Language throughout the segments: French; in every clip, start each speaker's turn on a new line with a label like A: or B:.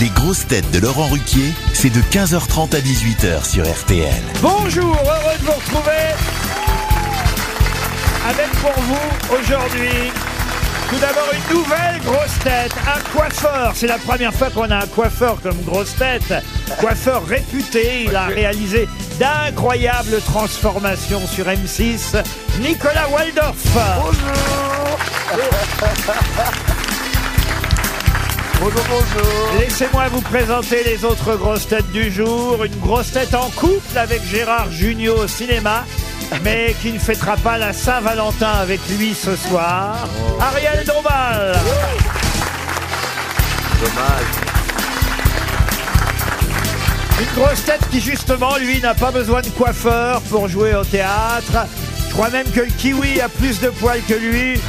A: Les grosses têtes de Laurent Ruquier, c'est de 15h30 à 18h sur RTL.
B: Bonjour, heureux de vous retrouver avec pour vous aujourd'hui tout d'abord une nouvelle grosse tête, un coiffeur. C'est la première fois qu'on a un coiffeur comme grosse tête. Coiffeur réputé, il a réalisé d'incroyables transformations sur M6, Nicolas Waldorf.
C: Bonjour, bonjour.
B: Laissez-moi vous présenter les autres grosses têtes du jour. Une grosse tête en couple avec Gérard Junior au cinéma, mais qui ne fêtera pas la Saint-Valentin avec lui ce soir.
C: Oh.
B: Ariel Dombal.
C: Dommage.
B: Une grosse tête qui justement, lui, n'a pas besoin de coiffeur pour jouer au théâtre. Je crois même que le kiwi a plus de poils que lui.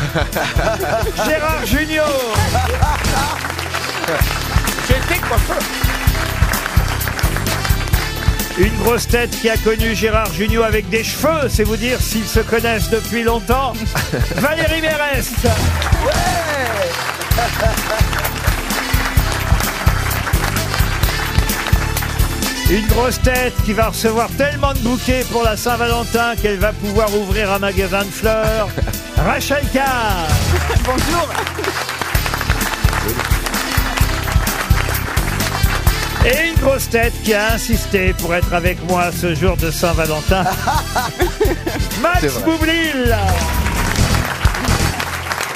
B: Gérard Junior. Une grosse tête qui a connu Gérard Junior avec des cheveux, c'est vous dire s'ils se connaissent depuis longtemps. Valérie Mérès. Une grosse tête qui va recevoir tellement de bouquets pour la Saint-Valentin qu'elle va pouvoir ouvrir un magasin de fleurs. Rachel Carr. Bonjour. Et une grosse tête qui a insisté pour être avec moi ce jour de Saint-Valentin.
C: C'est
B: Max
C: vrai.
B: Boublil.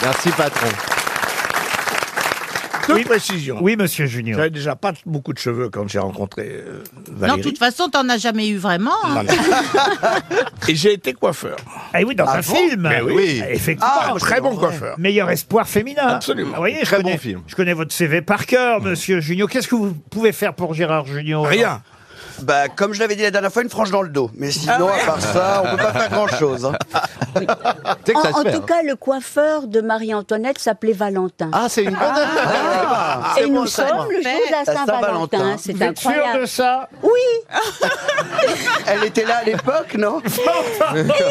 C: Merci, patron.
D: Deux
B: Oui.
D: précisions.
B: Oui, monsieur Junior.
D: J'avais déjà pas beaucoup de cheveux quand j'ai rencontré euh,
E: Non,
D: Valérie.
E: de toute façon, t'en as jamais eu vraiment. hein.
D: Et j'ai été coiffeur.
B: Ah oui, dans un film. Ah,
D: Mais oui. Ah,
B: Effectivement.
D: très bon coiffeur.
B: Meilleur espoir féminin.
D: Absolument.
B: Vous voyez, je
C: Très bon
B: connais,
C: film.
B: Je connais votre CV par cœur, monsieur Junio. Qu'est-ce que vous pouvez faire pour Gérard Junio
D: Mm. Rien.
F: Bah, comme je l'avais dit la dernière fois, une frange dans le dos. Mais
G: Ah
F: sinon, à part ça, on peut pas faire grand-chose. hein.
C: Tu sais que ça
G: En,
C: se
G: en
C: fait,
G: tout
C: hein.
G: cas, le coiffeur de Marie-Antoinette s'appelait Valentin.
C: Ah, c'est une bonne
G: Ah. Et
F: Ah. c'est
G: nous
F: bon, ça,
G: sommes le jour de la
F: La Saint-Valentin.
G: Saint-Valentin. hein, C'est
B: Vous êtes sûr de
G: incroyable.
B: ça
G: Oui,
F: Elle était là à l'époque, non
G: et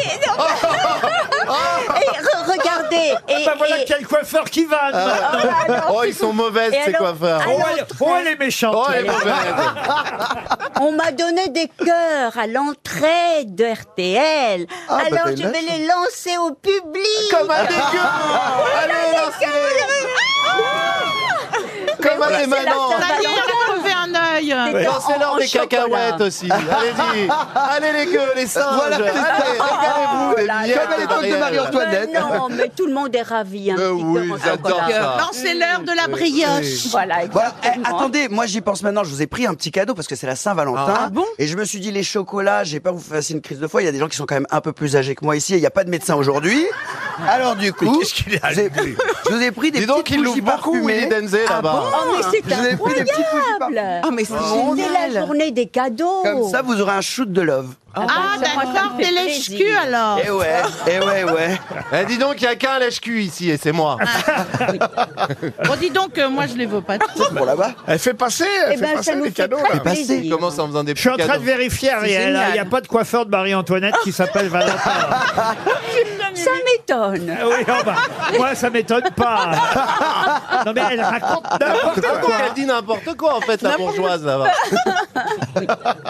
G: re- regardez. Et,
B: Bah voilà
G: et-
B: quel coiffeur qui
G: Ah.
B: va maintenant.
C: Oh, ils sont mauvaises,
G: bah, Et
C: ces
G: alors-
C: coiffeurs.
B: Oh,
G: alors-
B: elle, oh, elle est méchante.
C: Oh, elle est mauvaise.
G: on m'a donné des cœurs à l'entrée de RTL.
F: bah,
G: alors,
F: t'as une
G: je
F: lâche.
G: vais les lancer au public.
C: Comme un dégueu
G: Ah,
C: Allez, lancez-les Comme un
G: Ah c'est la
C: démanant
G: Saint-Valentin.
E: Ça y est, j'ai crevé un œil.
G: C'était en-
C: Lancez-leur
G: en
C: des
G: chocolat.
C: cacahuètes aussi Allez-y Allez, les gueux, les singes
F: Voilà,
C: Allez,
F: c'est ça.
C: régalez-vous les
G: là
C: miettes,
G: là. Comme à
F: l'époque de
C: Ariel.
F: Marie-Antoinette. Antoinette.
G: Mais non, mais tout le monde est ravi. Un
C: Euh,
G: petit
C: oui,
G: peu en
C: j'adore
G: chocolat.
C: ça.
E: Non, c'est l'heure de la brioche.
G: Voilà,
F: Voilà. Eh,
G: exactement.
F: attendez, moi j'y pense maintenant. Je vous ai pris un petit cadeau parce que c'est la Saint-Valentin.
G: Ah,
F: et je me suis dit les chocolats. J'ai pas vous fassiez une crise de foi. Il y a des gens qui sont quand même un peu plus âgés que moi ici. Et il n'y a pas de médecin aujourd'hui. Alors du coup,
D: qu'est-ce qu'il a
F: je, vous ai, je vous ai pris des
C: Dis donc,
F: petites
C: il l'ouvre
F: bougies
C: beaucoup,
F: parfumées.
C: Willy Denzé, là-bas
G: Oh, mais c'est
F: Je vous ai pris des petits bougies
G: incroyable.
H: Ah, mais c'est
G: C'est la journée des cadeaux.
F: Comme ça, vous aurez un shoot de love.
E: Ah, d'accord, t'es lèche cul alors.
F: Eh ouais, eh ouais, ouais.
C: Eh, dis donc, il n'y a qu'un lèche-cul ici, et c'est moi
E: Bon, dis donc, euh, moi je les veux pas.
F: Bon là-bas.
D: Elle fait passer, elle
G: Eh
D: fait
G: ben,
D: passer
G: ça nous
D: les
G: fait
D: cadeaux.
G: très
D: là.
F: passer.
G: plaisir.
C: Il commence en faisant des
B: Je suis en
C: petits
B: train de
C: cadeaux.
B: vérifier, Ariel. hein. Il n'y a
H: génial.
B: pas de coiffeur de Marie-Antoinette qui s'appelle Valentin.
G: Ça m'étonne.
B: Ah oui, oh bah, moi, ça m'étonne pas. Non, mais elle raconte n'importe quoi.
C: Elle dit n'importe quoi en fait, la bourgeoise là-bas.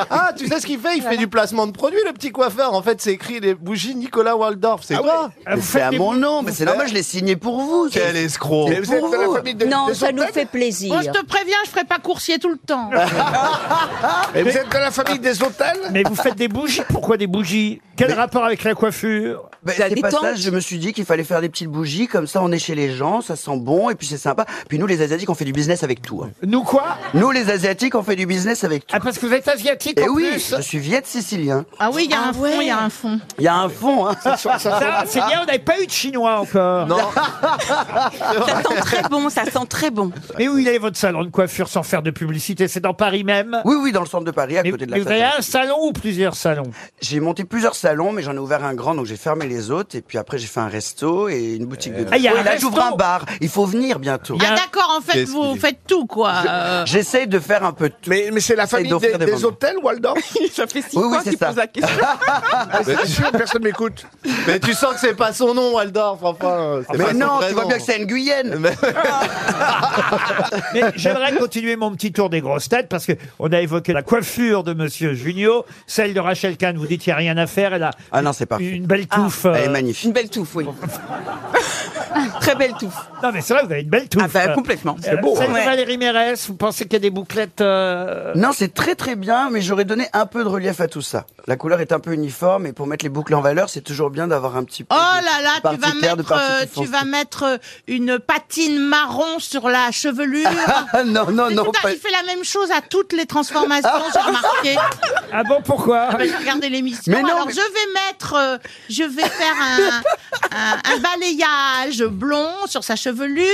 C: ah, tu sais ce qu'il fait Il fait du placement de produits, le petit coiffeur. En fait, c'est écrit les bougies Nicolas Waldorf. C'est quoi
B: Ah, vous
F: Mais C'est
B: faites
F: à
B: des-
F: mon nom, mais c'est normal, je l'ai signé pour vous.
C: Quel escroc
D: Et vous êtes de la famille de,
G: Non,
D: des
G: ça nous
D: Orteils
G: fait plaisir.
E: Moi je te préviens, je ferai pas coursier tout le temps.
D: Et vous êtes de la famille des hôtels
B: Mais vous faites des bougies Pourquoi des bougies Quel rapport avec la coiffure
F: Ben,
H: La
F: c'est pas ça,
H: détente.
F: je me suis dit qu'il fallait faire des petites bougies, comme ça on est chez les gens, ça sent bon, et puis c'est sympa. Puis nous les Asiatiques on fait du business avec tout. hein.
B: Nous quoi
F: Nous les Asiatiques on fait du business avec tout.
B: Ah, parce que vous êtes asiatique
F: Et
B: en
F: oui,
B: plus
F: je suis viet sicilien.
E: Ah oui, il y a
H: Ah
E: un fond, il
H: ouais.
E: y a un fond.
F: Il y a un fond, hein.
B: Ça, c'est bien, on n'avait pas eu de chinois encore.
C: Non,
H: Ça sent très bon, ça sent très bon.
B: Mais où il est votre salon de coiffure sans faire de publicité C'est dans Paris même
F: Oui, oui, dans le centre de Paris, à
B: mais,
F: côté de
B: mais
F: la
B: vous avez
F: fac.
B: un salon ou plusieurs salons
F: J'ai monté plusieurs salons, mais j'en ai ouvert un grand, donc j'ai fermé les autres, et puis après j'ai fait un resto et une boutique de.
B: Ah, il y a
F: Oui,
B: un
F: là
B: resto.
F: j'ouvre un bar. Il faut venir bientôt.
B: y a
E: Ah
B: un-
E: d'accord, en fait,
C: Qu'est-ce
E: vous
C: qu'il est
E: faites tout quoi. Euh,
F: J'essaye de faire un peu de tout.
D: Mais, mais c'est la famille
F: d'offrir
D: des,
F: sortir des,
D: des
F: moments.
D: hôtels, Waldorf
H: Ça fait six
F: Oui, oui,
H: fois
C: Ah,
F: c'est
H: qu'il
F: ça.
H: pose la question.
D: C'est sûr, personne m'écoute.
C: Mais tu sens que c'est pas son nom, Waldorf, enfin. c'est pas
F: Mais
C: son
F: non, tu
C: prénom.
F: vois bien que c'est une Guyenne.
B: Mais j'aimerais continuer mon petit tour des grosses têtes parce que on a évoqué la coiffure de Monsieur Junio, celle de Rachel Kahn. Vous dites qu'il n'y a rien à faire. Elle a
F: Ah non, c'est pas.
B: une belle touffe.
F: Elle est
B: euh,
F: magnifique.
H: Une belle touffe, oui. Très belle touffe.
B: Non mais c'est vrai, vous avez une belle touffe.
H: Ah bah,
B: Euh,
H: complètement.
B: euh,
F: hein.
D: hein.
B: Celle
H: Ouais.
B: de Valérie Mérès, vous pensez qu'il y a des bouclettes euh,
F: Non, c'est très très bien, mais j'aurais donné un peu de relief à tout ça. La couleur est un peu uniforme, et pour mettre les boucles en valeur, c'est toujours bien d'avoir un petit peu.
I: Oh
F: de
I: là là, tu
F: partie
I: vas
F: claire, de
I: mettre,
F: partie
I: euh,
F: plus
I: tu
F: foncée.
I: vas mettre euh, une patine marron sur la chevelure.
F: Ah non, non,
I: Mais
F: non,
I: putain,
F: pas-
I: il fait la même chose à toutes les transformations, j'ai remarqué. bah,
B: Ah bon, pourquoi
I: J'ai regardé l'émission.
F: Mais non,
I: Alors
F: mais-
I: je vais mettre, euh, je vais faire un, un- un balayage blond sur sa chevelure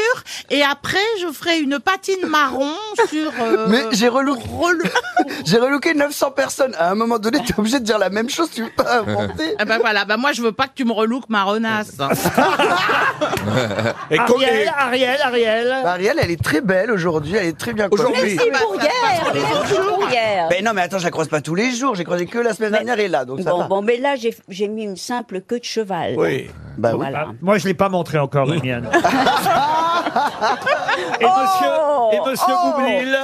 I: et après je ferai une patine marron sur. euh,
F: Mais j'ai relooké,
I: relo-
F: j'ai relooké 900 personnes. À un moment donné, t'es obligé de dire la même chose, tu veux pas inventer.
I: Ah bah voilà, bah moi je veux pas que tu me relookes ma renasse.
F: euh,
D: Et qu'on est-
B: Ariel, Ariel, Ariel.
F: Marielle, Bah, elle est très belle aujourd'hui, elle est très bien coiffée.
D: Aujourd'hui.
G: Merci pour hier. Merci pour hier.
F: Mais non, mais attends, je la croise pas tous les jours, j'ai croisé que la semaine dernière et là, donc ça
G: Bon,
F: va.
G: bon, mais là, j'ai j'ai mis une simple queue de cheval.
D: Oui.
I: Oh,
F: Bah oui.
G: Voilà.
B: Ah, Moi, je l'ai pas montré encore, la mienne. et
G: Oh,
B: monsieur, et monsieur
G: oh.
B: Boublil.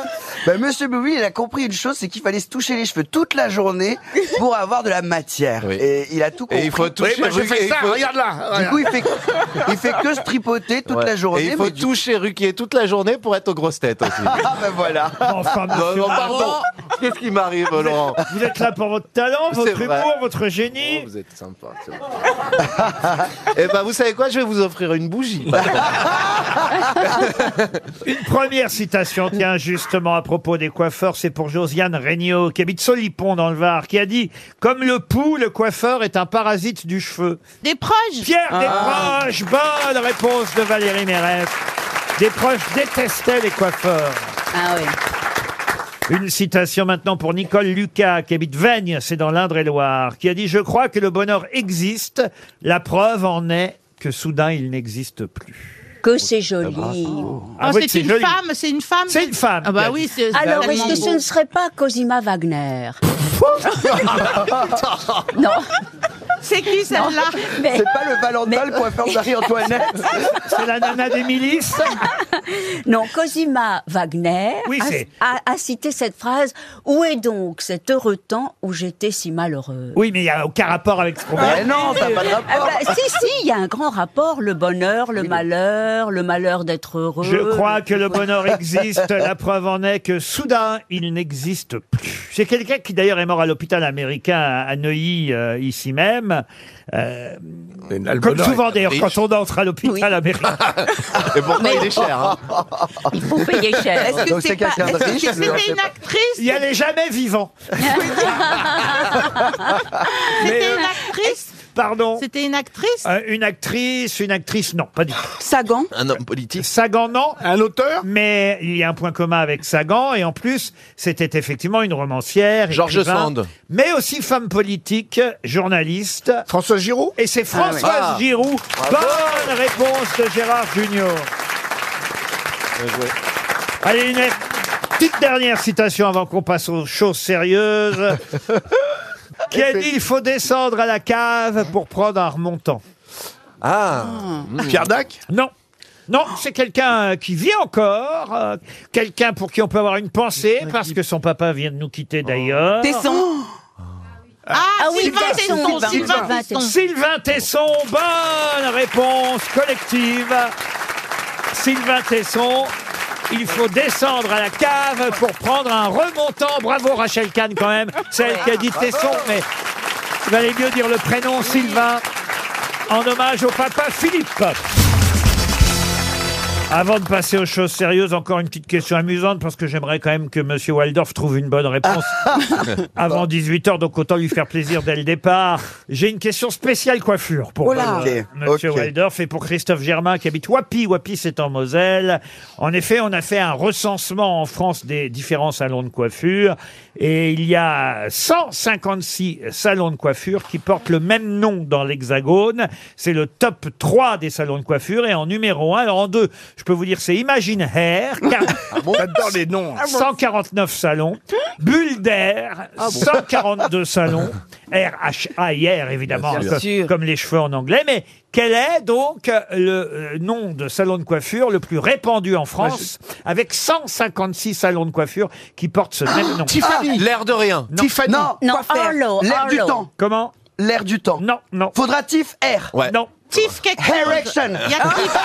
F: Bah, Monsieur Boublil, il a compris une chose, c'est qu'il fallait se toucher les cheveux toute la journée pour avoir de la matière.
C: Oui.
F: Et il a tout compris.
C: Et il faut
D: Oui,
C: toucher.
D: moi je
C: Ruquier,
D: fais
C: il
D: ça,
C: faut-
D: regarde là.
F: Du
D: regarde.
F: coup, il fait, il fait que se tripoter toute
C: Ouais.
F: la journée.
C: Et il faut
F: mais du-
C: toucher Ruquier toute la journée pour être aux grosses têtes aussi.
F: Ah ben voilà.
B: Enfin,
C: non,
B: monsieur,
C: non, pardon. Qu'est-ce qui m'arrive, Laurent
B: vous êtes là pour votre talent,
C: C'est
B: votre
C: vrai.
B: humour, votre génie.
C: Oh, Vous êtes sympa. c'est vrai. Eh ben, vous savez quoi Je vais vous offrir une bougie.
B: Première citation, tiens, justement, à propos des coiffeurs, c'est pour Josiane Regnault, qui habite Solipon dans le Var, qui a dit « Comme le pou, le coiffeur est un parasite du cheveu.
I: Des proches. »
B: Pierre Desproges, bonne réponse de Valérie Mérès. Desproges détestait les coiffeurs.
G: Ah oui.
B: Une citation maintenant pour Nicole Lucas, qui habite Veigne, c'est dans l'Indre-et-Loire, qui a dit « Je crois que le bonheur existe, la preuve en est que soudain il n'existe plus.
G: Que c'est joli.
B: Ah
I: Oh,
B: oui,
I: c'est une
B: joli.
I: femme, c'est une femme.
B: C'est une femme.
I: Ah
B: qui
I: bah
B: a
I: oui,
B: dit.
I: c'est.
G: Alors,
I: c'est
G: est-ce que ce
I: tellement
G: ne serait pas Cosima Wagner Non,
I: beau. C'est qui celle-là
G: mais
F: C'est pas le Valentin, le coiffeur d'Marie-Antoinette.
B: C'est la nana des milices
G: non, Cosima Wagner
B: Oui,
G: a-
B: c'est-
G: a, a cité cette phrase Où est donc cet heureux temps où j'étais si malheureuse
B: Oui, mais il n'y a aucun rapport avec ce qu'on
F: Mais non, ça n'a pas de
G: Ah
F: rapport.
G: bah, si, si, il y a un grand rapport, le bonheur, le malheur, le malheur d'être heureux.
B: Je crois que le bonheur existe. La preuve en est que soudain, il n'existe plus. C'est quelqu'un qui d'ailleurs est mort à l'hôpital américain à à Neuilly, euh, ici même. Euh, comme souvent d'ailleurs, quand on entre à l'hôpital
G: Oui.
B: américain.
C: Et pourtant, il est cher. hein.
G: Il faut payer cher.
H: Est-ce que
F: Donc c'est
H: c'est pas...
F: quelqu'un de
H: est-ce que
F: riche,
H: c'est-
F: mais-
I: C'était une actrice.
B: Il y a les jamais vivants.
I: C'était une actrice.
B: Pardon.
I: C'était une actrice.
B: Euh, une actrice, une actrice, non, pas du tout.
H: Sagan
C: Un homme politique.
B: Sagan, non.
D: Un auteur
B: Mais il y a un point commun avec Sagan, et en plus, c'était effectivement une romancière.
C: George
B: écrivain,
C: Sand.
B: Mais aussi femme politique, journaliste.
D: François Giraud
B: Et c'est Françoise
C: Ah.
B: Giroud. Bonne réponse de Gérard Junior. Allez, une petite dernière citation avant qu'on passe aux choses sérieuses. Qui a dit il faut descendre à la cave pour prendre un remontant
C: Ah,
D: Pierre Dac
B: Non. Non, c'est quelqu'un euh, qui vit encore, euh, quelqu'un pour qui on peut avoir une pensée, parce que son papa vient de nous quitter d'ailleurs.
H: Tesson
I: Ah,
G: Ah oui,
I: Sylvain
G: Tesson,
I: Tesson,
G: Sylvain
I: Sylvain
G: Tesson.
I: Tesson.
B: Sylvain Tesson, bonne réponse collective. Sylvain Tesson, il faut descendre à la cave pour prendre un remontant. Bravo Rachel Kahn quand même, celle qui a dit Tesson, mais il valait mieux dire le prénom Sylvain en hommage au papa Philippe. Avant de passer aux choses sérieuses, encore une petite question amusante parce que j'aimerais quand même que Monsieur Waldorf trouve une bonne réponse avant 18h, donc autant lui faire plaisir dès le départ. J'ai une question spéciale coiffure pour
F: Oula.
B: euh,
F: Oh Ok,
B: Monsieur
F: ok.
B: Waldorf et pour Christophe Germain qui habite Wapi. Wapi, c'est en Moselle. En effet, on a fait un recensement en France des différents salons de coiffure et il y a 156 salons de coiffure qui portent le même nom dans l'Hexagone. C'est le top 3 des salons de coiffure et en numéro 1, alors en deux, Je peux vous dire, c'est Imagine Hair. car-
D: Ah J'adore les noms. hein.
B: 149 salons. Bulle d'air,
D: Ah
B: 142 salons. R-H-A-I-R, évidemment,
D: Bien
B: comme-
D: sûr.
B: comme les cheveux en anglais. Mais quel est donc euh, le euh, nom de salon de coiffure le plus répandu en France, avec 156 salons de coiffure qui portent ce même nom Ah
F: Tiffany.
C: L'air de rien.
B: Non.
D: Tiffany.
F: Non,
G: Non,
F: quoi faire
G: Arlo,
F: L'air du
G: Arlo.
F: temps.
B: Comment
F: L'air du temps.
B: Non, non.
F: Faudra tif air.
C: Ouais.
B: Non.
I: Tiff quelque chose.
F: Hair Ah, action.
I: Il y a Tiff.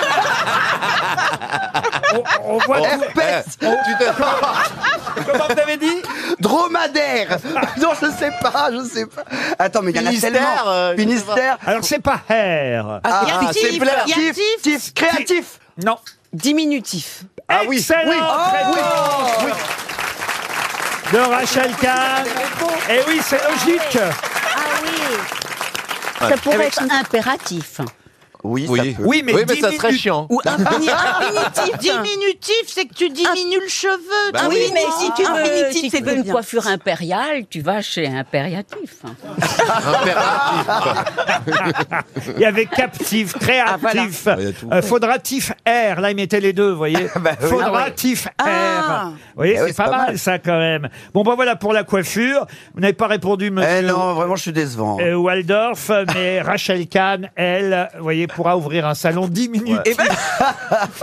B: On, on voit
C: Oh,
B: tout-
F: herpès.
C: eh, tu te-
B: Comment vous avez dit
F: Dromadaire. non, je sais pas, je sais pas. Attends, mais il y en a
C: Finistère,
F: tellement.
C: euh, je sais
F: Finistère.
B: Alors, c'est pas hair.
I: Il y a
C: Ah, c'est
I: Tiff.
C: clair.
I: Il y a
F: Tif,
I: Tiff.
F: tif, créatif.
B: Non.
H: Diminutif.
B: Ah oui. Excellente réponse
F: Ah
B: de Rachel Kahn. Et oui, c'est logique.
G: Ah oui Ça pourrait être impératif.
F: Oui,
C: Oui,
B: Oui, mais
C: oui, mais ça
B: dix
C: serait
B: minutes.
C: chiant.
H: Ou infini- infinitif.
I: Diminutif, c'est que tu diminues le cheveu.
C: Bah
G: Ah oui, mais si tu veux,
H: Infinitif,
G: si
H: c'est
G: tu veux une
H: bien.
G: coiffure impériale, tu vas chez Impériatif.
F: Ah,
G: Ah
C: Impératif.
B: Il y avait captif,
F: Ah,
B: créatif,
C: Ah, Il y a tout.
B: euh, faudratif air. Là, ils mettaient les deux, vous voyez.
F: Bah oui. Ah,
B: Faudratif air. Vous voyez,
F: Eh
B: c'est
F: ouais,
B: pas, mal, ça, quand même. Bon, ben voilà pour la coiffure. Vous n'avez pas répondu,
F: Eh
B: monsieur.
F: non, vraiment, je suis décevant.
B: euh, Waldorf, mais Rachel Kahn, elle, vous voyez, pourra ouvrir un salon 10 minutes.
F: Eh ben,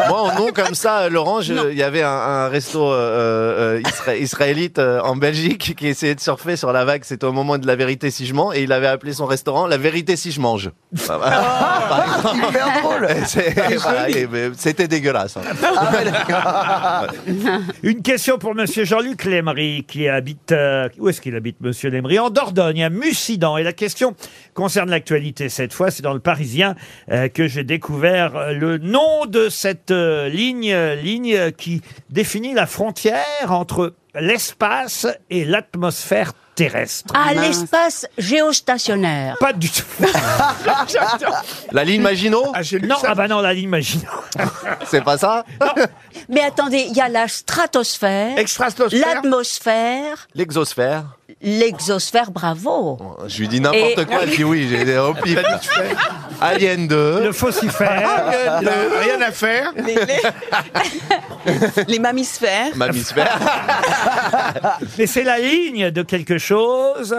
C: Moi, en nom comme ça, euh, Laurent, je- il y avait un, un resto euh, euh, isra- israélite euh, en Belgique qui essayait de surfer sur la vague. C'était au moment de la vérité si je mens. Et il avait appelé son restaurant La vérité si je mange. Ça va.
D: Ah,
F: Hyper drôle.
C: Et c'est- voilà, et- mais C'était dégueulasse. hein.
F: Ah ouais, d'accord.
B: Une question pour Monsieur Jean-Luc Lémery, qui habite... euh, où est-ce qu'il habite, Monsieur Lémery En Dordogne, à Mussidan. Et la question concerne l'actualité cette fois. C'est dans le Parisien euh, que j'ai découvert euh, le nom de cette euh, ligne, euh, ligne qui définit la frontière entre l'espace et l'atmosphère terrestre.
G: Ah,
H: Mince.
G: l'espace géostationnaire.
B: Pas du tout.
C: La ligne Maginot,
D: Ah, j'ai lu
B: Non,
D: ça.
B: ah bah non, la ligne Maginot.
C: c'est pas ça
G: Mais attendez, il y a la stratosphère,
D: Extrasosphère.
G: l'atmosphère,
C: L'exosphère.
G: l'exosphère, bravo.
C: Je lui dis n'importe
G: Et-
C: quoi, elle dit oui, j'ai des au pif. Alien 2.
B: Le faucifère.
C: Alien 2.
D: Rien à faire.
H: Les, les- les mammifères.
C: Mammisphère.
B: Mais c'est la ligne de quelque chose.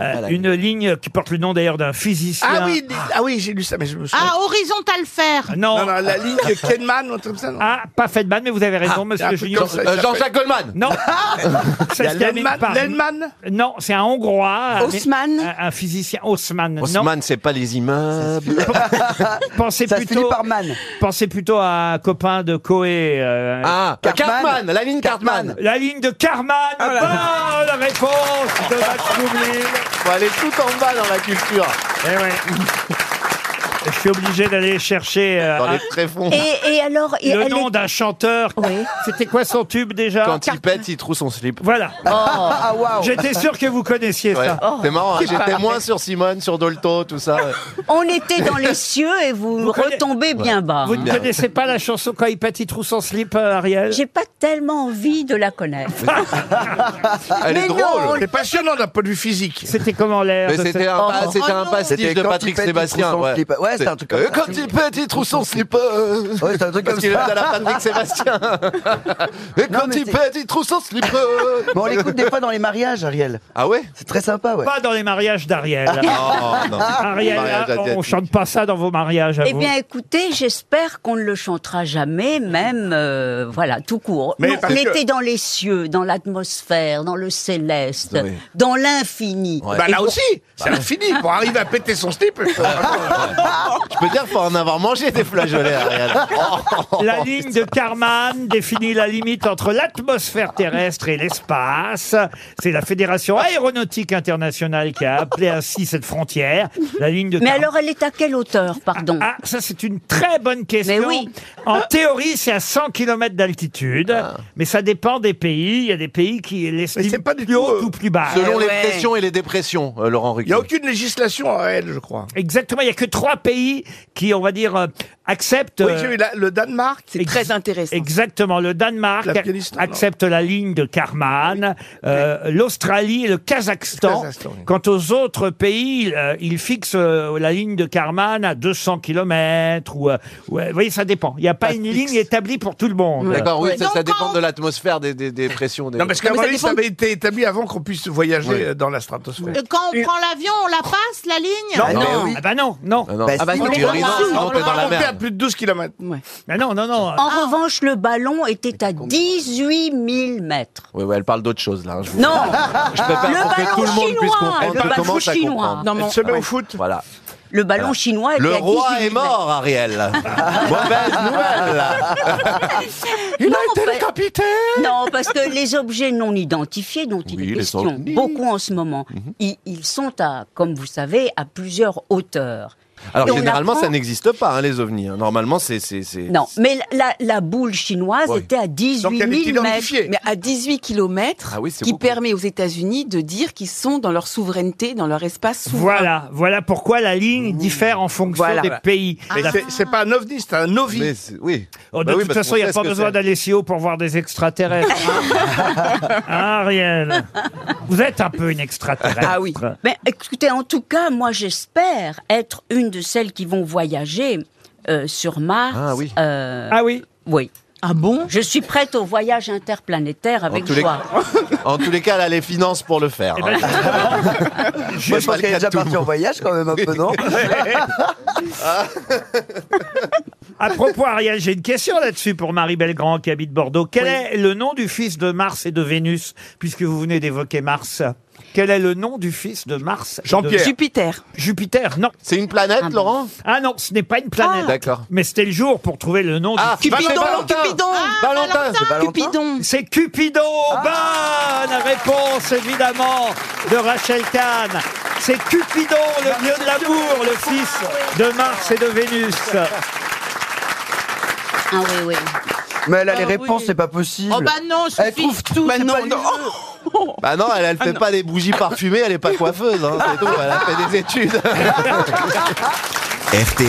B: euh, une ligne qui porte le nom d'ailleurs d'un physicien. oh,
D: Ah oui, des- ah oui, j'ai lu ça, mais je me souviens.
I: Ah, horizontal fer.
B: Non,
D: Non, non, la ligne de Kenman ou un truc comme ça. Non.
B: Ah, pas Feldman, mais vous avez raison,
D: un
B: monsieur
D: peu
B: Junior.
D: comme ça.
C: Euh, Jean-Jacques Goldman.
B: Non,
D: Ah, Il y a
B: ça se termine
D: Lenman.
B: par-
D: Lenman
B: Non, c'est un Hongrois. un-
H: Haussmann
B: Un, un physicien, Haussmann. Non,
C: Haussmann, c'est pas les immeubles.
B: pensez
F: Ça se finit
B: plutôt,
F: par man.
B: pensez plutôt à un copain de Coé. euh,
C: Ah,
F: Cartman. Ah,
C: Cartman, la ligne Cartman.
B: La ligne de Carman. Bonne Ah, réponse de Max Boublil.
C: Faut aller tout en bas dans la culture,
B: Eh ouais. Je suis obligé d'aller chercher euh,
C: dans
B: un-
C: les tréfonds.
G: Et, et alors, et
B: le
G: elle
B: nom
G: est-
B: d'un chanteur.
G: Oui.
B: C'était quoi son tube déjà
C: Quand il pète, il trouve son slip.
B: Voilà. Oh.
F: Ah, waouh.
B: J'étais sûr que vous connaissiez
C: Ouais.
B: ça.
C: C'est marrant, hein, j'étais moins sur Simone, sur Dolto, tout ça.
G: on était dans les cieux et vous,
B: connaissez-
G: retombez bien bas. hein.
B: Vous ne connaissez pas la chanson quand il pète, il trouve son slip, euh, Ariel
G: J'ai pas tellement envie de la connaître.
C: Elle est
G: Mais non,
C: drôle.
D: C'est passionnant d'un point de vue physique.
B: C'était comment l'air
C: Mais
B: de
C: c'était
B: cette-
C: un, pas- c'était
B: Oh
C: un pastiche
F: C'était
C: de
F: quand il
C: Patrick
F: pète, il trouve
C: Sébastien.
F: son slip. Ouais, c'est un truc comme
C: Euh,
F: ça.
C: Quand il pète, il trouve son slip. euh.
F: Ouais, c'est un truc
C: Parce
F: comme
C: qu'il est
F: ça.
C: à la Patrick Sébastien. Et
F: Non,
C: quand
F: mais
C: il
F: c'est-
C: pète, il trouve son slip. euh.
F: Mais on l'écoute des fois dans les mariages, Ariel.
C: Ah ouais
F: C'est très sympa, ouais.
B: Pas dans les mariages d'Ariel.
C: Oh non.
B: Ariel,
C: Mariage
B: hein, on
C: asiatique.
B: chante pas ça dans vos mariages à
G: Eh
B: vous.
G: bien, écoutez, j'espère qu'on ne le chantera jamais, même, euh, voilà, tout court.
D: Mais
G: Non,
D: parce
G: on
D: que-
G: était dans les cieux, dans l'atmosphère, dans le céleste,
C: Oui.
G: dans l'infini.
D: Bah là aussi, c'est infini. Pour arriver à péter son slip.
C: Je peux dire qu'il faut en avoir mangé des flageolets, Ariel.
B: Oh. La ligne de Carman définit la limite entre l'atmosphère terrestre et l'espace. C'est la Fédération aéronautique internationale qui a appelé ainsi cette frontière. La ligne de
G: Mais
B: Karman-
G: alors, elle est à quelle hauteur, pardon
B: Ah, ça c'est une très bonne question.
G: Mais oui.
B: En théorie, c'est à 100 km d'altitude,
G: Ah.
B: mais ça dépend des pays. Il y a des pays qui
D: Mais
B: l'estiment
D: c'est pas du
B: plus
D: tout,
B: haut
D: euh,
B: ou plus bas.
C: Selon
G: Eh
H: ouais.
C: les pressions et les dépressions, euh, Laurent
D: Il n'y
C: Ruquier.
D: a aucune législation à elle, je crois.
B: Exactement, il n'y a que trois pays qui, on va dire, euh, accepte.
D: Oui,
B: euh,
D: j'ai eu la- le Danemark.
H: C'est très intéressant.
B: Exactement, le Danemark
D: L'Afghanistan, non.
B: accepte la ligne de Karman, euh, l'Australie et le Kazakhstan.
D: Le Kazakhstan, oui.
B: Quant aux autres pays, euh, ils fixent euh, la ligne de Karman à 200 km. Ou, euh, ouais, vous voyez, ça dépend. Il n'y a pas
C: Pas
B: une
C: fixe.
B: ligne établie pour tout le monde.
C: D'accord, oui,
I: Ouais.
C: ça, ça
I: Donc,
C: dépend
I: quand-
C: de l'atmosphère, des, des, des pressions. Des...
D: Non, parce
H: Non,
D: qu'à
H: mais
D: mon
H: ça
D: avis,
H: dépend-
D: ça avait été établi avant qu'on puisse voyager
C: Oui.
D: euh, dans la stratosphère.
I: Euh, Quand on prend l'avion, on la passe, la ligne
D: Non,
F: Ah,
D: non.
F: ben oui.
B: Ah bah non, non,
C: Ah non.
F: Bah,
C: ah bah
F: si,
C: non,
F: on
C: tu
F: va
C: rigoles,
F: pas-
C: sinon
D: On
C: t'es dans la
D: montait à
C: mer.
D: plus de 12 km.
H: Ouais.
B: bah non, non, non.
G: En revanche, le ballon était à 18 000 mètres.
C: Oui, ouais, elle parle d'autre chose là. hein, je vous-
G: Non,
C: je préfère
G: le
C: pour que
G: ballon
C: tout le monde puisse
G: chinois,
C: comprendre.
G: le
C: que
G: ballon
C: commence à
G: chinois.
C: comprendre.
H: Dans mon-
D: Elle se met au foot.
C: Voilà.
G: le ballon chinois était
C: Le
G: à 18 000
C: roi est
G: mètres.
C: mort, Ariel. Mauvaise nouvelle.
G: non, pa- Non, parce que les objets non identifiés dont il
C: Oui,
G: est
C: les Mhm.
G: question,
C: ovnis.
G: beaucoup en ce moment, ils, ils sont à, comme vous savez, à plusieurs hauteurs.
C: Alors
G: Et on
C: généralement,
G: apprend-
C: ça n'existe pas, hein, les ovnis. hein. Normalement, c'est. c'est- c'est-
G: Non, mais la, la boule chinoise
C: Oui.
G: était à 18 000
D: Donc, elle est
G: mètres.
D: identifiée.
H: Mais à 18 km,
C: Ah oui, c'est
H: qui
C: beaucoup.
H: permet aux États-Unis de dire qu'ils sont dans leur souveraineté, dans leur espace souverain.
B: Voilà, voilà pourquoi la ligne diffère en fonction
H: Voilà.
B: des pays.
D: Mmh. Mais
B: La-
D: c'est- c'est pas un ovni, c'est un ovi.
C: Ah. Mais c'est- oui.
B: Oh, de
C: Bah oui,
B: toute
C: parce
B: façon,
C: qu'on
B: il n'y a
C: sait
B: pas
C: ce que
B: besoin
C: c'est.
B: d'aller si haut pour voir des extraterrestres. Hein, Ariel, vous êtes un peu une extraterrestre.
H: Ah oui.
G: Mais Ben, écoutez, en tout cas, moi j'espère être une de celles qui vont voyager euh, sur Mars.
C: Ah oui.
G: Euh,
B: Ah oui.
G: oui.
H: Ah bon
G: Je suis prête au voyage interplanétaire
C: En
G: avec
C: tous, les...
G: joie.
C: en tous les cas, elle a les finances pour le faire.
D: Eh ben,
C: hein.
F: Moi, je pense qu'elle est déjà
C: Tout le
F: partie en voyage quand même un peu, non
B: À propos, Ariel, j'ai une question là-dessus pour Marie Belgrand qui habite Bordeaux. Quel est le nom du fils de Mars et de Vénus, puisque vous venez d'évoquer Mars Quel est le nom du fils de Mars et
D: Jean-Pierre.
B: de-
H: Jupiter.
B: Jupiter, non.
C: C'est une planète,
G: Ah bon.
C: Laurent
B: Ah non, ce n'est pas une planète.
H: Ah.
C: D'accord.
B: Mais c'était le jour pour trouver le nom
C: Ah,
B: du fils.
C: bah, c'est
H: Cupidon,
C: Valentin.
H: Cupidon.
C: Valentin. Ah.
F: C'est Valentin
H: Cupidon.
B: C'est Cupidon. Bonne réponse, évidemment, de Rachel Kahn. C'est Cupidon, le dieu de l'amour, le fils de Mars et de Vénus.
G: Ah oui, oui.
F: Mais elle a les
I: Ah oui.
F: réponses, c'est pas possible.
I: Oh bah non,
F: elle
I: suffit.
F: trouve tout.
H: Bah
F: c'est
H: non,
F: pas
H: non.
F: lumineux.
C: Bah non, elle, elle
D: Ah
C: fait pas des bougies parfumées, elle est pas coiffeuse, hein, c'est tout, elle a fait des études.
A: RTL,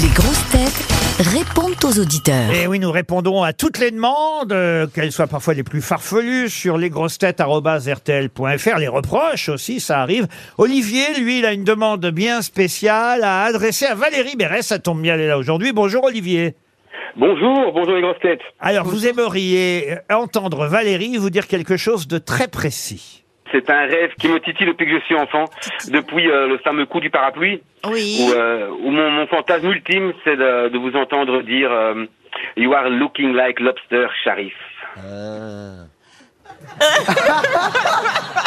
J: Les grosses têtes répondent aux auditeurs.
B: Et Eh oui, nous répondons à toutes les demandes, euh, qu'elles soient parfois les plus farfelues, sur lesgrossetêtes.rtl.fr. Les reproches aussi, ça arrive. Olivier, lui, il a une demande bien spéciale à adresser à Valérie Bérès. Ça tombe bien, elle est là aujourd'hui. Bonjour Olivier.
K: Bonjour, bonjour les grosses têtes.
B: Alors, vous aimeriez euh, entendre Valérie vous dire quelque chose de très précis.
K: C'est un rêve qui me titille depuis que je suis enfant, depuis euh, le fameux coup du parapluie,
I: Oui.
K: où, euh, où mon, mon fantasme ultime, c'est de, de vous entendre dire euh, You are looking like lobster, Sharif.
I: Ah,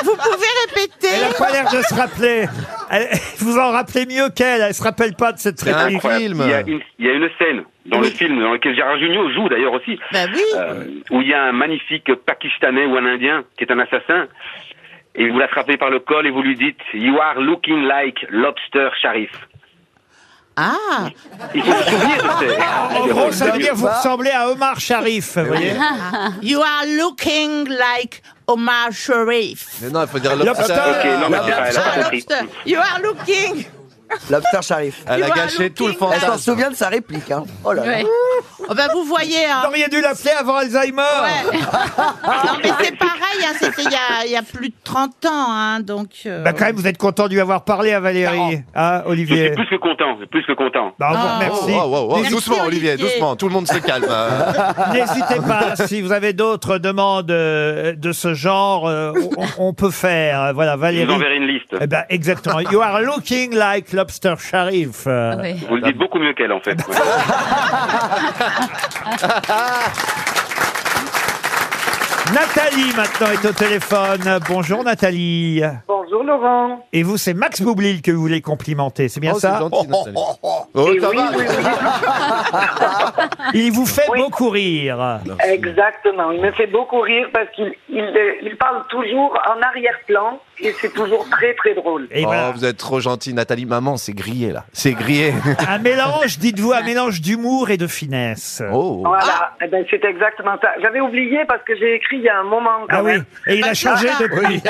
I: Vous pouvez
B: Elle
I: répéter
B: n'a pas l'air de se rappeler. Elle- vous en rappelez mieux qu'elle. Elle se rappelle pas de cette
C: C'est
B: réplique.
C: incroyable. Film.
K: Il y a une, il y a une scène dans le film dans lequel Gérard Jugnot joue d'ailleurs aussi,
I: Bah oui.
K: euh, où il y a un magnifique Pakistanais ou un Indien qui est un assassin, et vous l'attrapez par le col et vous lui dites You are looking like lobster, Sharif.
I: Ah,
K: Il faut se souvenir de ces-
B: Ah, En gros, ça veut dire que vous ressemblez à Omar Sharif. vous voyez.
I: Ah. you are looking like Omar Sharif.
C: Mais non, il faut dire
B: Lobster.
K: Ok, non, mais c'est pas, elle a
I: Ah,
K: pas compris.
I: lobster. You are looking.
F: Lobster Sharif.
C: Elle
I: You
C: a
I: are
C: gâché tout le
I: looking
F: Elle s'en
C: fantasme.
F: souvient de sa réplique. Hein. Oh là là.
G: Ouais.
I: Oh bah vous voyez, hein.
B: Vous auriez dû l'appeler avant Alzheimer.
I: Ouais. Non mais c'est pareil, hein, c'était il y a, il y a plus de 30 ans, hein, donc. euh,
B: Bah quand même, vous êtes content de lui avoir parlé à Valérie, hein,
K: Je suis
B: Olivier
K: plus que content, plus que content.
B: bah, on vous
I: Ah.
C: Oh,
B: remercie.
C: oh, oh, oh,
I: Merci,
C: Doucement, Olivier,
I: Olivier.
C: doucement, tout le monde se calme. euh.
B: N'hésitez pas, si vous avez d'autres demandes euh, de ce genre, euh, on, on peut faire. Voilà,
K: Je vous
B: Valérie.
K: enverrai une liste.
B: Eh ben, exactement. You are looking like Lobster Sharif. Euh,
K: Vous le dites beaucoup mieux qu'elle, en fait. Ouais.
B: Nathalie, maintenant, est au téléphone. Bonjour, Nathalie.
K: Bonjour Laurent.
B: Et vous, c'est Max Boublil que vous voulez complimenter, c'est bien
C: Oh, c'est
B: ça
C: gentil, Nathalie. Oh,
K: Et
C: ça
K: oui,
C: va.
K: oui, oui,
B: Il vous fait beaucoup rire.
K: exactement. Il me fait beaucoup rire parce qu'il il, euh, il parle toujours en arrière-plan
L: et c'est toujours très très drôle.
B: Eh
C: oh,
B: ben,
C: vous êtes trop gentil, Nathalie. Maman, c'est grillé, là. C'est grillé.
B: Un mélange, dites-vous, un mélange d'humour et de finesse.
C: Oh.
B: Ah,
L: Voilà, Eh ben, c'est exactement ça. J'avais oublié parce que j'ai écrit il y a un moment. Quand
B: Ah oui,
L: même.
B: et il a changé
L: Voilà.
B: depuis.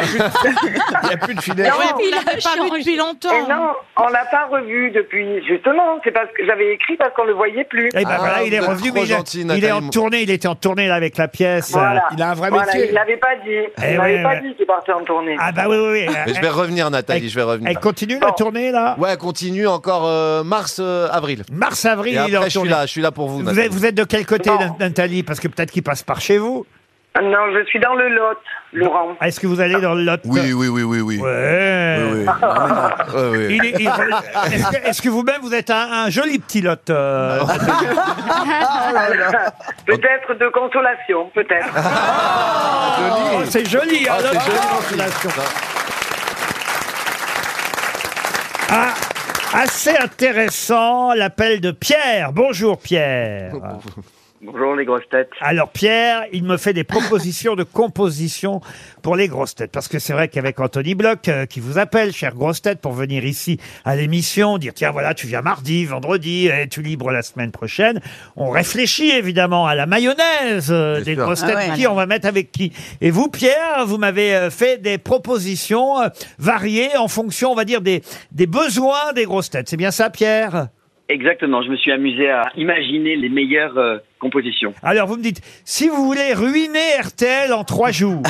D: Il n'y a plus de finesse.
L: Non,
I: on l'avait pas vu depuis longtemps.
L: Et non, on l'a pas revu depuis. Justement, c'est parce que j'avais écrit parce qu'on le voyait plus. Ah,
B: Et ben voilà, il est revenu, mais il, est- il est en tournée, il était en tournée là avec la pièce.
L: Voilà.
B: euh,
L: Voilà, il l'avait pas dit.
B: Eh
L: il l'avait
B: oui,
L: pas
B: oui.
L: dit qu'il partait en tournée.
B: Ah bah oui, oui, oui.
C: Mais je vais revenir, Nathalie, je vais revenir.
B: Elle continue la tournée, là
C: Ouais, elle continue encore euh, mars, euh, avril.
B: Mars, avril,
C: Et
B: il est en
C: après, je suis
B: tournée.
C: là, je suis là pour vous.
B: Vous
C: Nathalie.
B: êtes, vous êtes de quel côté, Nathalie Parce que peut-être qu'il passe par chez vous.
L: Non, je suis dans le Lot, Laurent.
B: Est-ce que vous allez dans le Lot Oui,
D: oui, oui, oui, oui.
B: Ouais.
D: Oui, oui.
B: Il est- il- Est-ce que, est-ce que vous-même vous êtes un, un joli petit Lot euh,
L: Ah, peut-être de consolation, peut-être.
B: Oh, c'est joli, hein,
L: Ah, c'est
B: Lot
L: joli,
B: de consolation. Ah, assez intéressant l'appel de Pierre. Bonjour Pierre.
L: Bonjour les grosses têtes.
B: Alors Pierre, il me fait des propositions de composition pour les grosses têtes. Parce que c'est vrai qu'avec Anthony Bloch, euh, qui vous appelle, chère grosse tête, pour venir ici à l'émission, dire tiens voilà, tu viens mardi, vendredi, et tu libres la semaine prochaine, on réfléchit évidemment à la mayonnaise euh, des grosses
M: Ah
B: têtes,
M: ouais.
B: qui on va mettre avec qui. Et vous Pierre, vous m'avez euh, fait des propositions euh, variées en fonction, on va dire, des, des besoins des grosses têtes. C'est bien ça Pierre
N: Exactement, je me suis amusé à imaginer les meilleures euh, compositions.
B: Alors vous me dites, si vous voulez ruiner RTL en trois jours,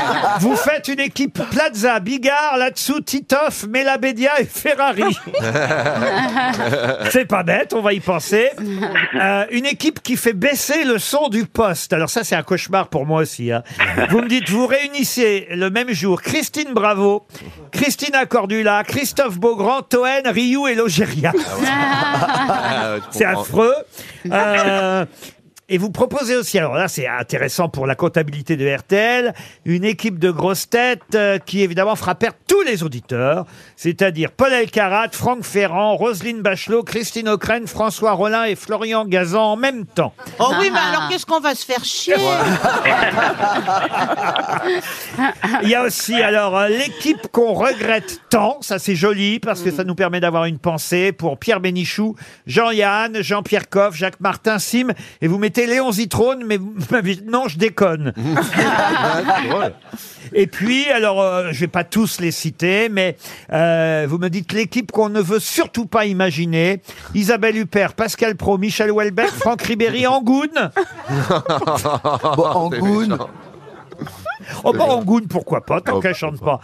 B: vous faites une équipe Plaza, Bigard, là-dessous Titoff, Melabedia et Ferrari. C'est pas bête, on va y penser. Euh, une équipe qui fait baisser le son du poste. Alors ça, c'est un cauchemar pour moi aussi. hein. Vous me dites, vous réunissez le même jour Christine Bravo, Christina Cordula, Christophe Beaugrand, Toen, Ryu et Logéria.
C: Ah, ouais, je
B: C'est
C: comprends.
B: affreux. Euh, et vous proposez aussi, alors là c'est intéressant pour la comptabilité de RTL, une équipe de grosses têtes euh, qui évidemment fera perdre tous les auditeurs, c'est-à-dire Paul Elkarat, Franck Ferrand, Roselyne Bachelot, Christine O'Crane, François Rollin et Florian Gazan en même temps.
I: Oh oui,
H: Ah.
I: mais alors qu'est-ce qu'on va se faire chier
B: Il y a aussi alors euh, l'équipe qu'on regrette tant, ça c'est joli parce que ça nous permet d'avoir une pensée pour Pierre Bénichou, Jean-Yann, Jean-Pierre Coff, Jacques Martin, Sim et vous mettez Léon Zitrone mais vous m'avez dit, non, je déconne. et puis alors euh, je vais pas tous les citer mais euh, vous me dites l'équipe qu'on ne veut surtout pas imaginer, Isabelle Huppert, Pascal Pro, Michel Houellebecq, Franck Ribéry, Angoune.
C: bon, Angoune.
B: Oh, bah, Angoune, pourquoi pas,
C: Oh,
B: tant
C: bah,
B: qu'elle chante pas.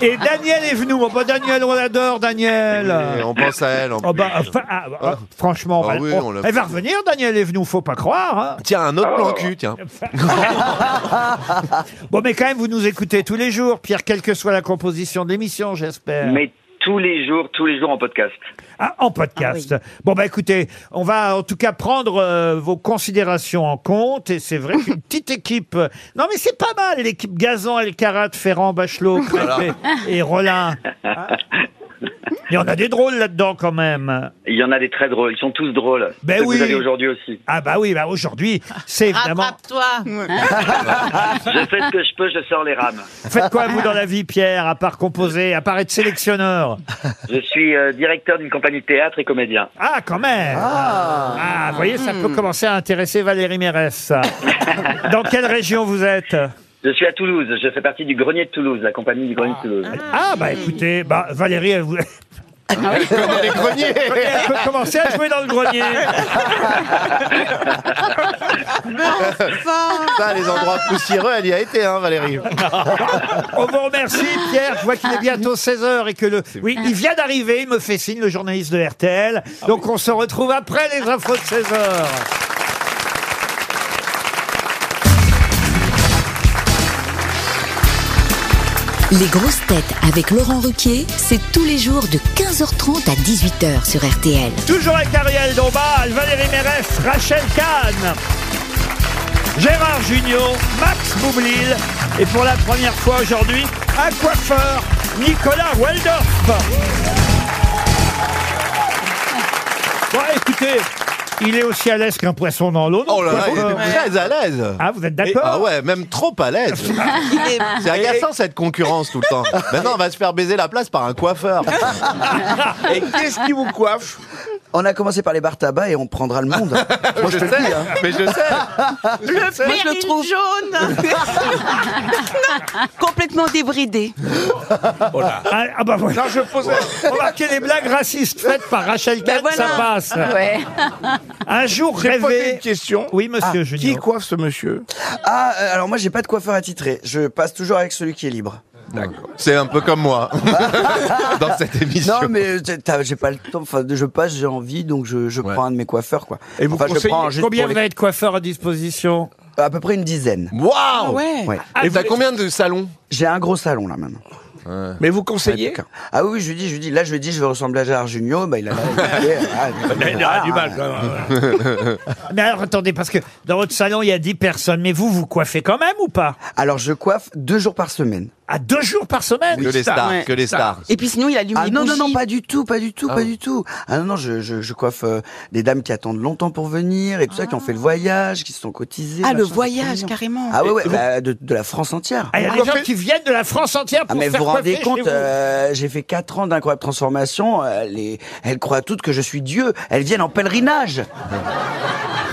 B: Et Daniel est venu. Oh, bah, Daniel, on l'adore, Daniel.
C: Et on pense à elle, en
B: Oh, bah,
C: plus.
B: enfin, ah, ah, franchement, on va
C: Ah
B: le-
C: oui,
B: on-
C: on l'a
B: elle va
C: fait.
B: revenir, Daniel est venu, faut pas croire. hein.
C: Tiens, un autre plan cul, tiens.
B: Ah, Bon, mais quand même, vous nous écoutez tous les jours, Pierre, quelle que soit la composition de l'émission, j'espère.
N: Mais tous les jours, tous les jours en podcast.
B: Ah, en podcast. Bon, bah écoutez, on va en tout cas prendre euh, vos considérations en compte. Et c'est vrai qu'une petite équipe. euh, Non, mais c'est pas mal, l'équipe Gazan, Elkarat, Ferrand, Bachelot,
N: Voilà.
B: Crêpé et Rollin. Il y en a des drôles là-dedans quand même.
N: Il y en a des très drôles, ils sont tous drôles.
B: Ben
N: Ceux que
B: oui.
N: Vous avez aujourd'hui aussi.
B: Ah, bah oui, bah aujourd'hui, c'est évidemment.
I: Toi
B: Ah.
N: Je fais ce que je peux, je sors les rames.
B: Faites quoi, vous, dans la vie, Pierre, à part composer, à part être sélectionneur
N: Je suis euh, directeur d'une compagnie de théâtre et comédien.
B: Ah, quand même Ah, vous voyez, ça peut commencer à intéresser Valérie Mérès, ça. dans quelle région vous êtes
N: Je suis à Toulouse, je fais partie du Grenier de Toulouse, la compagnie du Grenier de Toulouse.
B: Ah bah écoutez, bah, Valérie, elle vous...
N: les greniers.
B: Elle peut commencer à jouer dans le grenier.
C: Ça, les endroits poussiéreux, elle y a été, hein, Valérie.
B: On vous remercie, Pierre. Je vois qu'il est bientôt 16h et que le... Oui, il vient d'arriver, il me fait signe, le journaliste de RTL. Donc on se retrouve après les infos de 16h.
J: Les grosses têtes avec Laurent Ruquier, c'est tous les jours de 15h30 à 18h sur RTL.
B: Toujours avec Ariel Dombal, Valérie Mérès, Rachel Kahn, Gérard Junior, Max Boublil et pour la première fois aujourd'hui, un coiffeur, Nicolas Waldorf. Bon, écoutez, Il est aussi à l'aise qu'un poisson dans l'eau.
C: Oh là là, il est
B: Coiffeur.
C: très à l'aise.
B: Ah, vous êtes d'accord Ah.
C: Ah ouais, même trop à l'aise. C'est agaçant cette concurrence tout le temps. Maintenant, on va se faire baiser la place par un coiffeur.
F: Et qu'est-ce qui vous coiffe On a commencé par les bars tabac et on prendra le monde. Moi, je te le dis, hein.
C: mais je
H: sais.
I: Le
H: Moi, je le trouve jaune. Complètement débridé.
F: Oh
B: Ah, ah bah voilà.
D: Non, je posais-
B: Remarquez les blagues racistes faites par Rachel Kahn, ça passe. Un jour
D: J'ai
B: rêvé.
D: posé une question.
B: Oui, monsieur
F: Ah,
B: Junior.
F: qui
D: coiffe ce monsieur
F: Ah, euh, alors moi, j'ai pas de coiffeur attitré. Je passe toujours avec celui qui est libre.
C: C'est un peu comme moi dans cette émission.
F: Non, mais euh, t'as- t'as- j'ai pas le temps. Enfin, je passe, j'ai envie, donc je, je prends un de mes coiffeurs, quoi.
B: Et vous
F: Enfin, je
B: conseillez-
F: prends juste
B: combien
F: pour
B: vous avez de coiffeurs à disposition
F: À peu près une dizaine.
C: Waouh
F: ouais.
C: Et t'as combien de salons
F: J'ai un gros salon là maintenant.
D: Mais vous
F: conseillez Ah oui, oui, je lui dis, je lui dis, là je lui dis, je vais ressembler à Gérard Junior, bah il a,
D: Il a du mal,
I: Ah,
D: quand même.
B: Mais alors attendez, parce que dans votre salon, il y a 10 personnes, mais vous, vous coiffez quand même ou pas
F: Alors je coiffe deux jours par semaine.
B: À deux jours par semaine
C: Que les stars, que les stars.
H: Et puis sinon, il allume
F: Ah
H: les
F: non, non,
H: bougies.
F: non, pas du tout, pas du tout,
C: Ah
F: pas
C: oui.
F: du tout. Ah non, non, je, je, je coiffe euh, des dames qui attendent longtemps pour venir et tout ça, qui ont fait le voyage, qui se sont cotisées.
H: Ah, le
F: machin, c'est trop
H: voyage,
F: mignon.
H: carrément.
F: Ah ouais, ouais
H: Et vous-
F: bah, de, de la France entière.
B: Ah, Il y a des gens qui viennent de la France entière
F: Ah
B: pour se
F: mais vous
B: faire
F: vous
B: coiffer
F: rendez
B: chez
F: compte,
B: vous.
F: euh, j'ai fait quatre ans d'incroyable transformation. euh, les- elles croient toutes que je suis Dieu. Elles viennent en pèlerinage.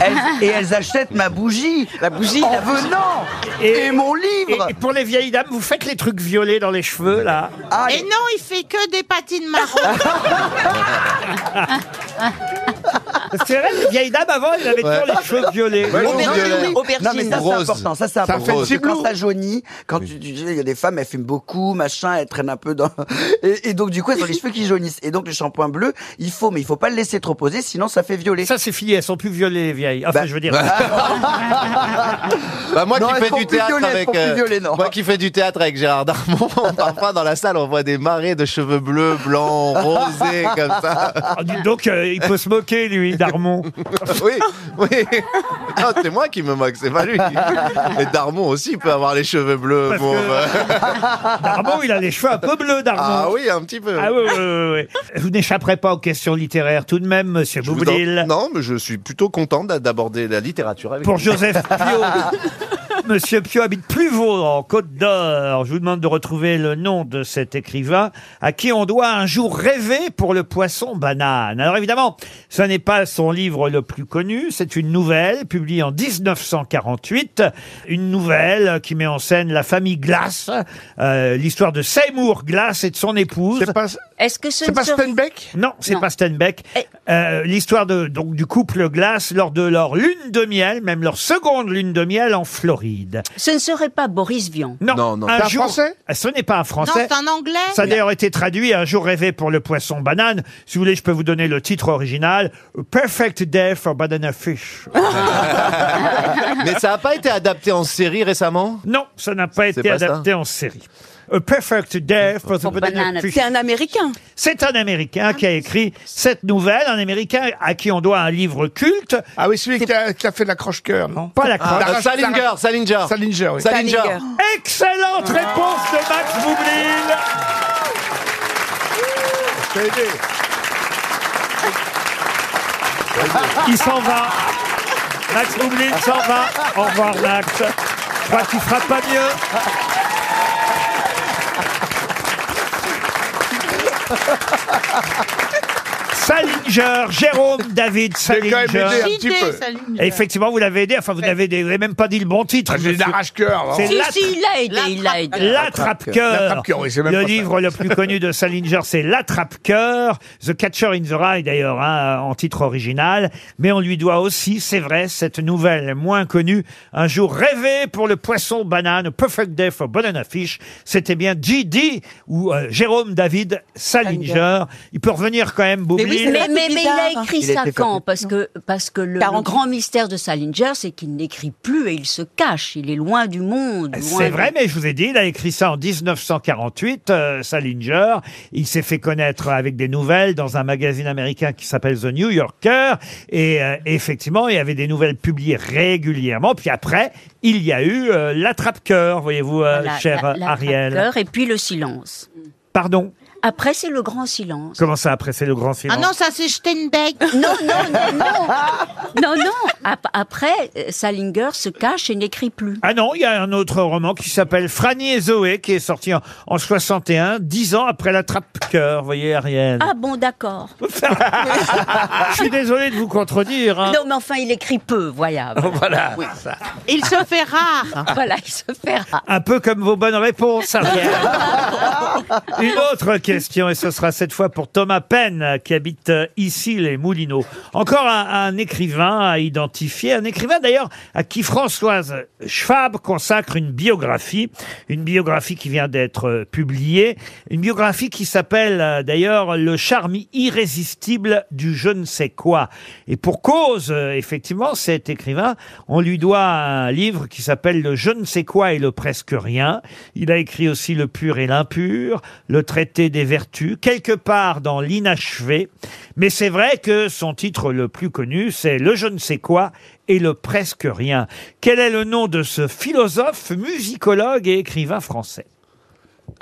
F: Elles- et elles achètent ma bougie. La bougie en venant. Et, mon livre.
B: Et pour les vieilles dames, vous faites les trucs violets dans les cheveux, là
F: Ah,
I: Et non, il fait que des patines marron.
B: Ah, C'est vrai, les vieilles dames, avant, elles avaient
C: Ouais.
B: toujours les cheveux violets.
C: Ouais,
F: Non, mais oui, oui.
H: Aubergine.
F: Non, mais ça, c'est
C: Rose.
F: important. Ça, c'est important.
D: fait le
F: Parce que
D: ciblou.
F: quand ça jaunit, quand tu, tu- il y a des femmes, elles fument beaucoup, machin, elles traînent un peu dans. Et, et donc, du coup, elles ont les cheveux qui jaunissent. Et donc, le shampoing bleu, il faut, mais il faut pas le laisser trop poser, sinon, ça fait violet.
B: Ça, c'est fini, elles sont plus violées, les vieilles. Enfin,
F: Bah,
B: je veux dire. Ah.
C: Bah, moi
F: Non,
C: qui
F: elles
C: fais
F: font
C: du
F: plus
C: théâtre
F: violet, elles
C: avec euh,
F: font plus violet, non.
C: moi qui fais du théâtre avec Gérard Darmon, parfois dans la salle on voit des marées de cheveux bleus, blancs, rosés comme ça.
B: Ah, dites donc, euh, il peut se moquer, lui, Darmon.
C: Oui, oui. Non, c'est moi qui me moque, c'est pas lui. Et Darmon aussi peut avoir les cheveux bleus. Bon, bah.
B: Darmon, il a les cheveux un peu bleus, Darmon.
C: Ah oui, un petit peu.
B: Ah oui, oui, oui, oui. Vous n'échapperez pas aux questions littéraires tout de même, monsieur
C: Je vous
B: Boublil.
C: en- Non, mais je suis plutôt content d'a- d'aborder la littérature avec
B: Pour
C: vous.
B: Joseph Pio. Monsieur Pio habite Pluvaux, en Côte d'Or. Je vous demande de retrouver le nom de cet écrivain à qui on doit un jour rêver pour le poisson banane. Alors évidemment, ce n'est pas son livre le plus connu. C'est une nouvelle publiée en 1948. Une nouvelle qui met en scène la famille Glass, euh, l'histoire de Seymour Glass et de son épouse.
D: C'est pas,
G: Est-ce que ce
D: c'est
G: ne
D: pas
G: serait-
D: Steinbeck
B: Non, c'est
G: Non.
B: pas Steinbeck. Euh, L'histoire de donc du couple Glass lors de leur lune de miel, même leur seconde lune de miel en Floride.
G: ce ne serait pas Boris Vian
B: Non,
C: Non, non.
B: un
D: C'est un
B: jour-
D: Français
B: Ah, Ce n'est pas un
I: non,
B: français.
I: c'est un anglais.
B: ça a d'ailleurs été traduit un jour rêvé pour le poisson banane. Si vous voulez, je peux vous donner le titre original. A Perfect Day for Banana Fish.
C: Mais ça n'a pas été adapté en série récemment
B: non, ça n'a pas été
C: pas ça
B: adapté en série. A Perfect Day for, the
G: For
B: Banana,
G: Banana
B: Fish.
H: C'est un Américain.
B: C'est un Américain qui a écrit cette nouvelle, un Américain à qui on doit un livre culte.
D: Ah oui, celui qui a, qui a fait de la croche-cœur, non
B: Pas
F: euh,
B: la croix.
D: Darrage-
C: Ah, Salinger, Salinger.
D: Salinger, oui.
C: Salinger.
H: Salinger.
F: Ah.
B: Excellente réponse de Max Boublil. Il s'en va. Max Boublil s'en va. Au revoir Max. Je crois qu'il fera pas mieux. Salinger, Jérôme David
D: J'ai quand même aidé
B: Salinger.
D: un petit
I: Idée,
D: peu.
I: ça, lui.
B: Et effectivement, vous l'avez aidé. Enfin, vous n'avez vous n'avez même pas dit le bon titre.
D: Ah, J'ai
B: monsieur.
D: l'arrache-cœur.
C: hein.
D: non
B: C'est
G: Si,
B: l'attra-
G: si, il l'a aidé, il l'a aidé.
B: L'attrape-cœur.
D: L'attrape-cœur, oui, c'est même
B: le
D: pas ça.
B: livre le plus connu de Salinger, c'est L'attrape-cœur, The Catcher in the Rye d'ailleurs, hein, en titre original. Mais on lui doit aussi, c'est vrai, cette nouvelle moins connue, Un jour rêvé pour le poisson banane, Perfect Day for Banana Fish. C'était bien G.D. ou euh, Jérôme David Salinger. Il peut revenir quand même,
H: oui,
B: Boublil.
H: c'est
G: Mais,
H: vrai. hein.
G: mais- mais il a
H: Bizarre.
G: écrit
F: Il a
G: ça
F: été
G: quand
F: fabuleux.
G: Parce que, parce que le,
H: 40.
G: le grand mystère de Salinger, c'est qu'il n'écrit plus et il se cache. Il est loin du monde. loin
B: C'est
G: du-
B: vrai, mais je vous ai dit, il a écrit ça en 1948, euh, Salinger. Il s'est fait connaître avec des nouvelles dans un magazine américain qui s'appelle The New Yorker. Et euh, effectivement, il y avait des nouvelles publiées régulièrement. Puis après, il y a eu euh, l'attrape-cœur, voyez-vous, euh,
G: Voilà,
B: cher
G: la- la
B: Ariel.
G: traqueur Et puis le silence.
B: Pardon
G: Après, c'est le grand silence.
B: Comment ça, après, c'est le grand silence
I: Ah non, ça c'est Steinbeck.
G: Non, non, non, non. Non, non. Ap- après, euh, Salinger se cache et n'écrit plus.
B: Ah non, il y a un autre roman qui s'appelle Franny et Zoé, qui est sorti en, en 61, dix ans après la trappe-cœur, vous voyez, Ariel.
G: Ah bon, d'accord.
B: Je suis désolé de vous contredire. hein.
G: Non, mais enfin, il écrit peu, voilà.
B: Voilà.
I: Il se fait rare.
G: Voilà, il se fait rare.
B: Un peu comme vos bonnes réponses, Ariel. Une autre question, et ce sera cette fois pour Thomas Penn, qui habite euh, ici les Moulineaux. Encore un, un écrivain à identifier, un écrivain d'ailleurs à qui Françoise Schwab consacre une biographie, une biographie qui vient d'être euh, publiée, une biographie qui s'appelle euh, d'ailleurs Le charme irrésistible du je ne sais quoi. Et pour cause, euh, effectivement, cet écrivain, on lui doit un livre qui s'appelle Le je ne sais quoi et le presque rien. Il a écrit aussi Le pur et l'impur, Le traité des vertus, quelque part dans l'inachevé. Mais c'est vrai que son titre le plus connu, c'est Le je ne sais quoi et le presque rien. Quel est le nom de ce philosophe, musicologue et écrivain français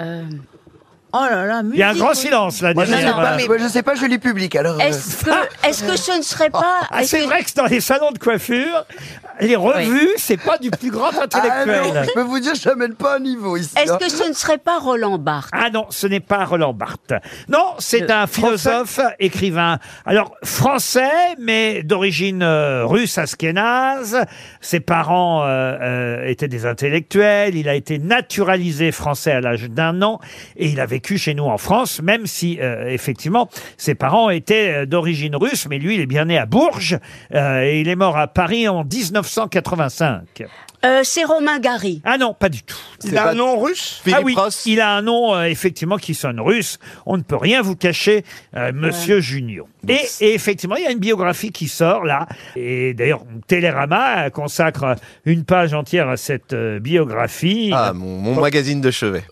G: Euh,
I: Oh là là,
B: Il y a un grand silence là.
F: Moi, je
B: derrière,
F: sais pas,
B: euh,
F: mais- moi, je sais pas, je lis public, alors. euh,
G: Est-ce que, est-ce que ce ne serait pas...
B: Ah,
G: est-ce
B: c'est
G: que-
B: vrai que dans les salons de coiffure, les revues, c'est pas du plus grand
F: Ah
B: intellectuel.
F: non, je peux vous dire, je n'amène pas un niveau ici.
G: Est-ce
F: hein.
G: que ce ne serait pas Roland Barthes
B: Ah non, ce n'est pas Roland Barthes. Non, c'est un philosophe, écrivain. Alors, français, mais d'origine euh, russe, askénaze. Ses parents euh, euh, étaient des intellectuels. Il a été naturalisé français à l'âge d'un an. Et il a vécu chez nous en France, même si, euh, effectivement, ses parents étaient euh, d'origine russe. Mais lui, il est bien né à Bourges. euh, et il est mort à Paris en 1985.
G: Euh, C'est Romain Gary.
B: Ah non, pas du tout.
D: Il a un nom russe
B: ah oui, il a un nom euh, effectivement qui sonne russe. On ne peut rien vous cacher, euh, Monsieur Junior. Et, et effectivement, il y a une biographie qui sort là. Et d'ailleurs, Télérama euh, consacre une page entière à cette euh, biographie.
C: Ah, mon, mon magazine de chevet.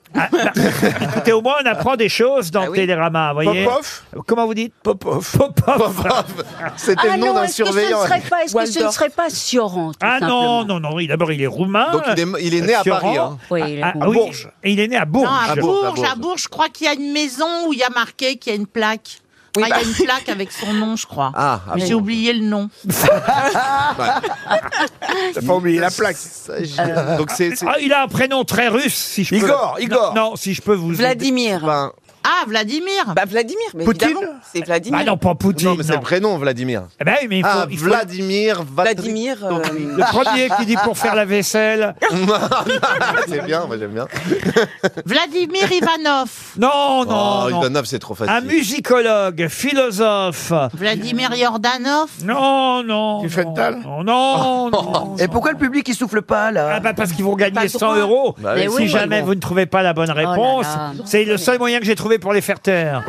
B: Écoutez, au moins, on apprend des choses
C: Ah
B: dans Télérama, vous voyez.
D: Popov
B: Comment vous dites
D: Popov.
B: Popov.
C: C'était
G: Ah
C: le nom
G: non,
C: d'un
G: est-ce que ce ne
C: surveillant.
G: serait pas, est-ce que ce ne
B: Waldorf.
G: serait pas Sioran tout
B: Ah
G: simplement
B: non, non, non, il- d'abord il est roumain.
C: Donc, il est- il est né à
B: Sioran.
C: Paris, hein.
G: Oui, il est
B: Ah,
G: roumain.
B: ah oui,
D: Bourges.
B: Et il est né à Bourges.
I: Non, à,
C: À Bourges,
B: ah
I: Bourges,
C: à Bourges.
I: à Bourges, je crois qu'il y a une maison où il y a marqué qu'il y a une plaque. Enfin,
B: bah
I: Il y a une plaque avec son nom, je crois.
C: Ah, ah
I: Mais
C: bon.
I: j'ai oublié le nom.
D: T'as pas oublié la plaque.
C: Ça, j'y- Donc c'est c'est-
B: Ah, il a un prénom très russe, si je peux.
D: Igor, Igor.
B: Non, non, si je peux vous.
H: Vladimir.
C: ben,
I: Ah, Vladimir
H: Bah Vladimir, mais
B: Poutine
H: évidemment, c'est Vladimir.
B: Ah non, pas Poutine.
C: non, mais c'est
B: non.
C: le prénom, Vladimir.
B: Eh ben oui, mais il faut,
C: ah,
B: il faut-
C: Vladimir Vatri-
H: Vladimir. euh,
B: le premier qui dit pour faire la vaisselle.
C: c'est bien, Ah, moi j'aime bien.
I: Vladimir Ivanov.
B: Non, non,
C: Oh,
B: non.
C: Ivanov, c'est trop facile.
B: Un musicologue, philosophe.
I: Vladimir Yordanov.
B: Non, non.
D: Du Fental
B: Non, non, non.
F: Et pourquoi le public, il souffle pas, là
B: Ah bah parce qu'ils vont gagner
H: Bah,
B: 100
H: pourquoi
B: euros
C: Bah
G: oui.
B: si
G: Mais oui,
B: jamais
G: bon.
B: vous ne trouvez pas la bonne
C: Oh
G: là
B: réponse.
G: là.
B: C'est le seul moyen que j'ai trouvé pour les faire taire.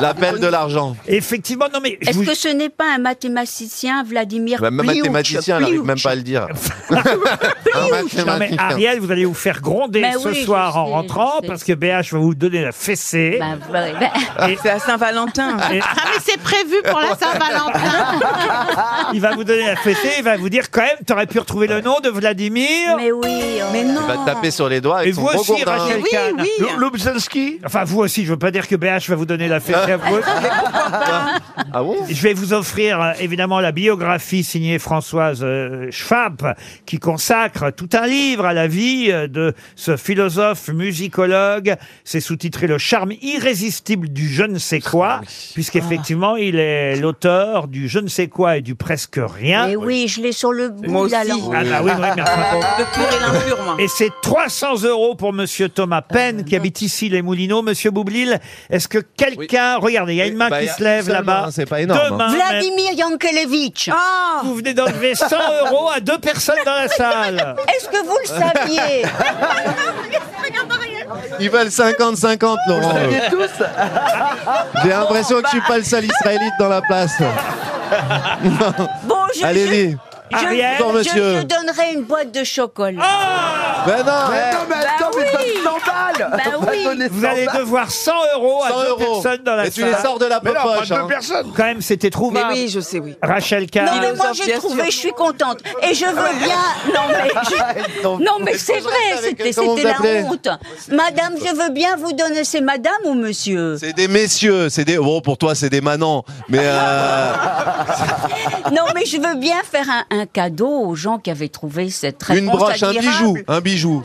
C: L'appel de l'argent.
B: Effectivement, non mais... je
G: Est-ce
B: vous-
G: que ce n'est pas un mathématicien, Vladimir
C: Bah, Même
G: Pliouch
C: mathématicien, il n'arrive même
G: Pliouch.
C: pas à le dire. Un
B: Non mais
C: mathématicien.
B: Ariel, vous allez vous faire gronder
G: Mais
B: ce
G: Bah oui, je
B: soir en
G: sais, je
B: rentrant
G: sais.
B: parce que BH va vous donner la fessée.
G: Bah, bah, bah,
H: C'est à Saint-Valentin.
B: Et-
I: Ah, mais c'est prévu pour la Saint-Valentin.
B: Il va vous donner la fessée, il va vous dire quand même, t'aurais pu retrouver le nom de Vladimir.
G: mais oui. oh.
H: Mais non.
C: Il va te taper sur les doigts
B: Et
C: avec son
B: vous
C: gros
B: aussi,
C: gourdin.
B: Rachel
H: Oui,
B: Kahn.
H: oui.
D: Lobzinski
B: Enfin, vous aussi, je veux pas dire que BH va vous donner la fessée à vous.
C: Ah bon
B: Je vais vous offrir euh, évidemment la biographie signée Françoise euh, Schwab, qui consacre tout un livre à la vie euh, de ce philosophe musicologue. C'est sous-titré Le charme irrésistible du je ne sais
C: Ah
B: quoi,
G: Ah.
B: puisqu'effectivement, il est l'auteur du je ne sais quoi et du presque rien.
G: Mais Eh oui, je l'ai sur le bout
H: Moi
G: de la
H: aussi.
G: langue.
B: Ah bah oui, oui, mais
G: euh,
B: enfin, bon.
H: Le pur et l'impur, moi.
B: Et c'est 300 euros pour Monsieur Thomas Penn qui habite ici les Moulineaux. Monsieur Boublil, est-ce que quelqu'un, regardez, il y a une
C: Oui,
B: main
C: bah,
B: qui
C: il y a
B: se lève
C: une seule
B: là-bas.
C: main, c'est pas énorme, hein.
B: Demain, même,
G: Vladimir Yankelevitch.
H: Ah
B: vous venez d'enlever 100 euros à deux personnes dans la salle.
G: Est-ce que vous le saviez
C: Ils veulent 50-50, Laurent. J'ai l'impression que je suis pas le
G: bah.
C: seul israélite dans la place.
G: Bon, je, je,
C: Allez-y.
G: je-
B: Ariel.
G: je-
C: Bonjour,
G: je
C: monsieur.
G: donnerai une boîte de chocolat. Bah
B: Ah
F: Mais Bah non, mais, attends, mais donne 100 balles
B: Bah oui.
F: Donner
B: Vous
F: 100
B: allez
F: balles.
B: devoir 100 euros à
F: 100
B: deux
F: euros.
B: personnes dans la
F: Et
B: salle.
F: tu les sors de la Mais non, pas poche, deux hein.
B: personnes. Quand même, c'était trouvable.
G: Mais oui, je
B: sais, oui. Rachel Kahn.
G: Non, mais moi j'ai trouvé, je suis contente. Et je veux bien. Non, mais, je-
B: Non,
G: non, mais
B: mais
G: c'est
B: je
G: vrai,
B: reste avec-
G: c'était
B: comment vous
G: c'était la
B: appelez
G: honte. Madame, je veux bien vous donner. C'est madame ou monsieur
C: C'est des messieurs, c'est des. Bon, pour toi, c'est des manants. Mais. euh,
G: Non, mais je veux bien faire un, un cadeau aux gens qui avaient trouvé cette réponse.
C: une broche, un
G: admirable.
C: bijou. Un bijou.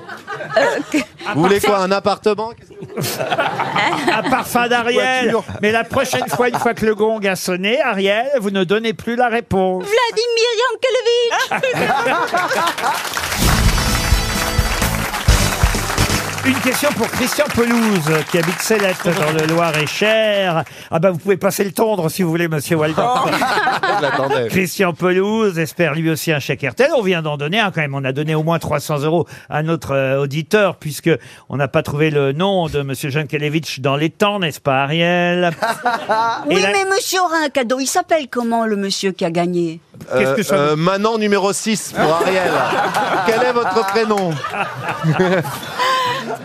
G: Euh, que-
C: Vous voulez quoi Un appartement
I: Hein?
B: Un parfum d'Ariel.
C: Voiture.
B: Mais la prochaine fois, une fois que le gong a sonné, Ariel, vous ne donnez plus la réponse.
G: Vladimir
B: Une question pour Christian Pelouse, qui habite Céleste dans le Loir-et-Cher. Ah ben, vous pouvez passer le tondre si vous voulez, monsieur Waldorf. Christian Pelouse espère lui aussi un chèque RTL. On vient d'en donner un quand même. On a donné au moins 300 euros à notre euh, auditeur puisque on n'a pas trouvé le nom de Monsieur Jankelevitch dans les temps, n'est-ce pas, Ariel
G: Yankelevitch
B: Et
G: Oui,
B: la-
G: mais monsieur aura un cadeau. Il s'appelle comment le monsieur qui a gagné
B: Qu'est-ce que ça Ah.
C: Euh, euh, Manon numéro 6 pour Ariel. Quel est votre prénom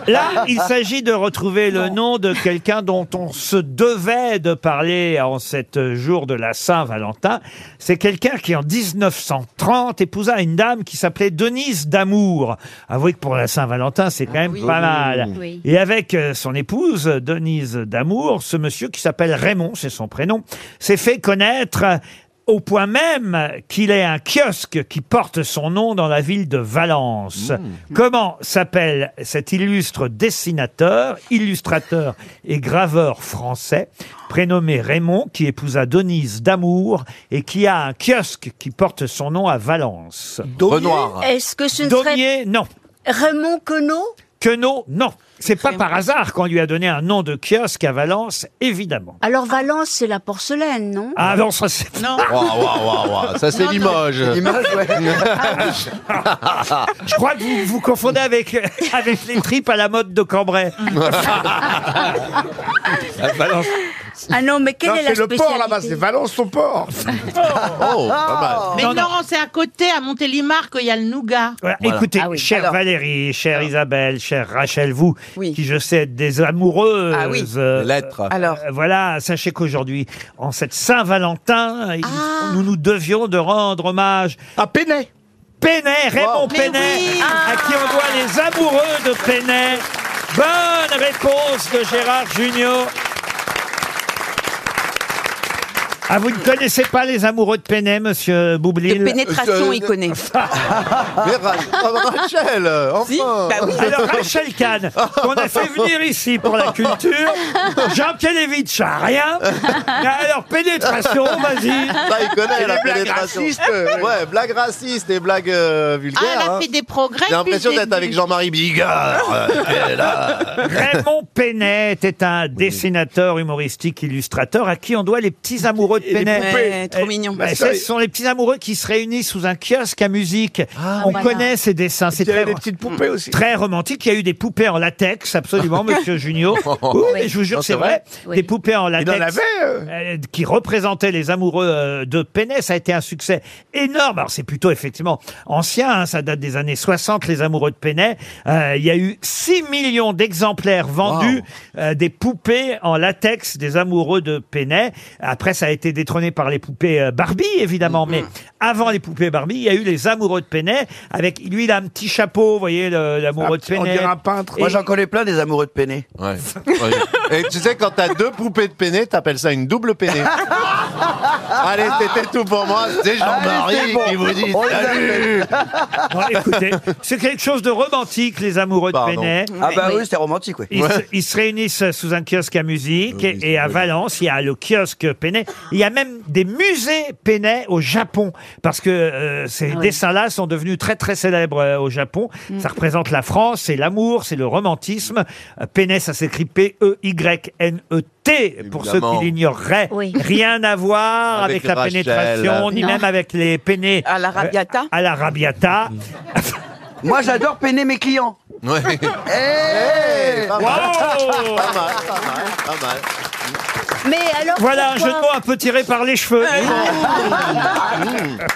B: Là, il s'agit de retrouver le nom de quelqu'un dont on se devait de parler en cet jour de la Saint-Valentin. C'est quelqu'un qui, en 1930, épousa une dame qui s'appelait Denise d'Amour. Avouez que pour la Saint-Valentin, c'est quand même
M: oui.
B: pas mal.
M: Oui.
B: Et avec euh, son épouse, Denise d'Amour, ce monsieur qui s'appelle Raymond, c'est son prénom, s'est fait connaître euh, au point même qu'il ait un kiosque qui porte son nom dans la ville de Valence. Comment s'appelle cet illustre dessinateur, illustrateur et graveur français, prénommé Raymond, qui épousa Denise d'Amour et qui a un kiosque qui porte son nom à Valence
G: Est-ce que ce ne
B: Daumier, non.
G: Raymond Queneau
B: Queneau, non. C'est pas par hasard qu'on lui a donné un nom de kiosque à Valence, évidemment.
G: Alors Valence, c'est la porcelaine, non
B: Ah non, ça c'est...
G: Non.
C: Waouh, waouh, waouh, waouh, ça c'est
G: Non, non.
C: Limoges.
G: Limoges, ouais.
B: Je crois que vous vous confondez avec, avec les tripes à la mode de Cambrai.
C: bah.
G: Ah non, mais quelle
D: Non,
G: est la
D: c'est le
G: spécialité
D: port là-bas, Ah, c'est Valence, son port.
C: Oh, pas
I: Mais
B: Non,
I: non,
B: non.
I: c'est à côté, à Montélimar, qu'il y a le nougat. Ah,
B: Voilà, Écoutez, chère Valérie, chère Isabelle, chère Rachel, vous, qui je sais êtes des amoureuses,
M: Ah oui.
B: euh,
M: Des lettres.
B: euh,
M: Alors.
B: voilà, sachez qu'aujourd'hui, en cette Saint-Valentin, il- nous nous devions de rendre hommage à Pénet. Pénet, Raymond
M: Mais
B: Pénet, à qui on doit les amoureux de Pénet. Bonne réponse de Gérard Junior. Ah, vous ne connaissez pas les amoureux de Pénet, monsieur Boublil
H: De pénétration, il connaît.
C: Mais Ra- oh, Rachel, enfin.
H: Si, bah oui.
B: Ah, Alors Rachel Kahn, qu'on a fait venir ici pour la culture. Jean Kelevitch, a rien. Alors pénétration, vas-y.
C: Ça, Bah, il connaît
B: Et
C: la
B: les blagues
C: pénétration.
B: racistes. euh,
C: Ouais, blagues racistes et blagues euh, vulgaires.
I: Ah, elle a
C: hein.
I: fait des progrès.
C: J'ai l'impression
I: depuis le
C: d'être avec
I: début.
C: Jean-Marie Bigard. euh, et là.
B: Raymond Pénet était un dessinateur, humoristique, illustrateur à qui on doit les petits amoureux de
H: Et les
B: Pénet.
H: poupées. Ouais, trop
B: Eh,
H: mignon.
B: bah,
H: Ça,
B: ce sont les petits amoureux qui se réunissent sous un kiosque à musique. on
H: voilà.
B: connaît ces dessins. C'est très
D: des petites poupées aussi.
B: Très romantique. Il y a eu des poupées en latex, absolument, Monsieur Junio.
H: Oh,
B: Oui, mais je vous jure,
D: Non,
B: c'est
D: c'est
B: vrai.
D: vrai.
B: Des poupées en latex.
D: en avait, euh.
B: euh, qui représentaient les amoureux euh, de Pénet. Ça a été un succès énorme. Alors c'est plutôt effectivement ancien, hein, ça date des années 60, les amoureux de Pénet. Euh, Il y a eu 6 millions d'exemplaires vendus euh, des poupées en latex des amoureux de Pénet. Après, ça a été détrôné par les poupées euh, Barbie,
F: Mm-hmm.
B: évidemment. Mais avant les poupées Barbie, il y a eu les amoureux de Pénet. Avec lui, il a un petit chapeau, vous voyez, le-
F: Ah,
B: l'amoureux de Pénet.
F: Moi,
B: Et-
F: j'en connais plein des amoureux de Péné.
C: Ouais. Ouais. Et tu sais, quand t'as deux poupées de péné, t'appelles ça une double péné. Ah, Allez, c'était tout pour moi. C'est Jean-Marie
M: Allez, c'est bon.
C: qui vous dit
M: On les
C: salut.
B: Bon, écoutez, c'est quelque chose de romantique, les amoureux de
F: Pardon.
B: Pénet.
F: Ah bah oui, c'était romantique, oui.
B: Ils, se, ils se réunissent sous un kiosque à musique et- et, à Valence, il y a le kiosque Pénet. Il y a même des musées Pénet au Japon parce que euh, ces
H: Ah
B: dessins-là sont devenus très très célèbres euh, au Japon.
H: Mm.
B: Ça représente la France, c'est l'amour, c'est le romantisme. Euh, Pénet, ça s'écrit E P-E-Y-N-E-T E pour ceux
C: Évidemment.
B: qui l'ignoreraient. Rien à voir avec,
C: Avec
B: la
C: Rachel.
B: pénétration, ni
H: Non.
B: même avec les Pénets.
H: À la rabiata.
B: Euh, À la rabiata.
F: Moi, j'adore peiner mes clients.
C: Ouais.
F: Eh
C: Pas mal, pas mal, pas mal.
M: Mais alors.
B: Euh, Voilà un jeu
M: pourquoi
B: de mots un peu tiré par les cheveux.
H: Ah.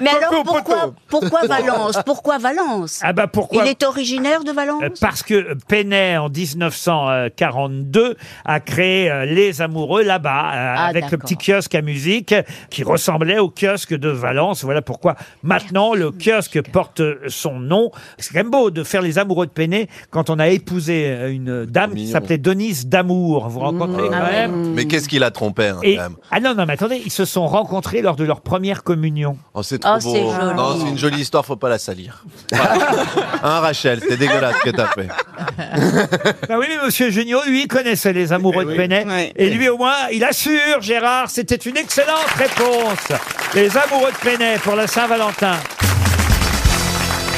G: Mais alors pourquoi, pourquoi Valence Pourquoi Valence
B: Ah bah pourquoi
G: Il est originaire de Valence
B: Euh, Parce que Penet, en 1942, a créé euh, Les Amoureux là-bas, euh,
O: Ah,
B: avec le
O: d'accord.
B: petit kiosque à musique euh, qui ressemblait au kiosque de Valence. Voilà pourquoi maintenant le kiosque porte euh, son nom. C'est quand même beau de faire Les Amoureux de Penet quand on a épousé euh, une dame qui s'appelait Denise Damour. Vous
G: Mmh.
B: rencontrez
G: Ah
B: quand même
C: Mais qu'est-ce qu'il a trompé, hein,
B: Ah Et-
C: quand même
B: ah non, non, mais attendez, ils se sont rencontrés lors de leur première communion.
C: Oh, c'est trop beau. Non, c'est une jolie histoire, faut pas la salir. Voilà. hein, Rachel, c'est dégueulasse ce que t'as fait.
B: Ah oui, mais monsieur Junio, lui, il connaissait les amoureux de Pénet. Et lui, au moins, il assure, Gérard, c'était une excellente réponse. Les amoureux de Pénet pour la Saint-Valentin.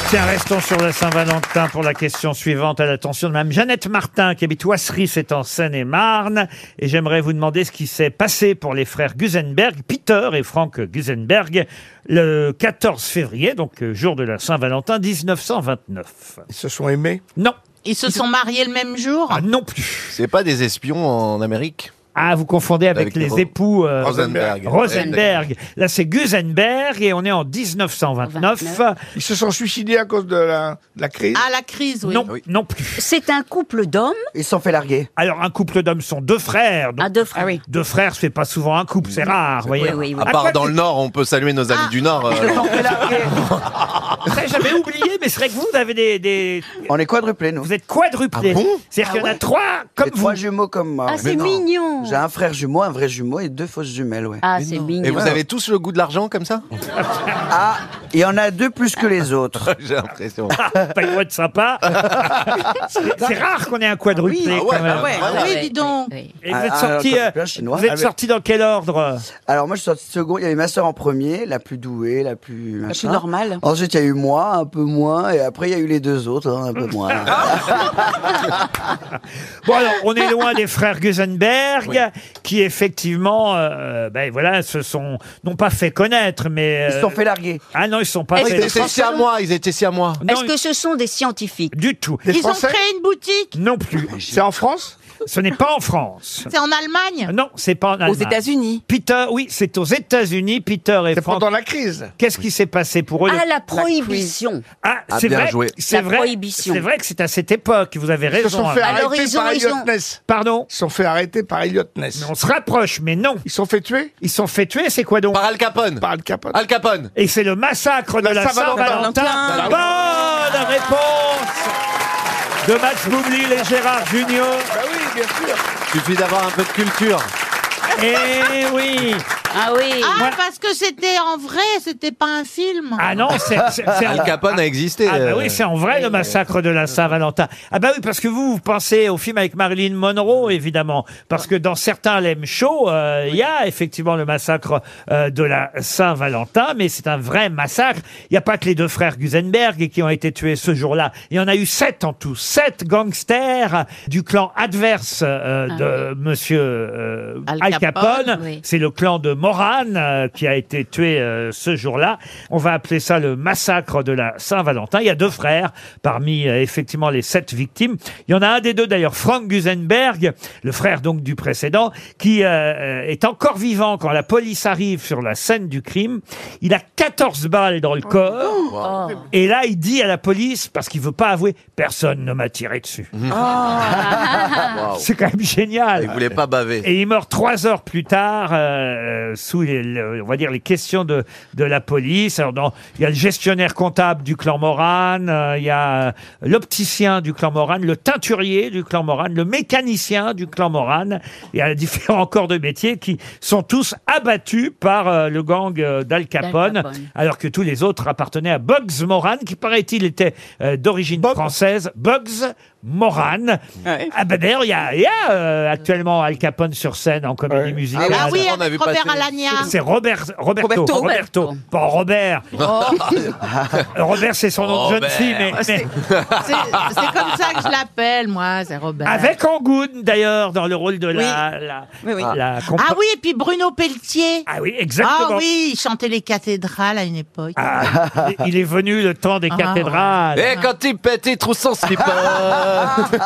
B: Tiens, restons sur la Saint-Valentin pour la question suivante à l'attention de Mme Jeannette Martin, qui habite Oissery, c'est en Seine-et-Marne. Et j'aimerais vous demander ce qui s'est passé pour les frères Gusenberg, Peter et Frank Gusenberg, le 14 février, donc euh, jour de la Saint-Valentin 1929. Ils se sont aimés Non.
I: Ils se sont mariés le même jour
B: Ah non plus.
C: C'est pas des espions en Amérique
B: Ah, vous confondez avec,
C: Avec les
B: les
C: Ro-
B: époux euh,
C: Rosenberg.
B: Rosenberg. Là, c'est Gusenberg et on est en 1929.
D: Ils se sont suicidés à cause de la, de la crise.
I: À Ah, la crise, oui.
B: Non, non plus.
G: C'est un couple d'hommes. Ah,
B: Ils s'en fait larguer. Alors, un couple d'hommes sont deux frères. donc- deux
I: Ah
B: frères. Deux frères, c'est pas souvent un couple, c'est rare, voyez.
C: À part dans le Nord, on peut saluer nos amis du Nord. euh,
B: Après, J'avais oublié, mais c'est vrai que vous, vous avez des, des-
F: On est quadruplés, nous.
B: Vous êtes quadruplés.
F: Ah bon
B: C'est-à-dire qu'il y en a trois comme
F: vous. trois jumeaux comme moi.
G: Ah,
F: ouais.
G: c'est
F: Mais non.
G: mignon.
F: J'ai un frère jumeau, un vrai jumeau et deux fausses jumelles, ouais.
G: Ah, c'est mignon.
F: Et vous avez
C: tous le goût de l'argent comme ça
F: Ah, il y en a deux plus que les autres.
C: J'ai l'impression.
B: pas une voix de sympa. C'est- c'est rare qu'on ait un quadruplé.
F: Ah ouais,
B: quand même.
F: ah ouais, ah
I: Oui, dis donc.
B: Et vous êtes sorti, euh, vous êtes sorti dans quel ordre
F: Alors moi je suis sorti second, il y avait ma sœur en premier, la plus douée, la plus La
H: plus normale.
F: Ensuite il y a eu moi, un peu moins, et après il y a eu les deux autres, hein, un peu moins.
B: Bon alors, on est loin des frères Gusenberg, qui effectivement, euh, ben voilà, se sont non pas fait connaître, mais
F: Ils se sont fait larguer.
B: Ah non, ils se sont pas.
G: Est-ce que c'est siamois,
C: Ils étaient siamois.
G: Est-ce que ce sont des scientifiques
B: Du tout.
G: Des Ils ont Français
I: créé une boutique
B: Non plus. C'est en France Ce n'est pas en France.
I: C'est en Allemagne
B: Euh, Non, c'est pas en Allemagne.
I: États-Unis
B: Peter, oui, c'est aux États-Unis. Peter et C'est pendant la crise. Qu'est-ce qui s'est passé pour eux
G: Ah,
B: le-
G: la prohibition.
B: Ah,
G: Ah,
B: c'est
G: bien
B: vrai.
G: joué.
B: C'est
G: La
B: vrai.
G: prohibition.
B: C'est vrai que c'est à cette époque. Vous avez
D: Ils
B: raison. hein.
D: se sont fait
B: Alain.
D: arrêter par Elliot Ness.
B: Pardon
D: Ils se sont fait arrêter par Elliot Ness.
B: On se rapproche, mais non.
D: Ils se sont fait tuer
B: Ils se sont fait tuer, c'est quoi donc
C: Par Al Capone.
D: Par Al Capone.
C: Al Capone.
B: Et c'est le massacre de
D: La
B: Euh, la
D: Saint-Valentin.
B: Saint-Valentin. Bah
O: Bah
B: Bonne réponse de Max Boublil et Gérard Junior.
D: Bah oui, bien sûr.
C: Suffit d'avoir un peu de culture.
B: Eh oui
G: Ah oui
I: Ah, parce que c'était en vrai, c'était pas un film.
B: Ah non, c'est. c'est- c'est-
C: Al Capone a existé.
B: Ah bah
C: euh.
B: oui, c'est en vrai le massacre de la Saint-Valentin. Ah bah oui, parce que vous, vous pensez au film avec Marilyn Monroe, évidemment. Parce que dans certains Lem Show, euh, il y a effectivement le massacre euh, de la Saint-Valentin, mais c'est un vrai massacre. Il n'y a pas que les deux frères Gusenberg qui ont été tués ce jour-là. Il y en a eu sept en tout. Sept gangsters du clan adverse euh,
O: Ah
B: de Monsieur euh,
O: Al
B: Al Capone.
O: Capone, oui.
B: C'est le clan de Morane euh, qui a été tué euh, ce jour-là. On va appeler ça le massacre de la Saint-Valentin. Il y a deux frères parmi euh, effectivement les sept victimes. Il y en a un des deux d'ailleurs, Frank Gusenberg, le frère donc du précédent, qui euh, euh, est encore vivant quand la police arrive sur la scène du crime. Il a 14 balles dans le corps. Et là, il dit à la police, parce qu'il veut pas avouer, personne ne m'a tiré dessus.
M: Oh.
H: Oh.
B: C'est quand même génial.
C: Il voulait pas baver.
B: Et il meurt trois heures plus tard euh, sous les, le- on va dire les questions de de la police. Alors dans, il y a le gestionnaire comptable du clan Morane, euh, il y a euh, l'opticien du clan Morane, le teinturier du clan Morane, le mécanicien du clan Morane. Il y a différents corps de métier qui sont tous abattus par euh, le gang euh, d'Al Capone,
O: D'Al Capone.
B: alors que tous les autres appartenaient à Bugs Morane, qui paraît-il était euh, d'origine française. Bugs Morane. Ah ben d'ailleurs, il y a, il y a, euh, actuellement Al Capone sur scène en comédie musicale.
I: Ah oui, avec Robert Alagna.
B: C'est Robert, Roberto.
I: Roberto. Oh.
B: Roberto. Bon, Robert. Robert, c'est son nom de jeune
O: Robert.
B: fille, mais. mais-
I: C'est c'est comme ça que je l'appelle, moi, c'est Robert.
B: Avec Angoune, d'ailleurs, dans le rôle de la.
I: Oui.
B: la-
I: Oui, oui.
B: la compa-
I: Ah oui, et puis Bruno Pelletier.
B: Ah oui, exactement.
I: Ah oui, il chantait les cathédrales à une époque.
B: Ah, il- il est venu le temps des
I: Ah.
B: cathédrales.
C: Et quand il pète, il trouve son slip.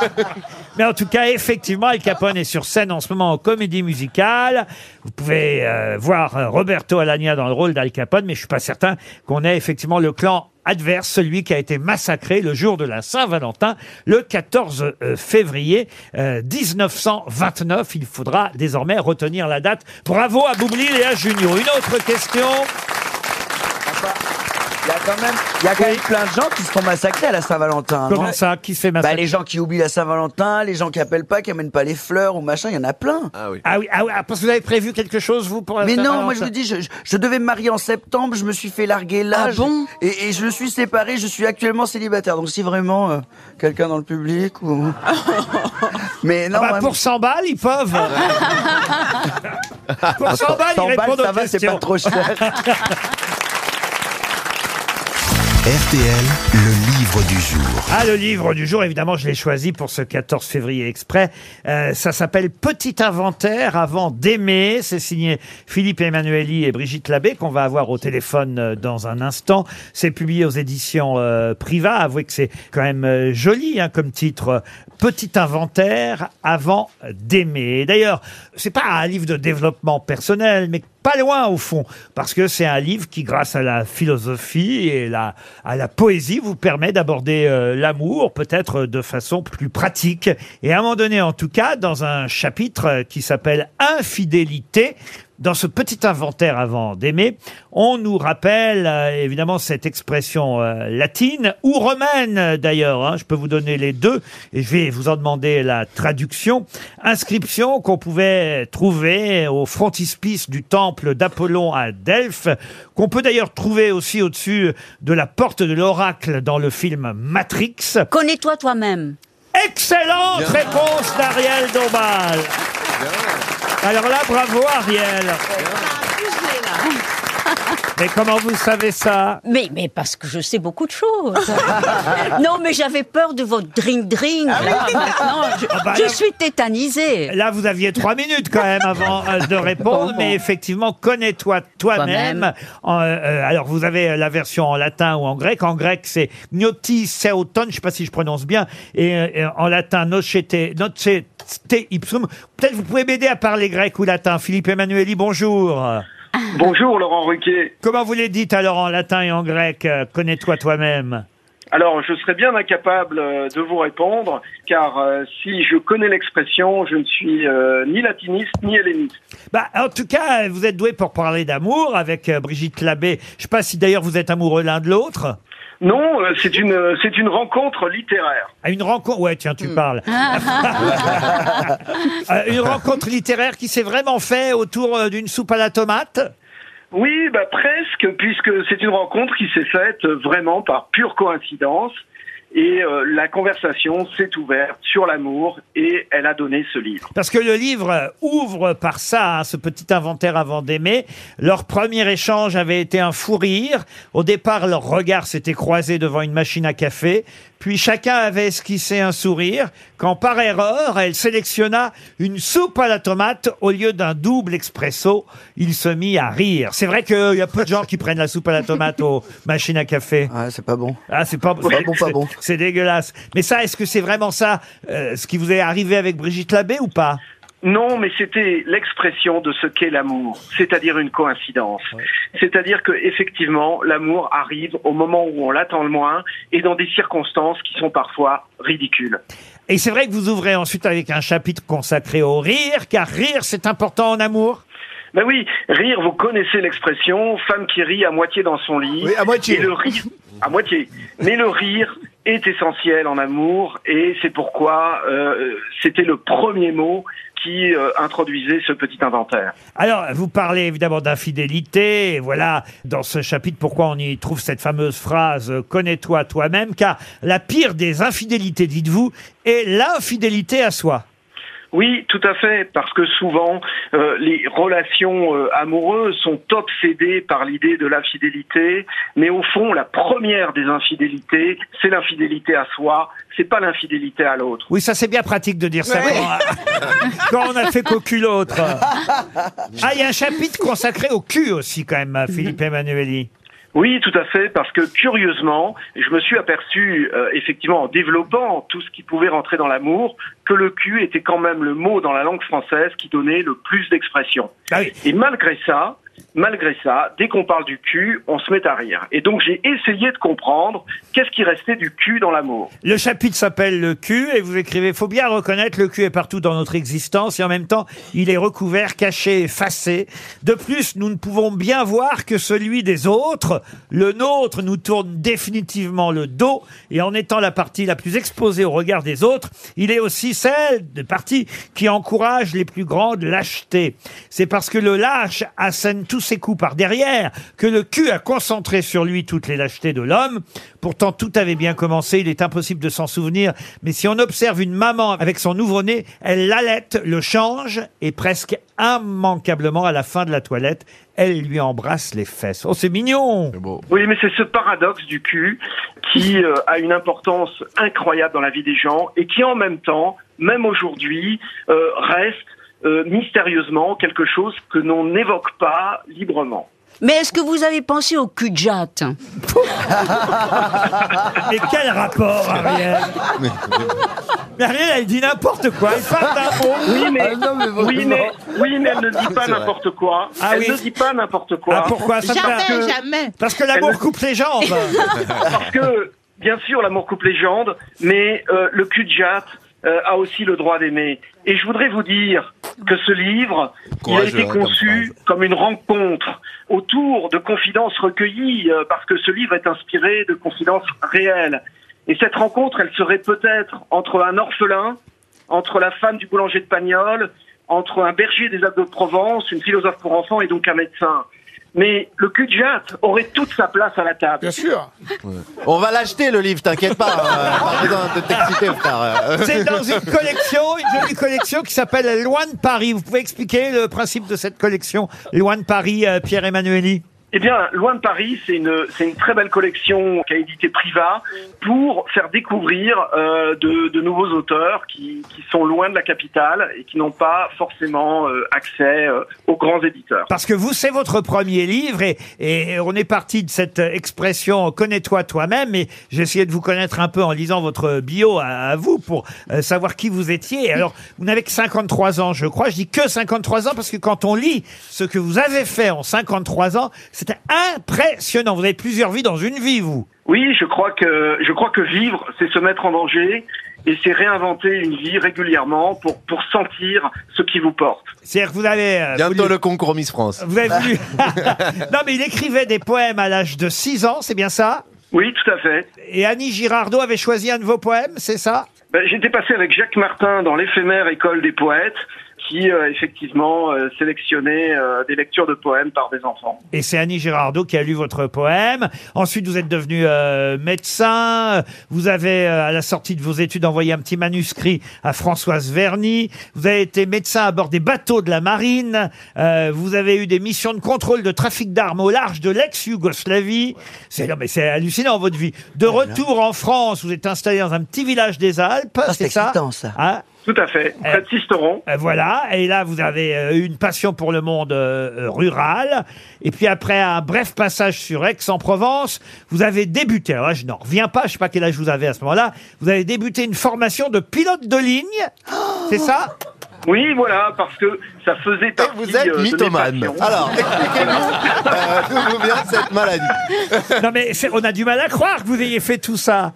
B: Mais en tout cas, effectivement, Al Capone est sur scène en ce moment en comédie musicale. Vous pouvez euh, voir euh, Roberto Alagna dans le rôle d'Al Capone, mais je suis pas certain qu'on ait effectivement le clan adverse, celui qui a été massacré le jour de la Saint-Valentin, le 14 euh, février euh, 1929. Il faudra désormais retenir la date. Bravo à Boublil et à Junio. Une autre question.
F: Il y a quand même, il y a quand même plein de gens qui se font massacrer à la Saint-Valentin.
B: Comment ça Qui se fait massacrer
F: bah, Les gens qui oublient la Saint-Valentin, les gens qui appellent pas, qui amènent pas les fleurs ou machin, il y en a plein.
B: Ah oui. Ah oui, parce que vous avez prévu quelque chose, vous, pour la
F: Mais non,
B: Saint-Valentin
F: moi je vous dis, je, je- je devais me marier en septembre, je me suis fait larguer là. je- et, et je me suis séparé, je suis actuellement célibataire. Donc si vraiment euh, quelqu'un dans le public ou. Mais non.
B: Ah bah, pour 100 balles, ils peuvent. Pour 100 balles, ils répondent
F: ça
B: aux
F: va, c'est
B: questions.
F: pas trop cher.
A: RTL, le livre du jour.
B: Ah, le livre du jour, évidemment, je l'ai choisi pour ce 14 février exprès. Euh, ça s'appelle Petit inventaire avant d'aimer. C'est signé Philippe Emmanueli et Brigitte Labbé, qu'on va avoir au téléphone euh, dans un instant. C'est publié aux éditions euh, Priva. Avouez que c'est quand même euh, joli hein, comme titre. Euh, Petit inventaire avant d'aimer. Et D'ailleurs, c'est pas un livre de développement personnel, mais pas loin au fond, parce que c'est un livre qui, grâce à la philosophie et la, à la poésie, vous permet d'aborder euh, l'amour peut-être euh, de façon plus pratique. Et à un moment donné, en tout cas, dans un chapitre euh, qui s'appelle Infidélité, dans ce petit inventaire avant d'aimer, on nous rappelle euh, évidemment cette expression euh, latine ou romaine euh, d'ailleurs. hein. Je peux vous donner les deux et je vais vous en demander la traduction. Inscription qu'on pouvait trouver au frontispice du temple d'Apollon à Delphes, qu'on peut d'ailleurs trouver aussi au-dessus de la porte de l'oracle dans le film Matrix.
G: Connais-toi toi-même.
B: Excellente réponse d'Ariel Dombal. Alors là, bravo Ariel. Mais comment vous savez ça
G: Mais, mais parce que je sais beaucoup de choses. non, mais j'avais peur de votre drink-drink.
M: Ah,
G: là, maintenant, je,
B: Ah bah
G: je
B: là-
G: suis tétanisée.
B: Là, vous aviez trois minutes quand même avant euh, de répondre, mais effectivement, connais-toi toi-même.
G: Toi-même.
B: En, euh, euh, alors, vous avez la version en latin ou en grec. En grec, c'est gnoti seoton, je ne sais pas si je prononce bien, et, euh, et en latin, nocete, nocete ipsum. Peut-être vous pouvez m'aider à parler grec ou latin. Philippe Emmanueli, bonjour.
N: Bonjour Laurent Ruquier.
B: Comment vous les dites alors en latin et en grec euh, Connais-toi toi-même.
N: Alors, je serais bien incapable euh, de vous répondre, car euh, si je connais l'expression, je ne suis euh, ni latiniste ni helléniste.
B: Bah, en tout cas, vous êtes doué pour parler d'amour avec euh, Brigitte Labbé. Je ne sais pas si d'ailleurs vous êtes amoureux l'un de l'autre.
N: Non, euh, c'est une, euh, c'est une rencontre littéraire.
B: À Ah, une rencontre, ouais, tiens, tu parles.
H: Ah.
B: Euh, une rencontre littéraire qui s'est vraiment faite autour euh, d'une soupe à la tomate.
N: Oui, bah, presque, puisque c'est une rencontre qui s'est faite euh, vraiment par pure coïncidence. Et euh, la conversation s'est ouverte sur l'amour et elle a donné ce livre.
B: Parce que le livre euh, ouvre par ça, hein, ce petit inventaire avant d'aimer. Leur premier échange avait été un fou rire. Au départ, leurs regards s'étaient croisés devant une machine à café. Puis chacun avait esquissé un sourire. Quand par erreur, elle sélectionna une soupe à la tomate au lieu d'un double expresso, il se mit à rire. C'est vrai qu'il y a peu de gens qui prennent la soupe à la tomate aux machines à café.
F: Ah, c'est pas bon.
B: Ah, c'est pas,
F: Pas bon, pas bon.
B: c'est- C'est dégueulasse. Mais ça, est-ce que c'est vraiment ça, euh, ce qui vous est arrivé avec Brigitte Labbé ou pas
N: Non, mais c'était l'expression de ce qu'est l'amour, c'est-à-dire une coïncidence. C'est-à-dire que effectivement, l'amour arrive au moment où on l'attend le moins et dans des circonstances qui sont parfois ridicules.
B: Et c'est vrai que vous ouvrez ensuite avec un chapitre consacré au rire, car rire, c'est important en amour.
N: Ben oui, rire, vous connaissez l'expression, femme qui rit à moitié dans son lit.
B: Oui, à moitié.
N: Et le rire, à moitié. Mais le rire est essentiel en amour et c'est pourquoi euh, c'était le premier mot qui euh, introduisait ce petit inventaire.
B: Alors, vous parlez évidemment d'infidélité, et voilà, dans ce chapitre, pourquoi on y trouve cette fameuse phrase euh, « connais-toi toi-même », car la pire des infidélités, dites-vous, est l'infidélité à soi.
N: Oui, tout à fait, parce que souvent euh, les relations euh, amoureuses sont obsédées par l'idée de l'infidélité, mais au fond, la première des infidélités, c'est l'infidélité à soi, c'est pas l'infidélité à l'autre.
B: Oui, ça c'est bien pratique de dire ça
N: Ouais.
B: quand, quand on a fait qu'aucune autre. Ah, il y a un chapitre consacré au cul aussi quand même, Philippe Emmanueli.
N: Oui, tout à fait, parce que curieusement, je me suis aperçu, euh, effectivement, en développant tout ce qui pouvait rentrer dans l'amour, que le cul était quand même le mot dans la langue française qui donnait le plus d'expression. Et malgré ça, malgré ça, dès qu'on parle du cul, on se met à rire. Et donc j'ai essayé de comprendre qu'est-ce qui restait du cul dans l'amour.
B: Le chapitre s'appelle Le cul et vous écrivez Faut bien reconnaître, le cul est partout dans notre existence et en même temps, il est recouvert, caché, effacé. De plus, nous ne pouvons bien voir que celui des autres. Le nôtre nous tourne définitivement le dos et en étant la partie la plus exposée au regard des autres, il est aussi celle de partie qui encourage les plus grandes lâchetés. C'est parce que le lâche assène tous ses coups par derrière que le cul a concentré sur lui toutes les lâchetés de l'homme. Pourtant, tout avait bien commencé. Il est impossible de s'en souvenir. Mais si on observe une maman avec son nouveau-né, elle l'allaite, le change et presque immanquablement à la fin de la toilette, elle lui embrasse les fesses. Oh, c'est mignon!
N: Oui, mais c'est ce paradoxe du cul qui euh, a une importance incroyable dans la vie des gens et qui en même temps, même aujourd'hui, euh, reste euh, mystérieusement quelque chose que l'on n'évoque pas librement.
G: Mais est-ce que vous avez pensé au cul de jatte
B: Mais quel rapport, Ariel Mais Ariel, elle dit n'importe quoi. Elle parle d'un mot.
N: Oui, mais, oui, mais, oui, mais elle ne dit pas n'importe quoi.
B: Ah
N: elle
B: oui.
N: ne dit pas n'importe quoi.
B: Ah, pourquoi Ça Jamais, parce que-
I: jamais.
B: parce que l'amour
N: Elle ne-
B: coupe les jambes.
N: Parce que, bien sûr, l'amour coupe les jambes, mais euh, le cul de jatte euh, a aussi le droit d'aimer. Et je voudrais vous dire que ce livre, il a
M: Courageux,
N: été
M: hein, comme
N: conçu comme une rencontre autour de confidences recueillies, euh, parce que ce livre est inspiré de confidences réelles. Et cette rencontre, elle serait peut-être entre un orphelin, entre la femme du boulanger de Pagnol, entre un berger des Alpes de Provence, une philosophe pour enfants et donc un médecin. Mais le cul de jatte aurait toute sa place à la table. Bien sûr.
C: On va l'acheter le livre, t'inquiète pas. euh, pas besoin de t'exciter, frère. euh.
B: C'est dans une collection, une jolie collection qui s'appelle Loin de Paris. Vous pouvez expliquer le principe de cette collection Loin de Paris, euh, Pierre Emmanueli
N: Eh bien, Loin de Paris, c'est une, c'est une très belle collection qu'a édité Priva pour faire découvrir euh, de, de nouveaux auteurs qui, qui sont loin de la capitale et qui n'ont pas forcément euh, accès euh, aux grands éditeurs.
B: Parce que vous, c'est votre premier livre et, et on est parti de cette expression connais-toi toi-même et j'ai essayé de vous connaître un peu en lisant votre bio à, à vous pour euh, savoir qui vous étiez. Alors, vous n'avez que 53 ans, je crois. Je dis que 53 ans parce que quand on lit ce que vous avez fait en 53 ans, c'est impressionnant. Vous avez plusieurs vies dans une vie, vous.
N: Oui, je crois que je crois que vivre, c'est se mettre en danger et c'est réinventer une vie régulièrement pour pour sentir ce qui vous porte.
B: C'est-à-dire que vous avez... euh,
C: Bientôt
B: voulu-
C: le concours Miss France.
B: Vous avez voulu... non, mais il écrivait des poèmes à l'âge de 6 ans, c'est bien ça
N: Oui, tout à fait.
B: Et Annie Girardot avait choisi un de vos poèmes, c'est ça
N: Ben, J'étais passé avec Jacques Martin dans l'éphémère école des poètes, qui euh, effectivement euh, sélectionnait euh, des lectures de poèmes par des enfants.
B: Et c'est Annie Girardot qui a lu votre poème. Ensuite, vous êtes devenu euh, médecin. Vous avez, euh, à la sortie de vos études, envoyé un petit manuscrit à Françoise Verny. Vous avez été médecin à bord des bateaux de la marine. Euh, vous avez eu des missions de contrôle de trafic d'armes au large de l'ex-Yougoslavie. C'est non, mais c'est hallucinant votre vie. De retour en France, vous êtes installé dans un petit village des Alpes. Ah, c'est ça. Hein
N: Tout à fait. Près de Sisteron.
B: euh, Voilà, et là vous avez euh, une passion pour le monde euh, euh, rural. Et puis après un bref passage sur Aix-en-Provence, vous avez débuté, alors là je n'en reviens pas, je sais pas quel âge vous avez à ce moment-là, vous avez débuté une formation de pilote de ligne, c'est ça
N: Oui, voilà, parce que ça faisait partie.
C: Vous êtes
N: euh, de mes
C: mythomane.
N: passions.
C: Alors, expliquez-nous euh, d'où vous vient cette maladie.
B: Non mais c'est- on a du mal à croire que vous ayez fait tout ça.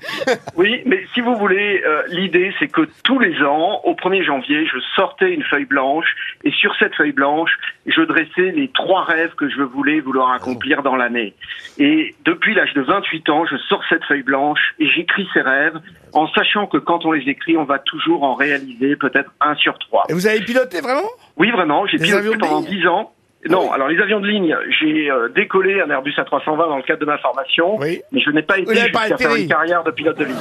N: Oui, mais si vous voulez, euh, l'idée c'est que tous les ans, au 1er janvier, je sortais une feuille blanche et sur cette feuille blanche, je dressais les trois rêves que je voulais
D: Oh.
N: vouloir accomplir dans l'année. Et depuis l'âge de 28 ans, je sors cette feuille blanche et j'écris ces rêves en sachant que quand on les écrit, on va toujours en réaliser peut-être un sur trois.
D: Et vous avez piloté vraiment
N: Oui, vraiment, j'ai
D: Des avions
N: piloté
D: de
N: pendant
D: ligne Ah
N: 10 ans. Non, alors les avions de ligne, j'ai euh, décollé un Airbus A320 dans le cadre de ma formation, mais je n'ai pas été
D: Vous n'avez pas
N: jusqu'à faire
D: atterri.
N: une carrière de pilote de ligne.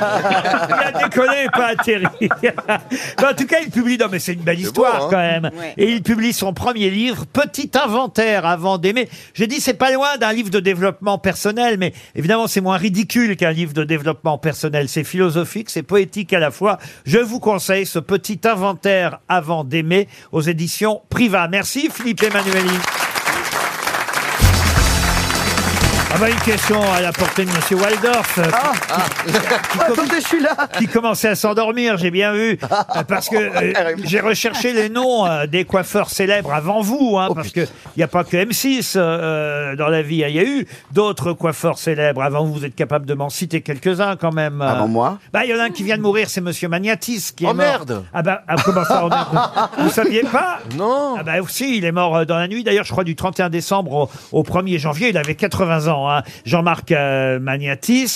B: Il a décollé et pas atterri. Mais en tout cas, il publie. Non, mais c'est une belle histoire
N: hein.
B: quand même.
N: Ouais.
B: Et il publie son premier livre, Petit inventaire avant d'aimer. J'ai dit, c'est pas loin d'un livre de développement personnel, mais évidemment, c'est moins ridicule qu'un livre de développement personnel. C'est philosophique, c'est poétique à la fois. Je vous conseille ce Petit inventaire avant d'aimer aux éditions Priva. Merci, Philippe Emmanueli. Ah bah une question à la portée de Monsieur Waldorf. euh,
F: Ah,
B: qui-
F: attendez, je suis là.
B: qui commençait à s'endormir, j'ai bien vu, Euh, parce que euh,
F: Carrément.
B: j'ai recherché les noms euh, des coiffeurs célèbres avant vous, hein, parce que il n'y a pas que M6 euh, dans la vie, il y a eu d'autres coiffeurs célèbres avant vous, vous êtes capable de m'en citer quelques-uns quand même. euh.
F: Avant Ah, moi
B: Bah il y en a un qui vient de mourir, c'est Monsieur Magnatis qui est
C: Oh,
B: mort.
C: merde
B: Ah bah ah, comment ça oh merde Vous saviez pas Non. Ah bah aussi, il est mort euh, dans la nuit, d'ailleurs je crois du 31 décembre au, au 1er janvier, il avait 80 ans, hein. Jean-Marc euh, Magnatis.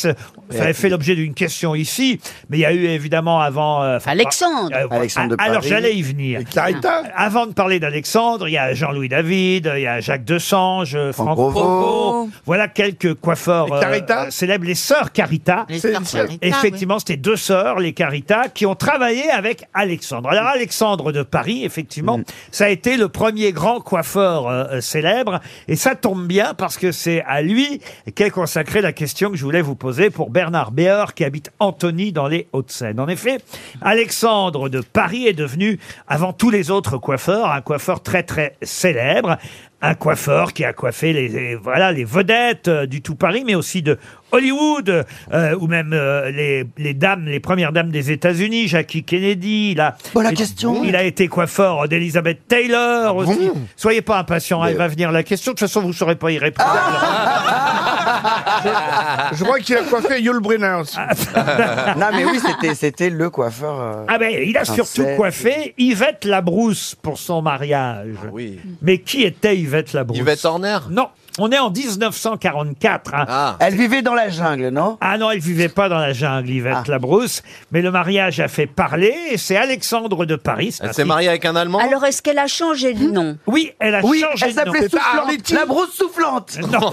B: Ça avait fait l'objet d'une question ici, mais il y a eu évidemment avant. euh, enfin,
G: Alexandre.
B: euh,
F: Alexandre de
B: Alors
F: Paris.
B: j'allais y venir.
F: Carita.
B: Avant de parler d'Alexandre, il y a Jean-Louis David, il y a Jacques Dessange, euh, Franck
F: Provost.
B: Provost. Voilà quelques coiffeurs
F: Les Carita
B: euh, célèbres, les sœurs Carita.
F: Les sœurs C'est- Carita,
B: Effectivement, c'était deux sœurs, les Carita, qui ont travaillé avec Alexandre.
F: Mm.
B: Alors Alexandre de Paris, effectivement, ça a été le premier grand coiffeur euh, euh, célèbre, et ça tombe bien parce que c'est à lui qu'est consacrée la question que je voulais vous poser pour Bernard Béheur, qui habite Antony dans les Hauts-de-Seine. En effet, Alexandre de Paris est devenu, avant tous les autres coiffeurs, un coiffeur très très célèbre. Un coiffeur qui a coiffé les, les- voilà, les vedettes euh, du tout Paris, mais aussi de Hollywood, euh, ou même euh, les, les dames, les premières dames des États-Unis, Jackie Kennedy. Il a, il- Il a été coiffeur d'Elizabeth Taylor aussi. Soyez pas impatients, hein, il va venir la question. De toute façon, vous saurez pas y répondre.
D: Je crois qu'il a coiffé Yul Brynner aussi.
F: non, mais oui, c'était, c'était le coiffeur. euh,
B: Ah ben, il a
F: princesse.
B: surtout coiffé Yvette Labrousse pour son mariage.
C: Ah
B: Mais qui était Yvette Labrousse Yvette Horner Non, on est en 1944. hein.
C: Ah.
F: Elle vivait dans la jungle, non Ah.
B: Ah non, elle vivait pas dans la jungle, Yvette Labrousse. Mais le mariage a fait parler et c'est Alexandre de Paris.
C: Elle s'est mariée avec un Allemand
G: Alors, est-ce qu'elle a changé de nom
B: Oui, elle a
F: Oui,
B: changé
F: elle
B: de nom. Ah,
F: s'appelait Soufflante. La brosse soufflante.
B: Non.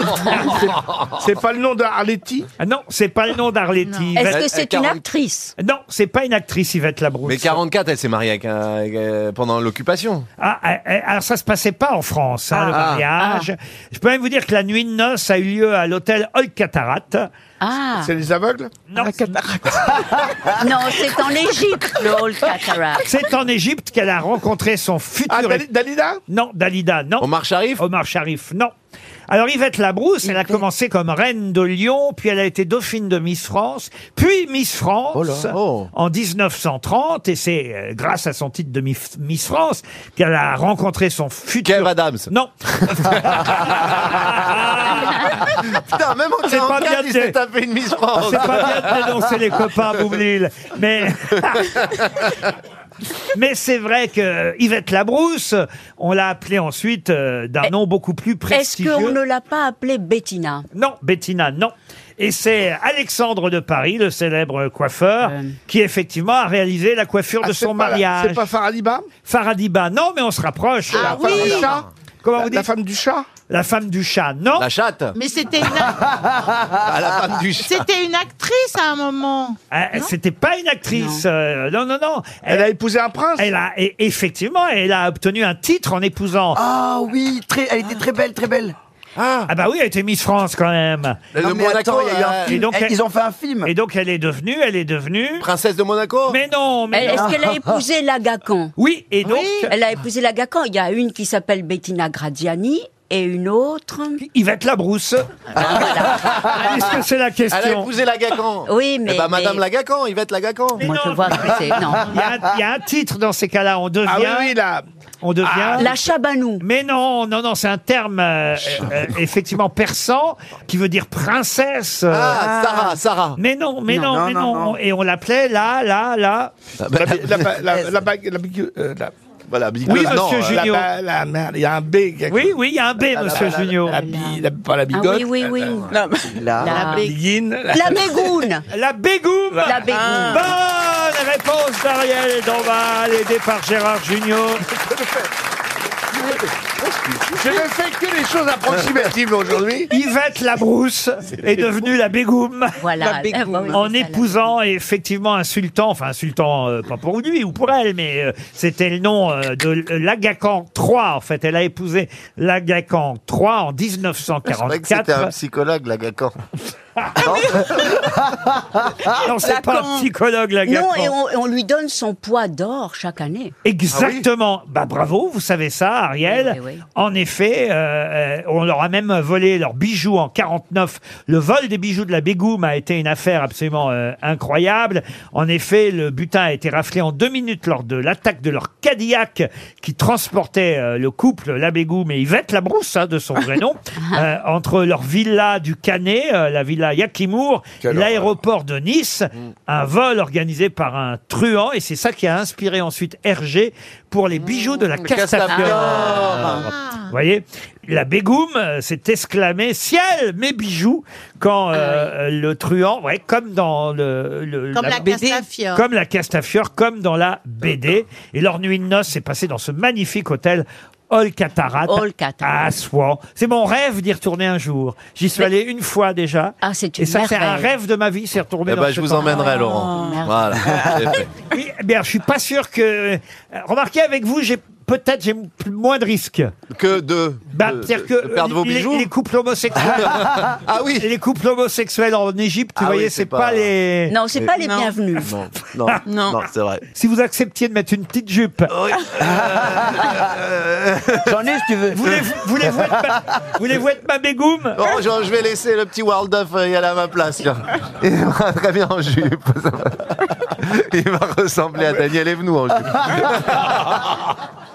D: C'est pas le nom d'Arletty
B: Ah Non, c'est pas le nom d'Arletty.
G: Est-ce
B: Yvette-
G: que c'est une actrice
B: Non, c'est pas une actrice, Yvette Labrousse.
C: Mais 44, elle s'est mariée avec un- avec, euh, pendant l'occupation.
B: Ah, ah, ah, alors ça se passait pas en France, hein, le
C: Ah.
B: mariage. Je peux même vous dire que la nuit de noces a eu lieu à l'hôtel Old Cataracte.
G: Ah
D: C'est les aveugles
B: Non.
G: Non, c'est en Égypte, le Old Cataract.
B: C'est en Égypte qu'elle a rencontré son futur...
D: Ah, Dali- Dalida
B: Non, Dalida, non. Omar Sharif Omar Sharif, non. Alors Yvette Labrousse, elle a commencé comme reine de Lyon, puis elle a été dauphine de Miss France, puis Miss France en 1930, et c'est euh, grâce à son titre de Miss Miss France qu'elle a rencontré son futur... Kev Adams Non
C: Putain, même en
B: Ah. C'est pas
C: 44,
B: bien
C: il
B: de- Ah,
C: s'est tapé une Miss France.
B: C'est pas bien de dénoncer les copains,
G: Ah,
B: Boublil. Mais. Mais c'est vrai que Yvette Labrousse, on l'a appelée ensuite euh, d'un nom beaucoup plus
G: Eh, Est-ce qu'on ne
B: prestigieux.
G: l'a pas appelée Bettina
B: Non, Bettina, non. Et c'est Alexandre de Paris, le célèbre coiffeur,
G: Euh.
B: qui effectivement a réalisé la coiffure de son
D: pas la-
B: mariage.
D: c'est pas
B: Faradiba Faradiba, non, mais on se rapproche.
D: Ah La femme oui. du chat
B: Comment vous dites La femme du chat La femme du chat, non. La chatte
I: Mais c'était une... C'était une actrice à un moment.
B: Ah, C'était pas une actrice. euh, Non, non, non. Elle, a épousé un prince. Elle a et- effectivement, elle a obtenu un titre en épousant.
F: Ah oui, très, elle était très belle, très belle.
B: Ah. bah oui, elle était Miss France quand même.
F: Le Non, mais Monaco, attends, il y a eu un euh, film. Elle- ils ont fait un film.
B: Et donc elle est devenue, elle est devenue princesse de Monaco. Mais non, mais
G: Elle- Est-ce qu'elle a épousé Lagacan
B: Oui, et donc
G: Elle a épousé Lagacan. Il y a une qui s'appelle Bettina Gradiani et une autre.
B: Yvette Labrousse. Ah. Est-ce que c'est la question
C: Elle a épousé Lagacan.
G: Oui, mais-
C: Eh ben, Madame
G: mais-
C: Lagacan, Yvette Lagacan.
G: Moi, je vois ce que c'est. Non.
B: Il y, a, il y a un titre dans ces cas-là. On devient.
D: Ah oui, oui, la-
B: On devient.
D: Ah.
G: La Chabanou.
B: Mais non, non, non, c'est un terme euh, euh, effectivement persan qui veut dire princesse. euh.
C: Ah, Sarah, Sarah.
B: Mais non, mais non,
D: Non,
B: mais non.
D: non, non.
B: Et on l'appelait là, là, là.
D: La bi- la ba- la- la bague- la bigue- euh, la-
B: Oui,
F: euh,
B: monsieur
D: la
B: Junio.
D: ba- la merde, il y a un B. quelque-
B: Oui, oui, il y a un B,
D: la-
B: monsieur
D: la- la-
B: Junio.
D: la bi- la- Pas la bigote.
G: oui, Ah oui, oui.
B: Euh,
D: La, la,
G: La-
D: biguine,
G: La Bégoune.
B: La Bégoume.
G: La Bégoune.
D: Ah.
B: Bonne réponse d'Ariel Dombal, aidé par Gérard Junior.
D: Je ne fais que les choses approximatives aujourd'hui.
B: Yvette Labrousse est devenue la Bégoume.
G: Voilà, La Bégoum. ah, oui, c'est
B: en
G: ça, la
B: épousant et effectivement un sultan, enfin un sultan, euh, pas pour lui ou pour elle, mais euh, c'était le nom euh, de Lagacan III. En fait, elle a épousé Lagacan III en
C: C'est vrai que c'était
B: 1944.
C: un psychologue, Lagacan.
B: Non, c'est pas un psychologue, la
G: Non,
B: Gacon.
G: et on, et on lui donne son poids d'or chaque année.
B: Ah Exactement. Bah bravo, vous savez ça, Ariel.
G: Oui, oui, oui.
B: En effet, euh, euh, on leur a même volé leurs bijoux en 49. Le vol des bijoux de la Bégoum a été une affaire absolument euh, incroyable. En effet, le butin a été raflé en deux minutes lors de l'attaque de leur Cadillac qui transportait euh, le couple, la Bégoum et Yvette Labrousse, hein, de son vrai nom, euh, entre leur villa du Canet, euh, la villa Yakimour, et l'aéroport de Nice. Un vol organisé par un truand et c'est ça qui a inspiré ensuite Hergé pour les bijoux de la Castafiore. Vous voyez la Bégoum euh, s'est exclamée Ciel, mes bijoux quand euh, le truand, ouais, comme dans le, le-
I: Ah Comme la
B: BD,
I: Castafiore.
B: comme la Castafiore, comme dans la BD. Et leur nuit de noces s'est passée dans ce magnifique hôtel. All Catarat, à Assouan. C'est mon rêve d'y retourner un jour. J'y suis allé une fois déjà.
G: Ah, c'est une
B: Et ça, c'est un
G: merveille.
B: rêve de ma vie, c'est retourner
C: Eh
B: dans
C: ben,
B: ce
C: je vous
B: temps.
C: emmènerai, Oh, Laurent. merci. Voilà, c'est fait.
B: Oui, eh bien, je suis pas sûr que. euh, Remarquez, avec vous, j'ai peut-être j'ai m- plus- moins de risques.
C: Que de.
B: Bah,
C: de-
B: c'est-à-dire que
C: de perdre vos
B: les-
C: bijoux
B: Les, couples homosexuels.
C: ah oui.
B: Les couples homosexuels en Égypte,
C: Ah
B: vous voyez,
C: oui,
B: c'est pas... les.
G: Non, c'est pas les Non. bienvenus.
C: Non, non,
G: Non.
C: non. c'est vrai.
B: Si vous acceptiez de mettre une petite jupe.
F: J'en ai si tu veux.
B: Voulez-vous voulez-vous être, ma- voulez-vous être ma bégoum
C: Non, je, je vais laisser le petit World of euh, y aller à ma place. tiens. Il va très bien en jupe. ça va. Il va ressembler
B: Ah
C: à Daniel Evenou en jupe.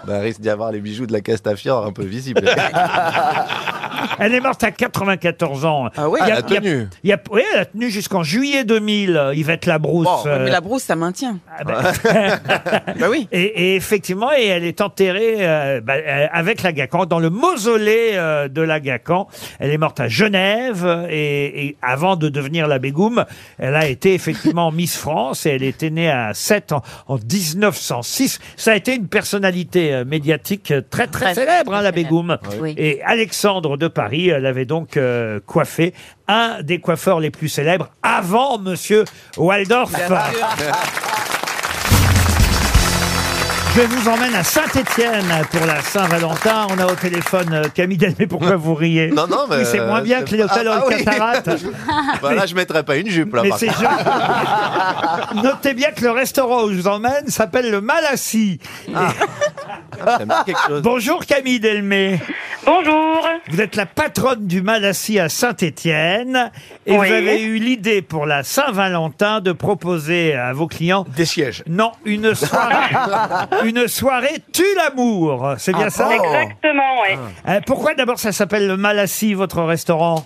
C: Ben, risque d'y avoir les bijoux de la Castafiore un peu visibles.
B: Elle est morte à 94 ans. Ah
C: oui, elle a tenu.
B: oui, elle a tenu jusqu'en juillet 2000, euh, Yvette Labrousse.
H: Bon, ouais,
B: euh, Ah, ben,
H: mais la brousse, ça maintient.
B: oui. bah. Et, et effectivement, et elle est enterrée euh, bah, euh, avec l'Agacan, dans le mausolée euh, de l'Agacan. Elle est morte à Genève euh, et, et avant de devenir la Bégoum, elle a été effectivement Miss France et elle était née à 7 en, en 1906. Ça a été une personnalité euh, médiatique euh, très très,
M: Très,
B: célèbre, hein,
M: très
B: la
M: célèbre.
B: Bégoum.
M: Oui.
B: Et Alexandre de Paris euh, l'avait donc euh, coiffée. Un des coiffeurs les plus célèbres avant Monsieur Waldorf. Je vous emmène à Saint-Étienne pour la Saint-Valentin. On a au téléphone euh, Camille Del- Mais Pourquoi vous riez
C: Non, non, mais.
B: Oui, c'est moins bien que les hôtels
C: Ah,
B: en
C: ah oui.
B: cataracte.
C: Ben là, je mettrais pas une jupe, là,
B: Mais
C: par
B: c'est
C: contre.
B: Notez bien que le restaurant où je vous emmène s'appelle le Malassis.
C: Ah. ça me dit quelque chose.
B: Bonjour Camille Delmé.
O: Bonjour.
B: Vous êtes la patronne du Malassis à Saint-Étienne et
O: Oui.
B: vous avez eu l'idée pour la Saint-Valentin de proposer à vos clients des sièges. Non, une soirée, une soirée tue l'amour. C'est bien
O: Ah
B: ça
O: bon Exactement, ouais.
B: Euh, pourquoi d'abord ça s'appelle le Malassis, votre restaurant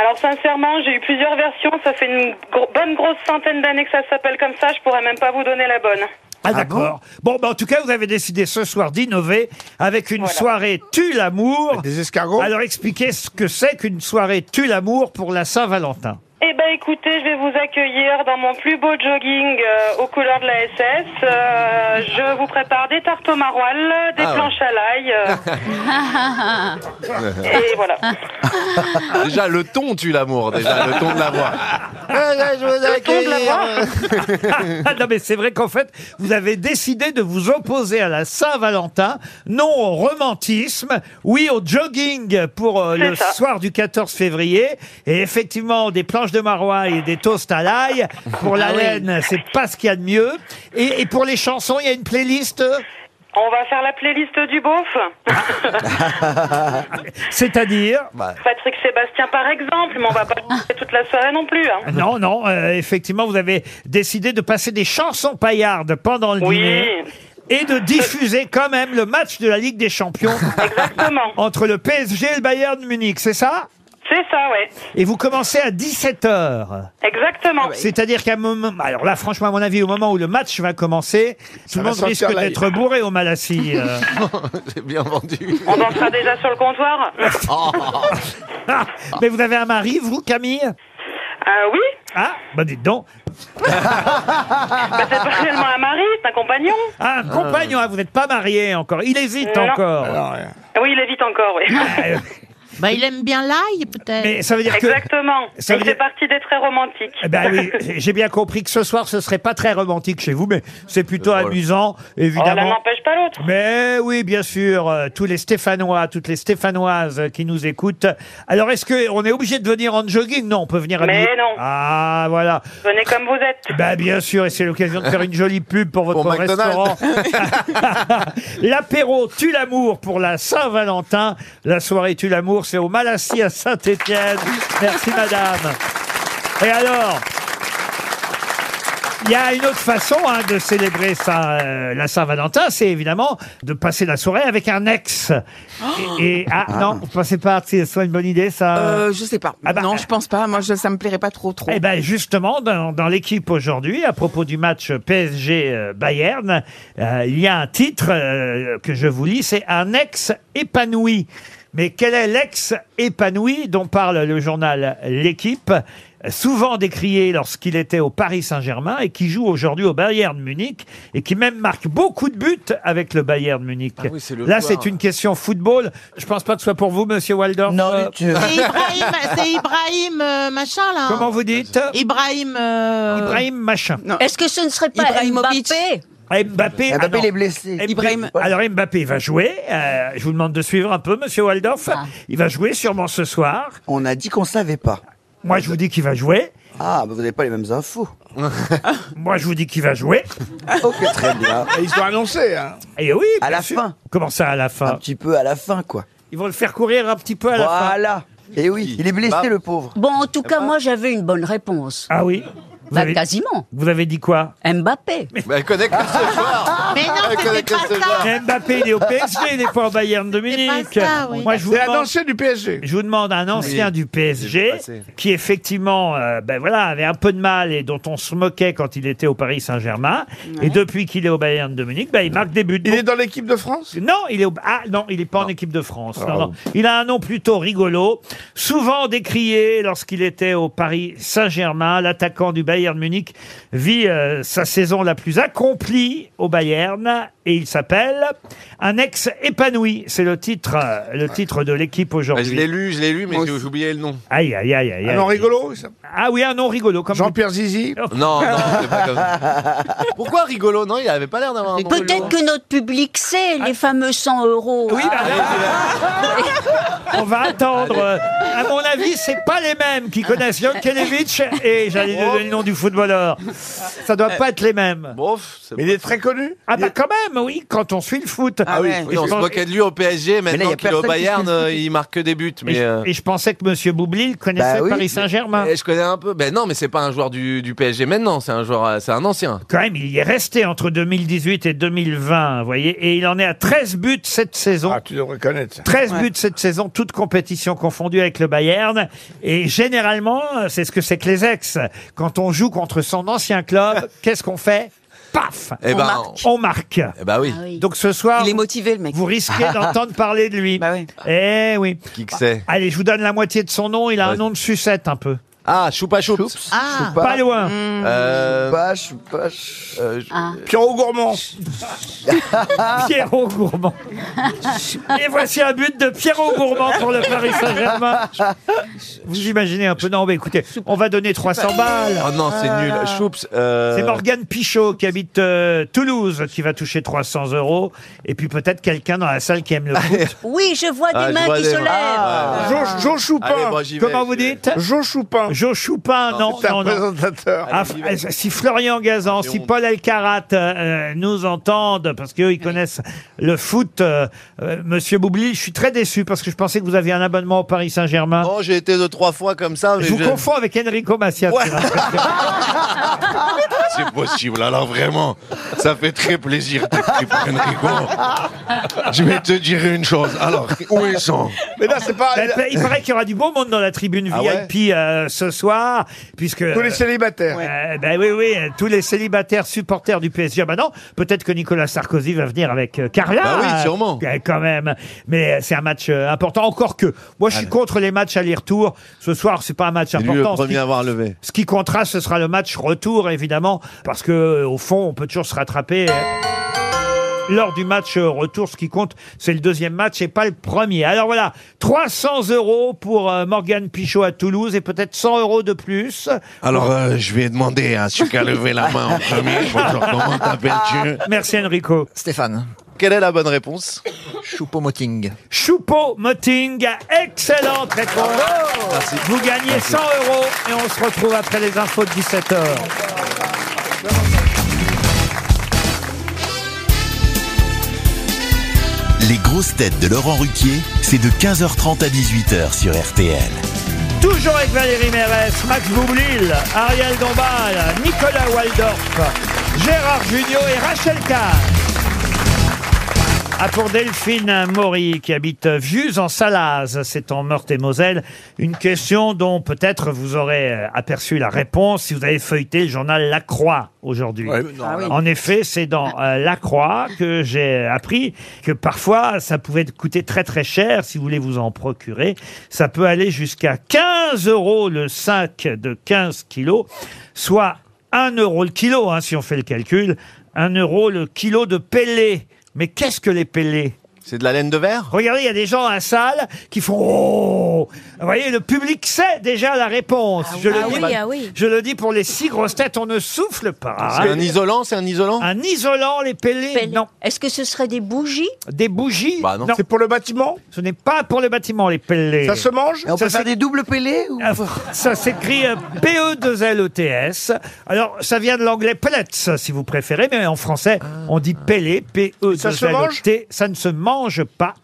O: Alors sincèrement, j'ai eu plusieurs versions. Ça fait une gro- bonne grosse centaine d'années que ça s'appelle comme ça. Je pourrais même pas vous donner la bonne.
B: Ah, d'accord. Bon, bah, en tout cas, vous avez décidé ce soir d'innover avec une soirée tue l'amour. Des escargots Alors expliquez ce que c'est qu'une soirée tue l'amour pour la Saint-Valentin.
O: Eh ben écoutez, je vais vous accueillir dans mon plus beau jogging euh, aux couleurs de la SS. Euh, je vous prépare des tartes au maroilles, des
C: Ah ouais.
O: planches à l'ail. euh, et voilà.
C: Déjà, le ton tue l'amour, déjà, le ton de la voix. Le ton de la voix.
B: non mais c'est vrai qu'en fait, vous avez décidé de vous opposer à la Saint-Valentin, non au romantisme, oui au jogging pour euh,
O: C'est
B: le
O: ça.
B: soir du 14 février, et effectivement des planches de marois et des toasts à l'ail, pour la
O: Ah oui.
B: laine, c'est pas ce qu'il y a de mieux, et, et pour les chansons, il y a une playlist euh
O: On va faire la playlist du beauf.
B: C'est-à-dire
O: Patrick Sébastien par exemple, mais on va pas
B: Ah.
O: le faire toute la soirée non plus. hein.
B: Non, non, euh, effectivement, vous avez décidé de passer des chansons paillardes pendant le
O: Oui.
B: dîner. Et de diffuser quand même le match de la Ligue des Champions. Entre le PSG et le Bayern de Munich, c'est ça
O: C'est ça, ouais.
B: Et vous commencez à 17h.
C: Ah
O: Exactement.
C: bah,
B: C'est-à-dire qu'à un moment. Alors là, franchement, à mon avis, au moment où le match va commencer, tout le
C: va
B: monde
C: sentir
B: risque
C: l'ail.
B: d'être bourré au Malassis. euh.
C: J'ai bien vendu. Oh.
O: On en sera déjà sur le comptoir.
B: Mais vous avez un mari, vous, Camille
O: Ah oui
B: Ah, bah dites donc.
O: Bah, c'est pas réellement un mari, c'est un compagnon.
B: Ah, un compagnon, ah, vous n'êtes pas marié encore. Il hésite
O: Non.
B: encore.
O: Oui, il évite encore, oui.
I: Bah, il aime bien l'ail, peut-être.
B: Mais ça veut dire que-
O: Exactement.
B: ça
O: Il
B: veut
O: fait
B: dire-
O: partie des très romantiques.
B: Eh Ben oui, j'ai bien compris que ce soir, ce serait pas très romantique chez vous, mais c'est plutôt amusant, évidemment.
O: l'un Oh, n'empêche pas l'autre.
B: Mais oui, bien sûr, euh, tous les Stéphanois, toutes les Stéphanoises euh, qui nous écoutent. Alors, est-ce que on est obligé de venir en jogging Non, on peut venir.
O: Mais
B: habillé-
O: non.
B: Ah, voilà.
O: Venez comme vous êtes.
B: Ben bien sûr, et c'est l'occasion de faire une jolie pub pour votre restaurant. L'apéro tue l'amour pour la Saint-Valentin. La soirée tue l'amour, c'est au Malassis à Saint-Étienne. Merci madame. Et alors il y a une autre façon hein, de célébrer ça, euh, la Saint-Valentin, c'est évidemment de passer la soirée avec un ex. Et, et- ah non, vous pensez pas que ce soit une bonne idée ça Ah bah,
H: Euh, je sais pas. non, je pense pas. Moi, je, ça me plairait pas trop, trop.
B: Eh ben justement, dans, dans l'équipe aujourd'hui, à propos du match PSG-Bayern, euh, il y a un titre euh, que je vous lis, c'est Un ex épanoui. Mais quel est l'ex épanoui dont parle le journal L'équipe souvent décrié lorsqu'il était au Paris Saint-Germain et qui joue aujourd'hui au Bayern Munich et qui même marque beaucoup de buts avec le Bayern Munich.
M: Ah le
B: Là,
M: joueur.
B: c'est une question football. Je pense pas que ce soit pour vous, monsieur Waldorf. Euh, Non,
I: C'est Ibrahim, c'est Ibrahim euh, machin, là.
B: Comment vous dites
I: Ibrahim. euh,
B: Ibrahim Machin.
G: Est-ce que ce ne serait pas
I: Ibrahimovic.
G: Mbappé
B: Ah, Mbappé,
F: Mbappé,
B: ah non.
F: il est blessé.
B: Mbappé-
F: Ibrahim-
B: Alors Mbappé va jouer. Euh, je vous demande de suivre un peu, Monsieur Waldorf.
I: Ah.
B: Il va jouer sûrement ce soir.
F: On a dit qu'on savait pas.
B: Moi, je vous dis qu'il va jouer.
F: Ah, bah vous n'avez pas les mêmes infos.
B: Moi, je vous dis qu'il va jouer.
F: ok, très bien.
D: Et ils sont annoncés, hein.
B: Et oui.
F: À
B: bien
F: la
B: sûr.
F: fin.
B: Comment ça, à la fin
F: Un petit peu à la fin, quoi.
B: Ils vont le faire courir un petit peu à la fin.
F: Voilà. Et oui, il est blessé,
G: Bah.
F: le pauvre.
G: Bon, en tout cas, moi, j'avais une bonne réponse.
B: Bah. Ah oui
G: Bah, quasiment.
B: Vous avez dit quoi
G: Mbappé.
C: Mais elle connaît que ce joueur.
I: Mais non,
D: Ah,
C: Elle connaît
I: c'était
C: que
I: pas ça.
C: ce joueur.
B: Mais Mbappé, il est au PSG, il est pas au Bayern de Munich.
I: ça, oui.
B: Moi, je vous
D: C'est un
B: demande-
D: ancien du PSG.
B: Je vous demande un ancien
D: Oui.
B: du PSG qui effectivement, euh, ben voilà, avait un peu de mal et dont on se moquait quand il était au Paris Saint-Germain. Et depuis qu'il est au Bayern de Munich, ben, il marque des buts.
D: Il est dans l'équipe de France Ah
B: Non, il est au- ah non, il est pas en équipe de France. Non, non. Il a un nom plutôt rigolo, souvent décrié lorsqu'il était au Paris Saint-Germain. L'attaquant du Bayern Munich vit euh, sa saison la plus accomplie au Bayern et il s'appelle un ex épanoui. C'est le titre, euh, le titre de l'équipe aujourd'hui.
C: Je l'ai lu, je l'ai lu, mais j'ai j'ai oublié le nom.
B: Aïe, aïe, aïe, aïe.
D: Un
B: aïe.
D: nom rigolo il s'appelle
B: Ah oui, un nom rigolo. Comme
D: Jean-Pierre Zizi
C: Non, Oh non, c'est pas comme ça. Pourquoi rigolo Non, il avait pas l'air d'avoir un nom
G: Peut-être
C: rigolo.
G: que notre public sait
B: Ah.
G: les fameux 100 euros.
B: bah,
G: Oui,
B: On va attendre. euh, À mon avis, c'est pas les mêmes qui connaissent Jankelevich et j'allais donner le nom du footballeur. Ça doit pas être les mêmes.
D: Mais il est très connu.
B: Ah bah quand même, oui, quand on suit le foot.
C: Ah oui, oui, on se moquait de lui au
B: là,
C: PSG,
B: y
C: maintenant
B: a
C: qu'il est
B: personne
C: au
B: qui
C: Bayern,
B: suit le
C: euh,
B: foot.
C: il marque que des buts.
B: Et
C: Mais,
B: je,
C: euh,
B: et je pensais que Monsieur Boublil connaissait
D: Bah
B: Paris Saint-Germain.
C: Eh, Je connais un peu. Ben non, mais c'est pas un joueur du, du PSG maintenant, c'est un joueur, euh, c'est un ancien.
B: Quand même, il y est resté entre 2018 et 2020, vous voyez, et il en est à 13 buts cette saison.
D: Ah, tu devrais connaître ça.
B: 13 buts cette saison, toutes compétitions confondues avec le Bayern. Et généralement, euh, c'est ce que c'est que les ex. Quand on joue contre son ancien club, qu'est-ce qu'on fait Paf
C: Eh
B: on,
C: ben,
B: marque. on marque.
C: Eh ben oui.
B: Donc ce soir,
H: Ah Il est motivé, le mec. Bah
B: vous risquez d'entendre parler de lui. Eh oui.
C: Qui que c'est
B: Allez, je vous donne la moitié de son nom. Il a un nom de sucette un peu.
C: Ah, Choupa Choups.
I: Ah,
B: Pas, loin.
C: Euh,
F: Pache, Euh,
D: Pierrot Gourmand.
B: Pierrot Gourmand. Et voici un but de Pierrot Gourmand pour le Paris Saint-Germain. Vous imaginez un peu Non, mais écoutez, on va donner 300 balles. Ah.
C: Oh non, c'est nul. Choups. euh,
B: C'est Morgane Pichot qui habite euh, Toulouse qui va toucher 300 euros. Et puis peut-être quelqu'un dans la salle qui aime le foot.
G: Oui, je vois des
C: Ah, je
G: mains
C: vois
G: qui
C: des
G: se
C: mains.
G: lèvent.
C: Ah, ouais.
D: Jo, Jo Choupin.
C: Allez, moi, j'y vais.
B: Comment vous dites
D: Jo Choupin.
B: Jo Choupin, non,
D: C'est un
B: non, non.
D: présentateur.
B: Ah, f- si Florian Gazan, si Paul Alcarat euh, euh, nous entendent, parce qu'eux, ils connaissent le foot, euh, euh, Monsieur Boubli, je suis très déçu parce que je pensais que vous aviez un abonnement au Paris Saint-Germain.
C: Oh, j'ai été deux, trois fois comme ça. Mais
B: je vous
C: je-
B: confonds avec Enrico Macias.
M: C'est possible, alors vraiment, ça fait très plaisir de qu'ils prennent Rigaud. Je vais te dire une chose, alors, où ils sont
D: Mais non, c'est pas.
B: Ben, Il paraît qu'il y aura du beau monde dans la tribune
M: Ah ouais
B: VIP euh, ce soir, puisque...
D: Tous les célibataires.
B: Euh, ben oui, oui, euh, tous les célibataires supporters du PSG. Ben non, peut-être que Nicolas Sarkozy va venir avec euh, Carla.
C: Bah oui,
B: euh,
C: sûrement.
B: euh, quand même. Mais euh, c'est un match euh, important. Encore que, moi, je suis contre les matchs aller-retour. Ce soir, c'est pas un match
C: C'est lui le
B: important. Ce
C: premier
B: qui-
C: à avoir levé.
B: ce qui comptera, ce sera le match retour, évidemment, parce que euh, au fond, on peut toujours se rattraper. hein. lors du match euh, retour. Ce qui compte, c'est le deuxième match et pas le premier. Alors voilà, 300 euros pour euh, Morgane Pichot à Toulouse et peut-être 100 euros de plus.
M: Alors, euh, je vais demander à celui qui a levé la main en premier. Bonjour, comment t'appelles-tu
B: Merci Enrico.
P: Stéphane.
C: Ah. Quelle est la bonne réponse
P: Choupo-Moting.
B: Choupo-Moting, excellente réponse. Vous gagnez 100 euros et on se retrouve après les infos de 17h.
A: Les grosses têtes de Laurent Ruquier, c'est de 15h30 à 18h sur RTL.
C: Ah,
B: Toujours avec Valérie Mérès, Max Boublil, Ariel Dombal, Nicolas Waldorf, Gérard Junior et Rachel Kahn. Ah, pour Delphine Maury, qui habite Vieux en Salaz, c'est en Meurthe-et-Moselle, une question dont peut-être vous aurez euh, aperçu la réponse si vous avez feuilleté le journal La Croix aujourd'hui.
Q: Ah oui.
B: En effet, c'est dans euh, La Croix que j'ai euh, appris que parfois ça pouvait coûter très très cher si vous voulez vous en procurer. Ça peut aller jusqu'à 15 euros le sac de 15 kilos, soit 1 euro le kilo, hein, si on fait le calcul, 1 euro le kilo de pellets. Mais qu'est-ce que les pellets
C: C'est de la laine de verre
B: Regardez, il y a des gens à la salle qui font Oh Vous voyez, le public sait déjà la réponse. je, le
G: ah
B: dis,
G: oui, ah oui.
B: je le dis pour les six grosses têtes, on ne souffle pas. hein.
C: C'est un isolant, c'est un isolant
B: Un isolant, les pellets, non.
G: Est-ce que ce serait des bougies
B: Des bougies
C: Bah, non.
B: C'est pour le bâtiment Ce n'est pas pour le bâtiment, les pellets.
D: Ça se mange Et on peut faire des
B: doubles pellets Ça s'écrit euh, P-E-2-L-E-T-S. Alors, ça vient de l'anglais pellets, si vous préférez, mais en français,
C: Ah.
B: on dit E pellets, P-E-2-L-E-T.
C: Ça se mange
B: Ça ne se mange pas.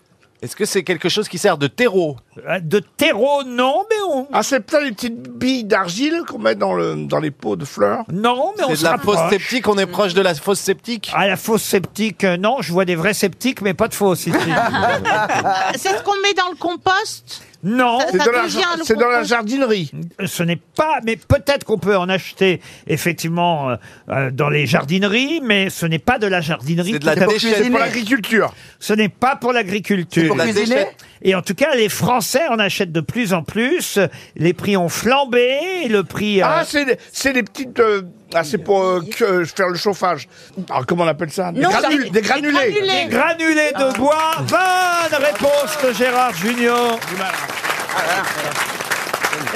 C: Est-ce que c'est quelque chose qui sert de terreau
B: Euh, De terreau, non, mais on...
D: Ah, c'est peut-être les petites billes d'argile qu'on met dans, le, dans les pots de fleurs
B: Non, mais on
C: C'est de la
B: se rapproche.
C: fosse septique, on est proche de la fosse septique
B: À la fausse sceptique, euh, non, je vois des vrais sceptiques, mais pas de fausses ici.
I: C'est ce qu'on met dans le compost
B: non,
I: Ça- C'est ça dans la devient jar- le c'est dans la compost.
B: jardinerie. Ce n'est pas, mais peut-être qu'on peut en acheter effectivement euh, euh, dans les jardineries, mais ce n'est pas de la jardinerie.
C: C'est de la
B: tout à fait.
C: déchet- C'est pour l'agriculture.
B: Ce n'est pas pour l'agriculture.
C: C'est pour De la cuisiner déchet-
B: Et en tout cas, les Français en achètent de plus en plus. Les prix ont flambé, le prix. euh,
D: Ah, c'est les- c'est les petites. euh, ah, c'est pour euh, que, euh, faire le chauffage. Ah, comment on appelle ça Des,
B: Non,
D: granules,
B: ça-
D: des granulés.
B: Des granulés Ah. de bois. Bonne réponse de Gérard Junior.
D: Et Ah,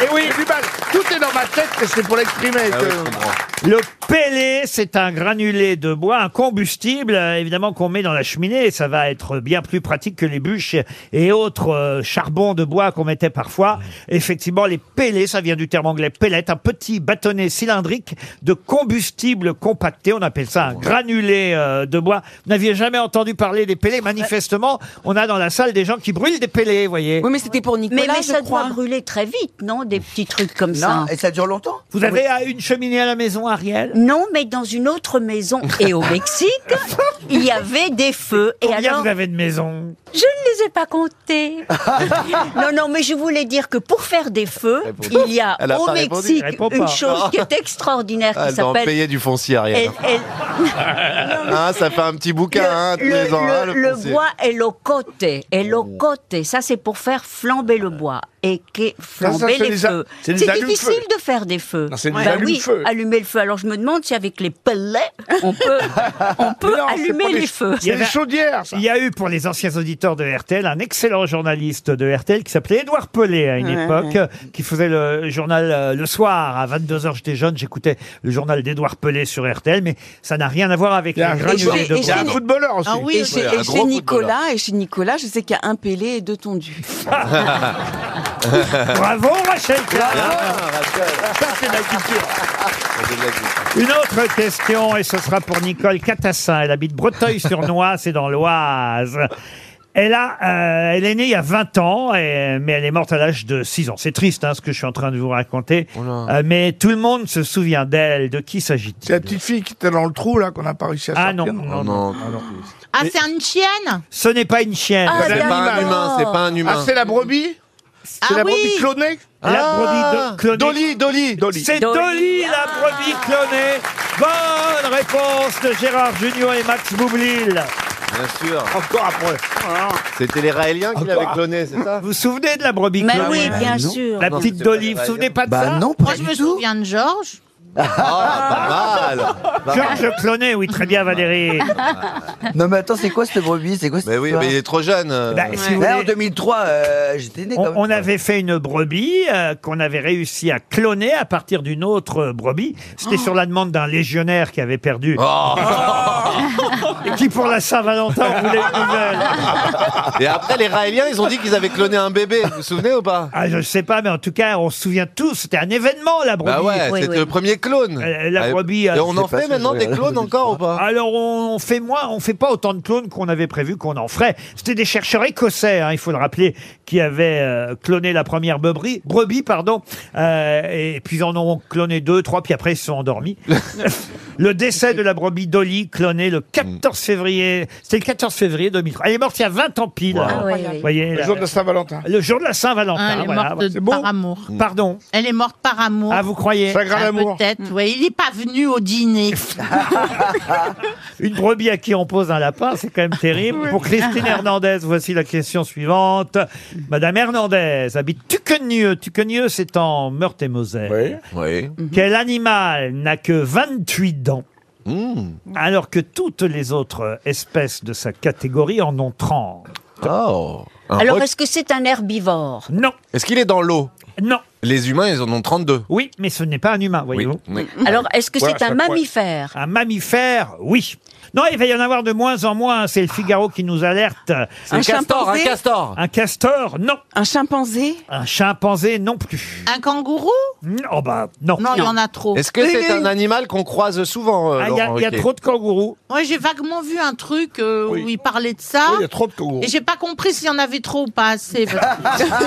D: Eh oui, hein. Ah du mal. Tout est dans ma tête, mais c'est pour l'exprimer. que-
B: Le pellet, c'est un granulé de bois, un combustible, euh, évidemment, qu'on met dans la cheminée. Ça va être bien plus pratique que les bûches et autres euh, charbons de bois qu'on mettait parfois. Effectivement, les pellets, ça vient du terme anglais pellet, un petit bâtonnet cylindrique de combustible compacté. On appelle ça un granulé euh, de bois. Vous n'aviez jamais entendu parler des pellets. Manifestement, on a dans la salle des gens qui brûlent des pellets, vous voyez.
G: Oui, mais c'était pour
H: Nicolas,
G: Mais,
H: je
G: ça
H: crois.
G: doit brûler très vite, non Des petits trucs comme ça.
F: Non, et ça dure longtemps.
B: Vous avez euh, une cheminée à la maison, Ariel
G: Non, mais dans une autre maison et au Mexique, il y avait des feux. Et
B: Combien
G: alors,
B: vous avez de maisons
G: je ne les ai pas comptés. non, non, mais je voulais dire que pour faire des feux, il y a
C: Elle a
G: au
C: pas répondu.
G: Mexique
C: Elle répond
G: une
C: pas.
G: chose qui est extraordinaire qui
C: Elle doit en payer
G: s'appelle.
C: du foncier, Ariel.
G: elle- elle-
C: Hein, ça fait un petit bouquin, hein, tous les ans. hein,
G: le,
C: le
G: le- le
C: foncier.
G: bois est le côté,
D: Oh.
G: est le côté. Ça, c'est pour faire flamber le bois et que flamber
D: c'est
G: les
D: des
G: feux.
D: a- c'est
G: C'est
D: des allumes-feux.
G: difficile de faire des feux.
D: Non, c'est des
G: Bah oui,
D: allumes-feux.
G: allumer le feu. Alors, je me demande si avec les pellets, on peut, on peut allumer les feux.
B: Il y avait- Il y a eu pour les anciens auditeurs de RTL un excellent journaliste de RTL qui s'appelait Édouard Pelé à une
G: Ouais,
B: époque,
G: ouais.
B: euh, qui faisait le journal euh, le soir à 22h. J'étais jeune, j'écoutais le journal d'Édouard Pelé sur RTL, mais ça n'a rien à voir avec les granulés de bois.
H: Ah oui, et chez, et chez Nicolas, et chez Nicolas, je sais qu'il y a un pelé et deux tondus.
B: Bravo Rachel Kahn.
D: Ah, Ça, c'est la culture.
B: Une autre question, et ce sera pour Nicole Catassin. Elle habite Breteuil-sur-Noix, c'est dans l'Oise. Elle, a, euh, elle est née il y a 20 ans, et- mais elle est morte à l'âge de 6 ans. C'est triste hein, ce que je suis en train de vous raconter.
D: Oh
B: Euh, mais tout le monde se souvient d'elle. De qui s'agit-il
D: C'est la petite fille qui était dans le trou, là, qu'on n'a pas réussi à
B: Ah
D: sortir.
B: non, non,
I: Ah, c'est une chienne
B: Ce n'est pas une chienne.
I: Ah, C'est pas un d'accord. humain, c'est pas un humain.
D: Ah, c'est la brebis C'est
I: Ah
D: la
I: oui.
D: brebis clonée
B: La brebis de- clonée.
D: Ah. Dolly, Dolly, Dolly.
B: C'est Dolly, la brebis clonée. Bonne réponse de Gérard Junior et Max Boublil. Ah.
C: Bien sûr.
D: Encore après.
C: C'était les Raéliens qui l'avaient cloné, c'est ça
B: Vous vous souvenez de la brebis
C: Mais
B: clonée Ah,
C: oui, bien
B: Non.
C: sûr.
B: La
C: Ah Non,
B: petite
F: Bah,
C: c'était pas
B: Dolly, vous
C: les
B: vous souvenez pas de
C: Bah
B: ça
C: non,
I: Moi, je me souviens de Georges. bah,
C: Ah, pas mal. Pas mal.
B: Georges Clonet, oui, très bien, Valérie.
F: Non mais attends, c'est quoi cette brebis C'est quoi cette
C: Mais oui, mais il est trop jeune. euh.
B: Bah, si vous
F: Là, en
B: voulez-
F: 2003, euh, j'étais né
B: On,
F: quand même.
B: on avait fait une brebis euh, qu'on avait réussi à cloner à partir d'une autre euh, brebis. C'était
C: Oh.
B: sur la demande d'un légionnaire qui avait perdu. Et qui pour la Saint-Valentin on voulait une nouvelle.
C: Ah, Et après, les Raéliens, ils ont dit qu'ils avaient cloné un bébé. Vous vous souvenez ou pas
B: Ah, je sais pas, mais en tout cas, on se souvient tous, c'était un événement, la brebis.
C: Bah ouais,
B: Oui,
C: c'est
B: oui.
C: le premier clone.
B: Euh, la brebis.
C: Ah, Et on en fait maintenant des clones encore ou pas
B: Alors on fait moins, on fait pas autant de clones qu'on avait prévu qu'on en ferait. C'était des chercheurs écossais, hein, il faut le rappeler, qui avaient euh, cloné la première brebis, brebis pardon, euh, et puis ils en ont cloné deux, trois, puis après ils se sont endormis. le décès de la brebis Dolly, clonée le 14
C: Mm.
B: février, c'était le 14 février 2003. Elle est morte il y a 20 ans pile.
D: Ah oui,
B: Vous
D: oui.
B: voyez,
D: Le
B: la-
D: jour de la Saint-Valentin.
B: le jour de la Saint-Valentin.
I: Hein, Ah, Elle est
B: voilà.
I: morte de-
B: C'est beau
I: par amour.
D: Mm.
B: Pardon.
I: Elle est morte par amour.
B: Ah, vous croyez Chagrin
I: Ah,
B: d'amour.
I: Peut-être, oui. Il n'est pas venu au dîner.
D: Ah,
B: Une brebis à qui on pose un lapin, c'est quand même terrible. Pour Christine Hernandez, voici la question suivante. Madame Hernandez habite Tuquenieux. Tuquenieux, c'est en Meurthe-et-Moselle. Mhm.
C: Oui.
B: Quel animal n'a que 28 dents
C: Hmm.
B: alors que toutes les autres espèces de sa catégorie en ont 30
C: Oh. Un
G: Alors,
C: roc-
G: est-ce que c'est un herbivore
B: Non.
C: Est-ce qu'il est dans l'eau
B: Non.
C: Les humains, ils en ont 32.
B: Oui, mais ce n'est pas un humain, voyez-vous.
G: Alors, est-ce que c'est un mammifère
B: Un mammifère, oui. Non, il va y en avoir de moins en moins. C'est le Figaro qui nous alerte.
H: Un castor, chimpanzé un
C: castor.
B: Un castor, non.
H: Un chimpanzé
B: Un chimpanzé, non plus.
I: Un kangourou
B: Oh bah, non.
I: Non, il y en a trop.
C: Est-ce que c'est un animal qu'on croise souvent euh,
B: Ah, Il y a-
C: Laurent
B: il y a
C: Ruquier
B: trop de kangourous.
I: Moi, j'ai vaguement vu un truc euh, où il parlait de ça.
D: Il y a trop de kangourous.
I: Et j'ai pas compris s'il y en avait trop ou pas assez.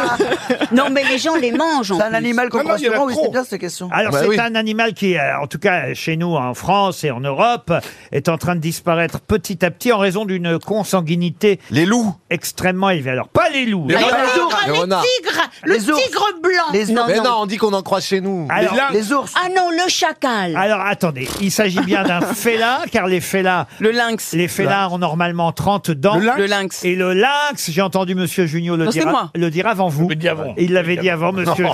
G: Non, mais les gens les mangent.
F: C'est un animal qu'on croise souvent, oui, c'est bien cette question.
B: Alors
D: Bah
C: Bah
B: c'est un animal qui, euh, en tout cas chez nous en France et en Europe, est en train de disparaître petit à petit en raison d'une consanguinité.
C: Les loups
B: Extrêmement élevée. Alors pas les loups.
C: Les
B: Alors,
C: renards.
B: les ours.
C: Les renards.
G: Ah,
I: tigre, le
B: Les ours.
I: tigre blanc.
B: Les ours.
C: Mais non, on dit qu'on en croise chez nous.
B: Alors,
F: ours.
G: Ah non, le chacal.
B: Alors attendez, il s'agit bien d'un félin, car les félins,
H: le lynx,
B: les félins ont normalement 30 dents.
H: Le lynx. Le lynx.
B: Et le lynx, j'ai entendu Monsieur Junio le
H: Non, c'est
B: dire,
H: moi.
B: a- le dire avant vous. Il l'avait dit avant Monsieur Junio.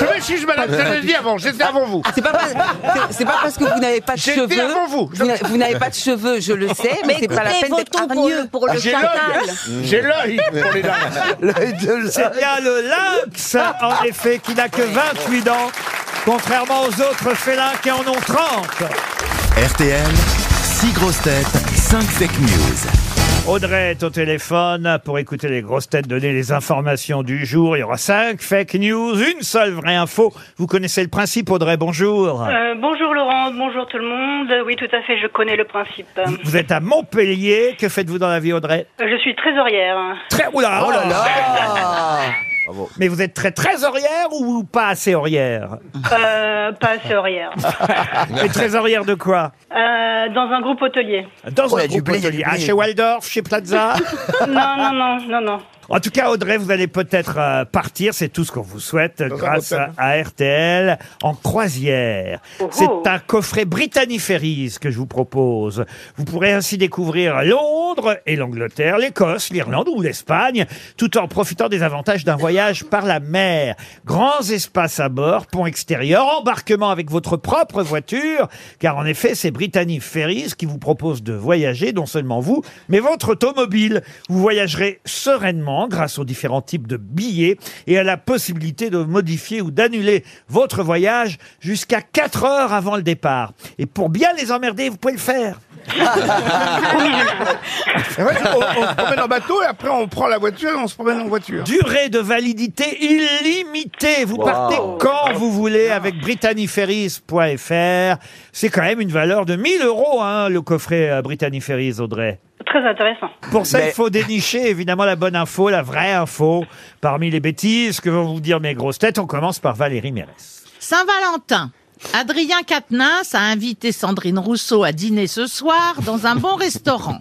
D: Je m'excuse, madame, je l'avais dit avant, j'étais avant vous.
P: Ah, C'est pas, parce- c'est- c'est pas parce que vous n'avez pas de
D: J'étais
P: cheveux.
D: avant vous.
P: n'a- vous n'avez pas de cheveux, je le sais, mais,
D: Mais
P: c'est pas la
D: écoutez,
P: peine d'être
D: votons pour le-
P: hargneux.
D: pour le Ah, j'ai l'œil. chacal. J'ai l'œil pour les dames. L'œil de lynx.
B: C'est Eh bien le lynx, en effet, qui n'a que 28 dents, contrairement aux autres félins qui en ont 30.
A: RTL, 6 grosses têtes, 5 fake news.
B: Audrey est au téléphone pour écouter les grosses têtes donner les informations du jour. Il y aura 5 fake news, une seule vraie info. Vous connaissez le principe, Audrey, bonjour.
O: Euh, bonjour Laurent, bonjour tout le monde. Oui, tout à fait, je connais le principe.
B: Vous êtes à Montpellier. Que faites-vous dans la vie, Audrey
O: Euh, Je suis trésorière.
B: Très... Oula
O: Oh là
B: là Mais vous êtes très trésorière ou pas assez aurière
O: Euh, pas assez horaire.
B: Mais trésorière de quoi
O: Euh, dans un groupe hôtelier.
B: Dans un groupe hôtelier. Ah, chez Waldorf, chez Plaza
O: Non, non, non, non, non.
B: En tout cas, Audrey, vous allez peut-être euh, partir, c'est tout ce qu'on vous souhaite,
O: un
B: grâce à,
O: hôtel.
B: à RTL, en croisière.
O: Oh, oh.
B: C'est un coffret Brittany Ferries que je vous propose. Vous pourrez ainsi découvrir Londres et l'Angleterre, l'Écosse, l'Irlande ou l'Espagne, tout en profitant des avantages d'un voyage par la mer. Grands espaces à bord, pont extérieur, embarquement avec votre propre voiture, car en effet, c'est Brittany Ferries qui vous propose de voyager, non seulement vous, mais votre automobile. Vous voyagerez sereinement grâce aux différents types de billets et à la possibilité de modifier ou d'annuler votre voyage jusqu'à 4 heures avant le départ. Et pour bien les emmerder, vous pouvez le faire.
D: En fait, on, on se promène en bateau et après on prend la voiture et on se promène en voiture.
B: Durée de validité illimitée. Vous
D: Wow.
B: partez quand vous voulez avec britanniferries.fr. C'est quand même une valeur de 1000 euros, hein, le coffret euh, Brittany Ferries, Audrey.
O: Très intéressant.
B: Pour ça,
O: Mais-
B: il faut dénicher évidemment la bonne info, la vraie info, parmi les bêtises que vont vous dire mes grosses têtes. On commence par Valérie Mérès.
I: Saint-Valentin. Adrien Quatennens a invité Sandrine Rousseau à dîner ce soir dans un bon restaurant.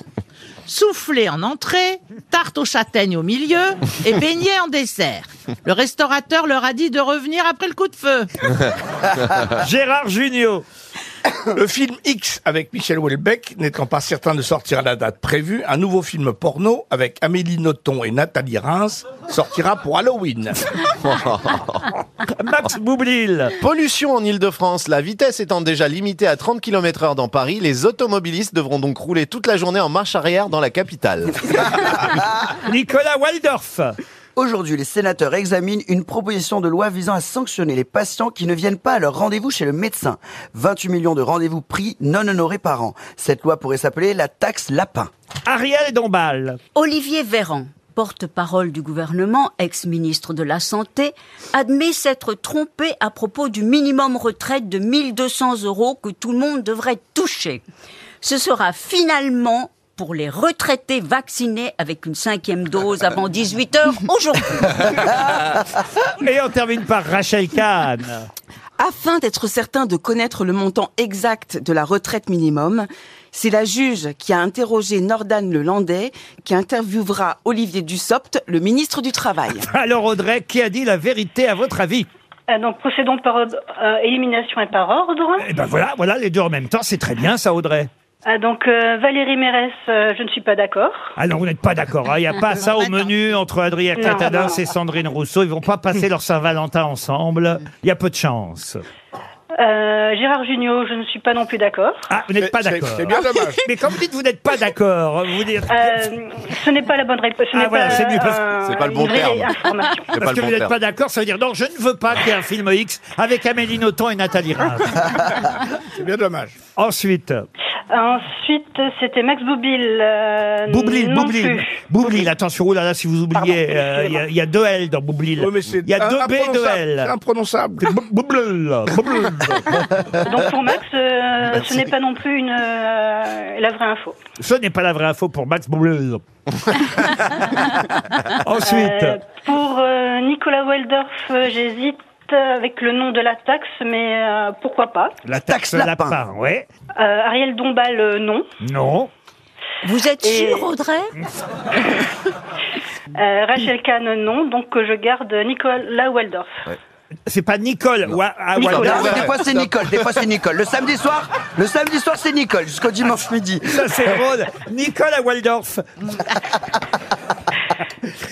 I: Soufflé en entrée, tarte aux châtaignes au milieu et beignet en dessert. Le restaurateur leur a dit de revenir après le coup de feu.
B: Gérard Junio.
D: Le film X avec Michel Houellebecq n'étant pas certain de sortir à la date prévue, un nouveau film porno avec Amélie Nothomb et Nathalie Reims sortira pour Halloween.
B: Max Boublil.
C: Pollution en Ile-de-France. La vitesse étant déjà limitée à 30 km heure dans Paris, les automobilistes devront donc rouler toute la journée en marche arrière dans la capitale.
B: Nicolas Waldorf.
F: Aujourd'hui, les sénateurs examinent une proposition de loi visant à sanctionner les patients qui ne viennent pas à leur rendez-vous chez le médecin. 28 millions de rendez-vous pris non honorés par an. Cette loi pourrait s'appeler la taxe lapin.
B: Ariel Dombal.
G: Olivier Véran, porte-parole du gouvernement, ex-ministre de la Santé, admet s'être trompé à propos du minimum retraite de 1200 euros que tout le monde devrait toucher. Ce sera finalement pour les retraités vaccinés avec une cinquième dose avant 18 heures aujourd'hui.
B: Et on termine par Rachel Kahn.
H: Afin d'être certain de connaître le montant exact de la retraite minimum, c'est la juge qui a interrogé Nordan Le Landais qui interviewera Olivier Dussopt, le ministre du Travail.
B: Alors Audrey, qui a dit la vérité à votre avis
Q: Euh, donc procédons par ordre- euh, élimination et par ordre.
B: Eh ben voilà, voilà les deux en même temps, c'est très bien ça Audrey.
Q: Ah, donc euh, Valérie Mérès, euh, je ne suis pas d'accord.
B: Alors Ah vous n'êtes pas d'accord, hein. il n'y a pas ça au menu entre Adrien
Q: Bah, Non,
B: Catadins
Q: non.
B: et Sandrine Rousseau, ils vont pas passer leur Saint-Valentin ensemble, il y a peu de chance.
Q: Euh, Gérard Junior, je ne suis pas non plus d'accord.
B: Ah, vous n'êtes pas
Q: c'est-
B: d'accord.
Q: c'est bien dommage.
B: Mais quand vous dites vous n'êtes pas d'accord, vous dire
Q: Euh, ce n'est pas la bonne réponse. Ce
B: Ah
Q: n'est
B: voilà,
Q: pas,
B: c'est mieux, parce-
Q: euh,
B: c'est pas le bon
Q: une vraie
B: terme.
Q: information.
B: Parce que vous n'êtes pas d'accord, ça veut dire non, je ne veux pas qu'il y ait un film X avec Amélie Nothomb et Nathalie Rapp.
D: C'est bien dommage.
B: Ensuite,
Q: Ensuite, c'était Max Boublil. euh,
B: Boublil,
Q: non
B: Boublil,
Q: plus.
B: Boublil, attention, oh là là, si vous oubliez, euh, il y a- il y, a deux L dans Boublil.
D: Oui, mais c'est
B: Il y a
D: un-
B: deux B, deux
D: imprononçable,
B: L.
D: c'est imprononçable.
B: C'est Bou- Boublil, Boublil.
Q: Donc pour Max, euh, ce n'est pas non plus une, euh, la vraie info.
B: Ce n'est pas la vraie info pour Max Boublil. Ensuite,
Q: Euh, pour euh, Nicolas Weldorf, euh, j'hésite avec le nom de la taxe, mais euh, pourquoi pas.
B: la taxe lapin. ouais.
Q: Euh, Ariel Dombal, euh, non.
B: Non.
G: Vous êtes
Q: Et-
G: sûr, Audrey
Q: Euh, Rachel Kahn, non. Donc euh, je garde Nicolas Weldorf.
B: C'est pas Nicole. Wa- ah,
F: Nicole.
B: Walden.
F: Non, mais des fois c'est Nicole, des fois c'est Nicole. Le samedi soir, le samedi soir c'est Nicole jusqu'au dimanche midi.
B: Ça c'est drôle. Nicolas Waldorf.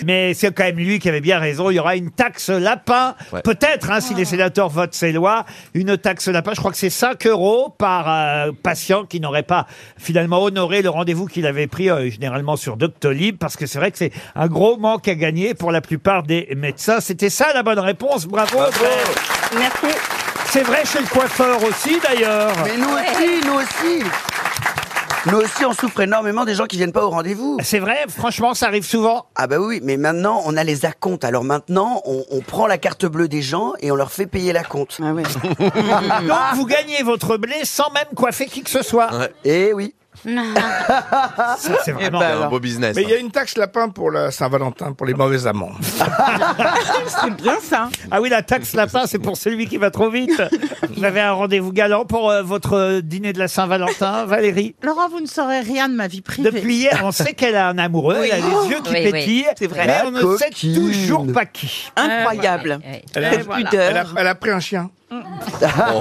B: Mais c'est quand même lui qui avait bien raison. Il y aura une taxe lapin, peut-être, hein, si les sénateurs votent ces lois. Une taxe lapin, je crois que c'est 5 euros par euh, patient qui n'aurait pas finalement honoré le rendez-vous qu'il avait pris euh, généralement sur Doctolib, parce que c'est vrai que c'est un gros manque à gagner pour la plupart des médecins. C'était ça la bonne réponse. Bravo. Audrey.
Q: Merci.
B: C'est vrai chez le coiffeur aussi, d'ailleurs.
F: Mais nous aussi, nous aussi. Nous aussi, on souffre énormément des gens qui viennent pas au rendez-vous.
B: C'est vrai, franchement, ça arrive souvent.
F: Ah bah oui, mais maintenant, on a les acomptes. Alors maintenant, on, on prend la carte bleue des gens et on leur fait payer la compte. Ah oui.
B: Donc vous gagnez votre blé sans même coiffer qui que ce soit.
F: Eh oui.
B: Ça, c'est vraiment
C: ben alors. un beau business,
D: Eh Mais
C: hein.
D: il y a une taxe lapin pour la Saint-Valentin, pour les mauvais amants.
B: c'est bien ça. Ah oui, la taxe lapin, c'est pour celui qui va trop vite. Vous avez un rendez-vous galant pour euh, votre euh, dîner de la Saint-Valentin, Valérie.
I: Laurent, vous ne saurez rien de ma vie privée.
B: Depuis hier, on sait qu'elle a un amoureux,
I: Oui. Oh.
B: elle a les yeux qui
I: Oui, oui.
B: pétillent,
I: C'est vrai.
B: mais
I: La
B: on ne sait toujours pas qui.
I: Incroyable. Euh, ouais, ouais, ouais.
D: Elle
I: Cette
D: a-
I: pudeur.
D: elle a- elle a pris un chien.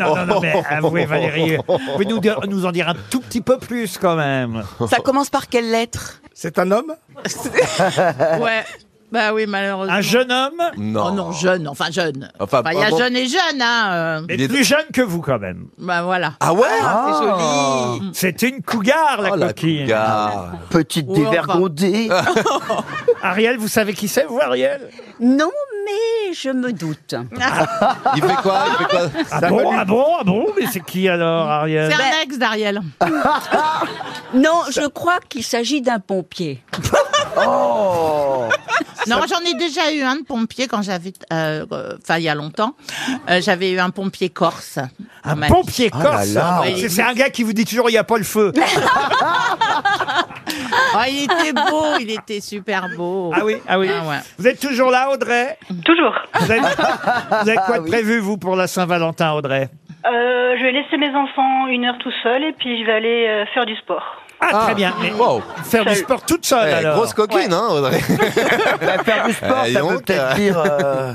B: Non, non, non,
I: Oh.
B: mais avouez, Valérie, vous pouvez nous, dire- nous en dire un tout petit peu plus quand même.
H: Ça commence par quelle lettre
D: C'est un homme
B: Euh,
I: Ouais. Bah oui, malheureusement.
B: Un jeune homme
I: Non. Oh non, jeune, enfin jeune.
B: Enfin,
I: Bah, il y a
B: bon.
I: jeune et jeune, hein. euh.
B: Mais plus jeune que vous quand même.
I: Bah voilà.
B: Ah ouais
I: c'est joli.
B: C'est une cougar, la coquille.
F: Petite
I: Oh,
B: Ouais, enfin.
F: dévergondée.
B: Ariel, vous savez qui c'est, vous, Ariel
G: Non, mais je me doute.
C: Il fait quoi Il fait quoi
B: ah bon, Euh, Ben- ah bon, ah bon, mais c'est qui alors, Ariel
I: C'est un ex d'Ariel.
G: Non, je crois qu'il s'agit d'un pompier.
F: Oh
I: Non, j'en ai déjà eu un de pompier quand j'avais, euh, euh, enfin il y a longtemps, Euh, j'avais eu un pompier corse.
B: Un pompier corse
I: Ah là là.
B: C'est- C'est un gars qui vous dit toujours il n'y a pas le feu.
I: Ah, il était beau, il était super beau.
B: Ah oui, ah oui.
I: ouais.
B: Vous êtes toujours là, Audrey
Q: Toujours.
B: Vous avez, vous avez
C: Ah
B: quoi de prévu, vous, pour la Saint-Valentin, Audrey
Q: Euh, je vais laisser mes enfants une heure tout seul et puis je vais aller euh, faire du sport.
B: Ah, très bien. Mais Faire du sport toute seule,
C: Eh,
B: alors.
C: Grosse coquine, hein, Audrey.
B: faire du
C: sport, Eh, ça dis veut donc, peut-être euh. dire, euh,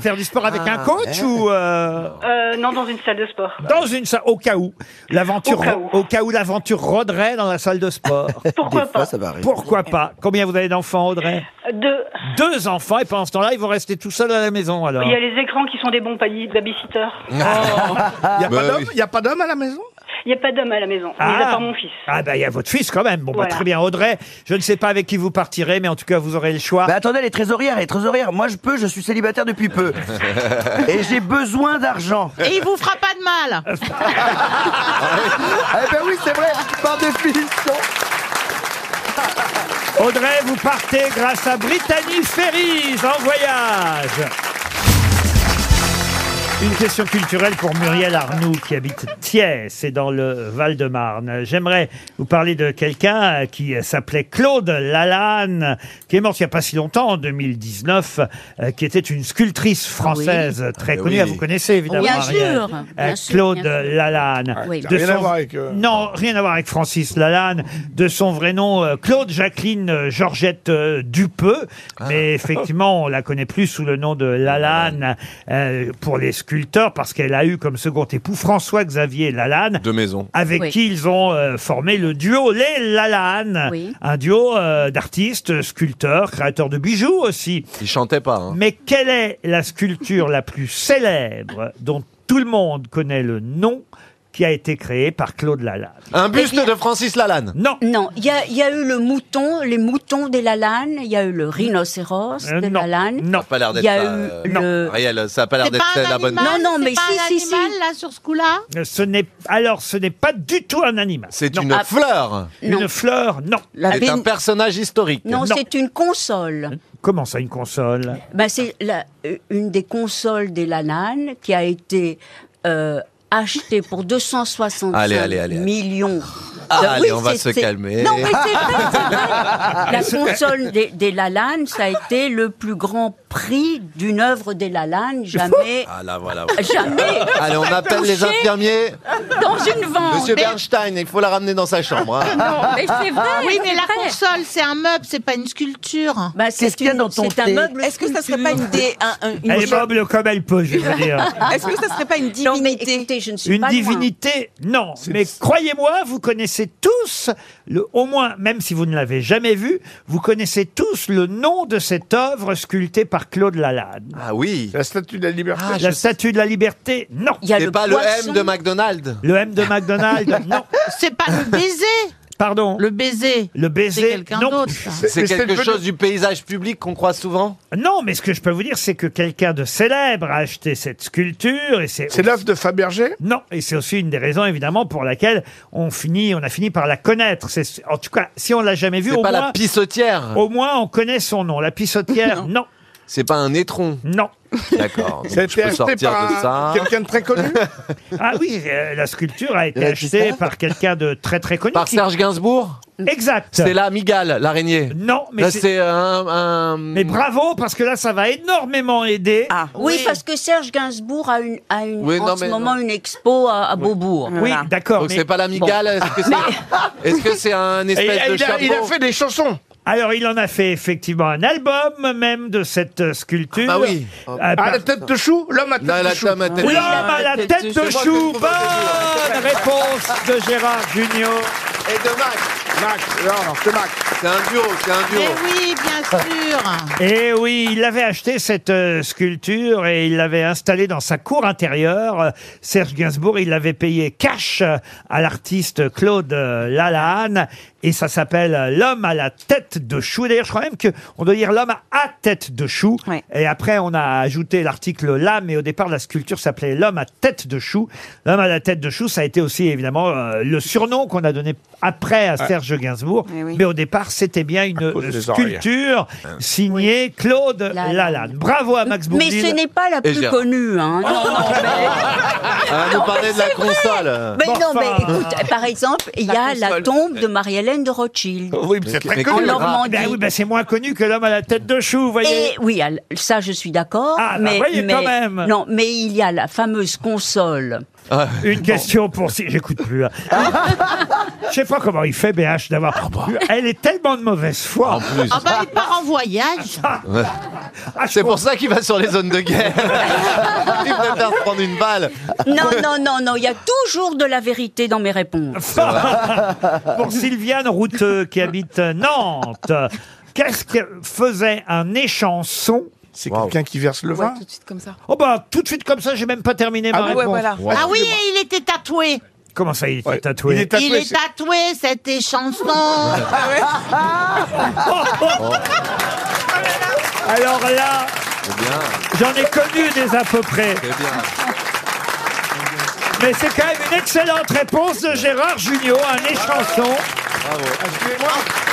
B: Faire du sport avec
I: Ah.
B: un coach
C: ouais.
B: ou... euh,
Q: Euh, non, dans une salle de sport.
B: Dans une salle, au cas où l'aventure,
Q: Au cas où.
B: au cas où l'aventure rôderait dans la salle de sport.
Q: Pourquoi Des fois, pas.
F: ça va arriver.
B: Pourquoi pas Combien vous avez d'enfants, Audrey
Q: Deux.
B: Deux enfants et pendant ce temps-là, ils vont rester tout seuls à la maison alors.
Q: Il y a les écrans qui sont des bons paillis babysitters.
B: Oh.
D: Il y a pas d'homme- il y a pas d'homme à la maison
Q: Il n'y a pas d'homme à la maison, mais à part mon fils.
B: Ah bah il y a votre fils quand même. Bon bah,
Q: Voilà.
B: très bien Audrey, je ne sais pas avec qui vous partirez mais en tout cas vous aurez le choix.
F: Bah attendez, les trésorières, les trésorières, moi je peux, je suis célibataire depuis peu. Et j'ai besoin d'argent.
I: Et il vous fera pas de mal.
P: Ah
F: Eh ben oui, c'est vrai,
B: hein.
F: par définition.
B: Audrey, vous partez grâce à Brittany Ferries en voyage. Une question culturelle pour Muriel Arnoux qui habite Thiers, c'est dans le Val-de-Marne. J'aimerais vous parler de quelqu'un euh, qui euh, s'appelait Claude Lalanne, qui est mort il n'y a pas si longtemps, en 2019, euh, qui était une sculptrice française
R: Ah oui.
B: très
R: Ah,
B: connue.
R: oui.
B: Ah, Vous connaissez évidemment.
R: Bien
B: Ariel.
R: sûr,
B: Euh,
R: bien sûr,
B: Claude
R: bien sûr.
B: Lalanne.
R: Oui. Ça
B: De
R: n'a rien à
B: son-
R: voir avec, euh,
B: Non, rien à voir avec Francis Lalanne. De son vrai nom, euh, Claude Jacqueline euh, Georgette euh, Dupeux.
M: Ah.
B: Mais effectivement, on la connaît plus sous le nom de Lalanne euh, pour les sculpteurs parce qu'elle a eu comme second époux François-Xavier Lalanne.
M: De maison.
B: Avec
M: Oui.
B: qui ils ont euh, formé le duo Les Lalanne. Un duo euh, d'artistes, sculpteurs, créateurs de bijoux aussi.
M: Il chantait pas. Hein.
B: Mais quelle est la sculpture la plus célèbre dont tout le monde connaît le nom qui a été créée par Claude Lalanne
M: Un
P: Eh
M: buste de Francis Lalanne.
B: Non.
G: Non, il y a, il y a eu le mouton, les moutons des Lalannes, il y a eu le rhinocéros
M: Euh,
G: des
M: non.
G: Lalannes.
M: Ça
B: Non.
M: a pas l'air d'être.
G: Il y a
M: ça,
G: eu
M: euh,
G: le-
M: Ariel, ça a pas l'air
G: C'est
M: d'être
G: pas un
M: la bonne.
G: animal, Non, non, mais
I: C'est pas
G: si,
I: un
G: si, si.
I: animal, là, sur ce coup-là
B: Euh, Ce n'est alors ce n'est pas du tout un animal.
M: C'est
B: Non.
M: une Ah, fleur.
B: Une
M: non.
B: fleur, non.
G: La C'est un bine-
M: personnage historique.
G: Non, c'est une console.
B: Comment ça, une console
G: Ben, c'est la- euh, une des consoles des Lalanne qui a été euh, achetée pour 265
M: Allez, allez, allez, allez.
G: millions.
M: Ah,
G: Euh,
M: allez, on va
G: c'est-
M: se
G: c'est-
M: calmer.
G: Non, mais c'est vrai, c'est vrai. La
M: C'est-
G: console des, des Lalanne, ça a été le plus grand prix d'une œuvre des Lalanne jamais.
M: Ah là, voilà.
G: Jamais.
M: Allez, on appelle les
G: touché
M: infirmiers.
G: Dans une vente.
M: Monsieur
G: Mais-
M: Bernstein, il faut la ramener dans sa chambre. hein.
G: mais c'est vrai,
I: Ah Oui, mais
G: c'est
I: la
G: vrai.
I: console, c'est un meuble, c'est pas une sculpture.
G: Bah,
P: Qu'est-ce qu'il y a dans ton thé Est-ce que ça serait pas une dé, un- un- une
B: Elle est
P: chose-
B: meuble comme elle peut, je veux dire.
P: Est-ce que ça serait pas une divinité
G: je ne suis
B: Une divinité, non. Mais croyez-moi, vous connaissez tous, le, au moins, même si vous ne l'avez jamais vu, vous connaissez tous le nom de cette œuvre sculptée par Claude Lalanne.
M: Ah oui.
D: La statue de la liberté.
I: Ah,
B: la statue de la liberté, non.
G: Il y a
M: C'est
G: le
M: pas le
G: poisson.
M: M de McDonald's.
B: Le M de McDonald's, non.
I: C'est pas le baiser.
B: Pardon.
I: Le baiser.
B: Le baiser,
I: C'est quelqu'un
B: non.
I: d'autre. ça.
M: C'est quelque chose du paysage public qu'on croise souvent
B: Non, mais ce que je peux vous dire, c'est que quelqu'un de célèbre a acheté cette sculpture et c'est. C'est
D: l'œuvre de Fabergé
B: Non, et c'est aussi une des raisons évidemment pour laquelle on finit, on a fini par la connaître. C'est en tout cas, si on l'a jamais vue,
M: C'est
B: au
M: pas
B: moins,
M: la pissotière.
B: au moins on connaît son nom. La pissotière, non.
M: C'est pas un étron.
B: Non.
M: D'accord. Donc, Je peux sortir de ça.
D: de très connu
B: Ah oui, euh, la sculpture a été
M: la
B: achetée
M: Christophe
B: par quelqu'un de très très connu.
M: Par Serge Gainsbourg
B: Exact.
M: C'est la migale, l'araignée.
B: Non, mais
M: Là,
B: c'est-
M: c'est un, un-
B: Mais bravo, parce que là, ça va énormément aider.
G: Oui, parce que Serge Gainsbourg a, une, a une,
M: Oui,
G: en
M: non,
G: ce
M: mais
G: moment une expo à, à Beaubourg.
B: Oui, d'accord.
M: Donc, c'est pas la migale, est-ce que c'est est-ce que c'est un espèce de chapeau
D: des chansons.
B: Alors, il en a fait effectivement un album, même de cette euh, sculpture.
M: Ah bah oui.
B: Euh,
D: Ah,
B: par-
D: la tête de chou L'homme à tête
M: Non,
D: de
M: la
D: chou.
M: tête à tête de
B: L'homme
M: chou.
B: à la tête de chou.
M: hein.
B: Bonne réponse de Gérard Junior.
M: Et de Max.
D: Max, non, non, c'est Max.
M: C'est un duo, c'est un duo.
I: Mais oui, bien sûr.
B: Et Eh oui, il avait acheté cette euh, sculpture et il l'avait installée dans sa cour intérieure. Euh, Serge Gainsbourg, il l'avait payé cash euh, à l'artiste Claude euh, Lalanne. Et ça s'appelle euh, L'homme à la tête de chou. D'ailleurs, je crois même qu'on doit dire L'homme à tête de chou. Et après, on a ajouté l'article là, mais au départ, la sculpture s'appelait L'homme à tête de chou. L'homme à la tête de chou, ça a été aussi évidemment euh, le surnom qu'on a donné après à
D: Ouais.
B: Serge Gainsbourg.
D: Eh oui.
B: Mais au départ, c'était bien une
D: cause
B: euh,
D: des
B: sculpture signée Claude Lalanne. Bravo à Max
G: Mais
B: Bourdil.
G: ce n'est pas la
B: Et
G: plus
B: Gérard.
G: connue. Hein. Non, non,
M: Ah, nous parlait de la
B: Euh,
M: console.
G: mais
M: Bon,
G: non, mais
M: enfin.
G: écoute, par exemple, il y a la tombe de Marie-Hélène de Rothschild.
B: Oui,
M: Oh mais c'est très
G: En
M: connu.
G: Normandie.
B: Ben oui, ben c'est moins connu que l'homme à la tête de chou, vous voyez.
G: Et oui, al- ça je suis d'accord.
B: Ah, bah,
G: mais,
B: voyez, quand
G: mais-
B: même.
G: Non, mais il y a la fameuse console
B: Une question pour si j'écoute plus. hein. Je sais pas comment il fait BH d'avoir. Elle est tellement de mauvaise foi. En plus.
I: Ah bah, il part en voyage.
B: Ah,
C: C'est pour ça qu'il va sur les zones de guerre. il préfère se prendre une balle.
G: Non, non, non, non, il y a toujours de la vérité dans mes réponses.
B: pour Sylviane Routeux qui habite Nantes. Qu'est-ce que faisait un échanson
D: C'est quelqu'un qui verse le vin
I: tout de suite comme ça.
B: Oh bah tout de suite comme ça, j'ai même pas terminé ma
I: Ah,
B: réponse.
I: oui, et il était tatoué.
B: Comment ça, il était tatoué Ah
I: Il est tatoué, cette échanson.
B: Oh. Alors là, j'en ai connu des à peu près. Mais c'est quand même une excellente réponse de Gérard Junior, un échanson.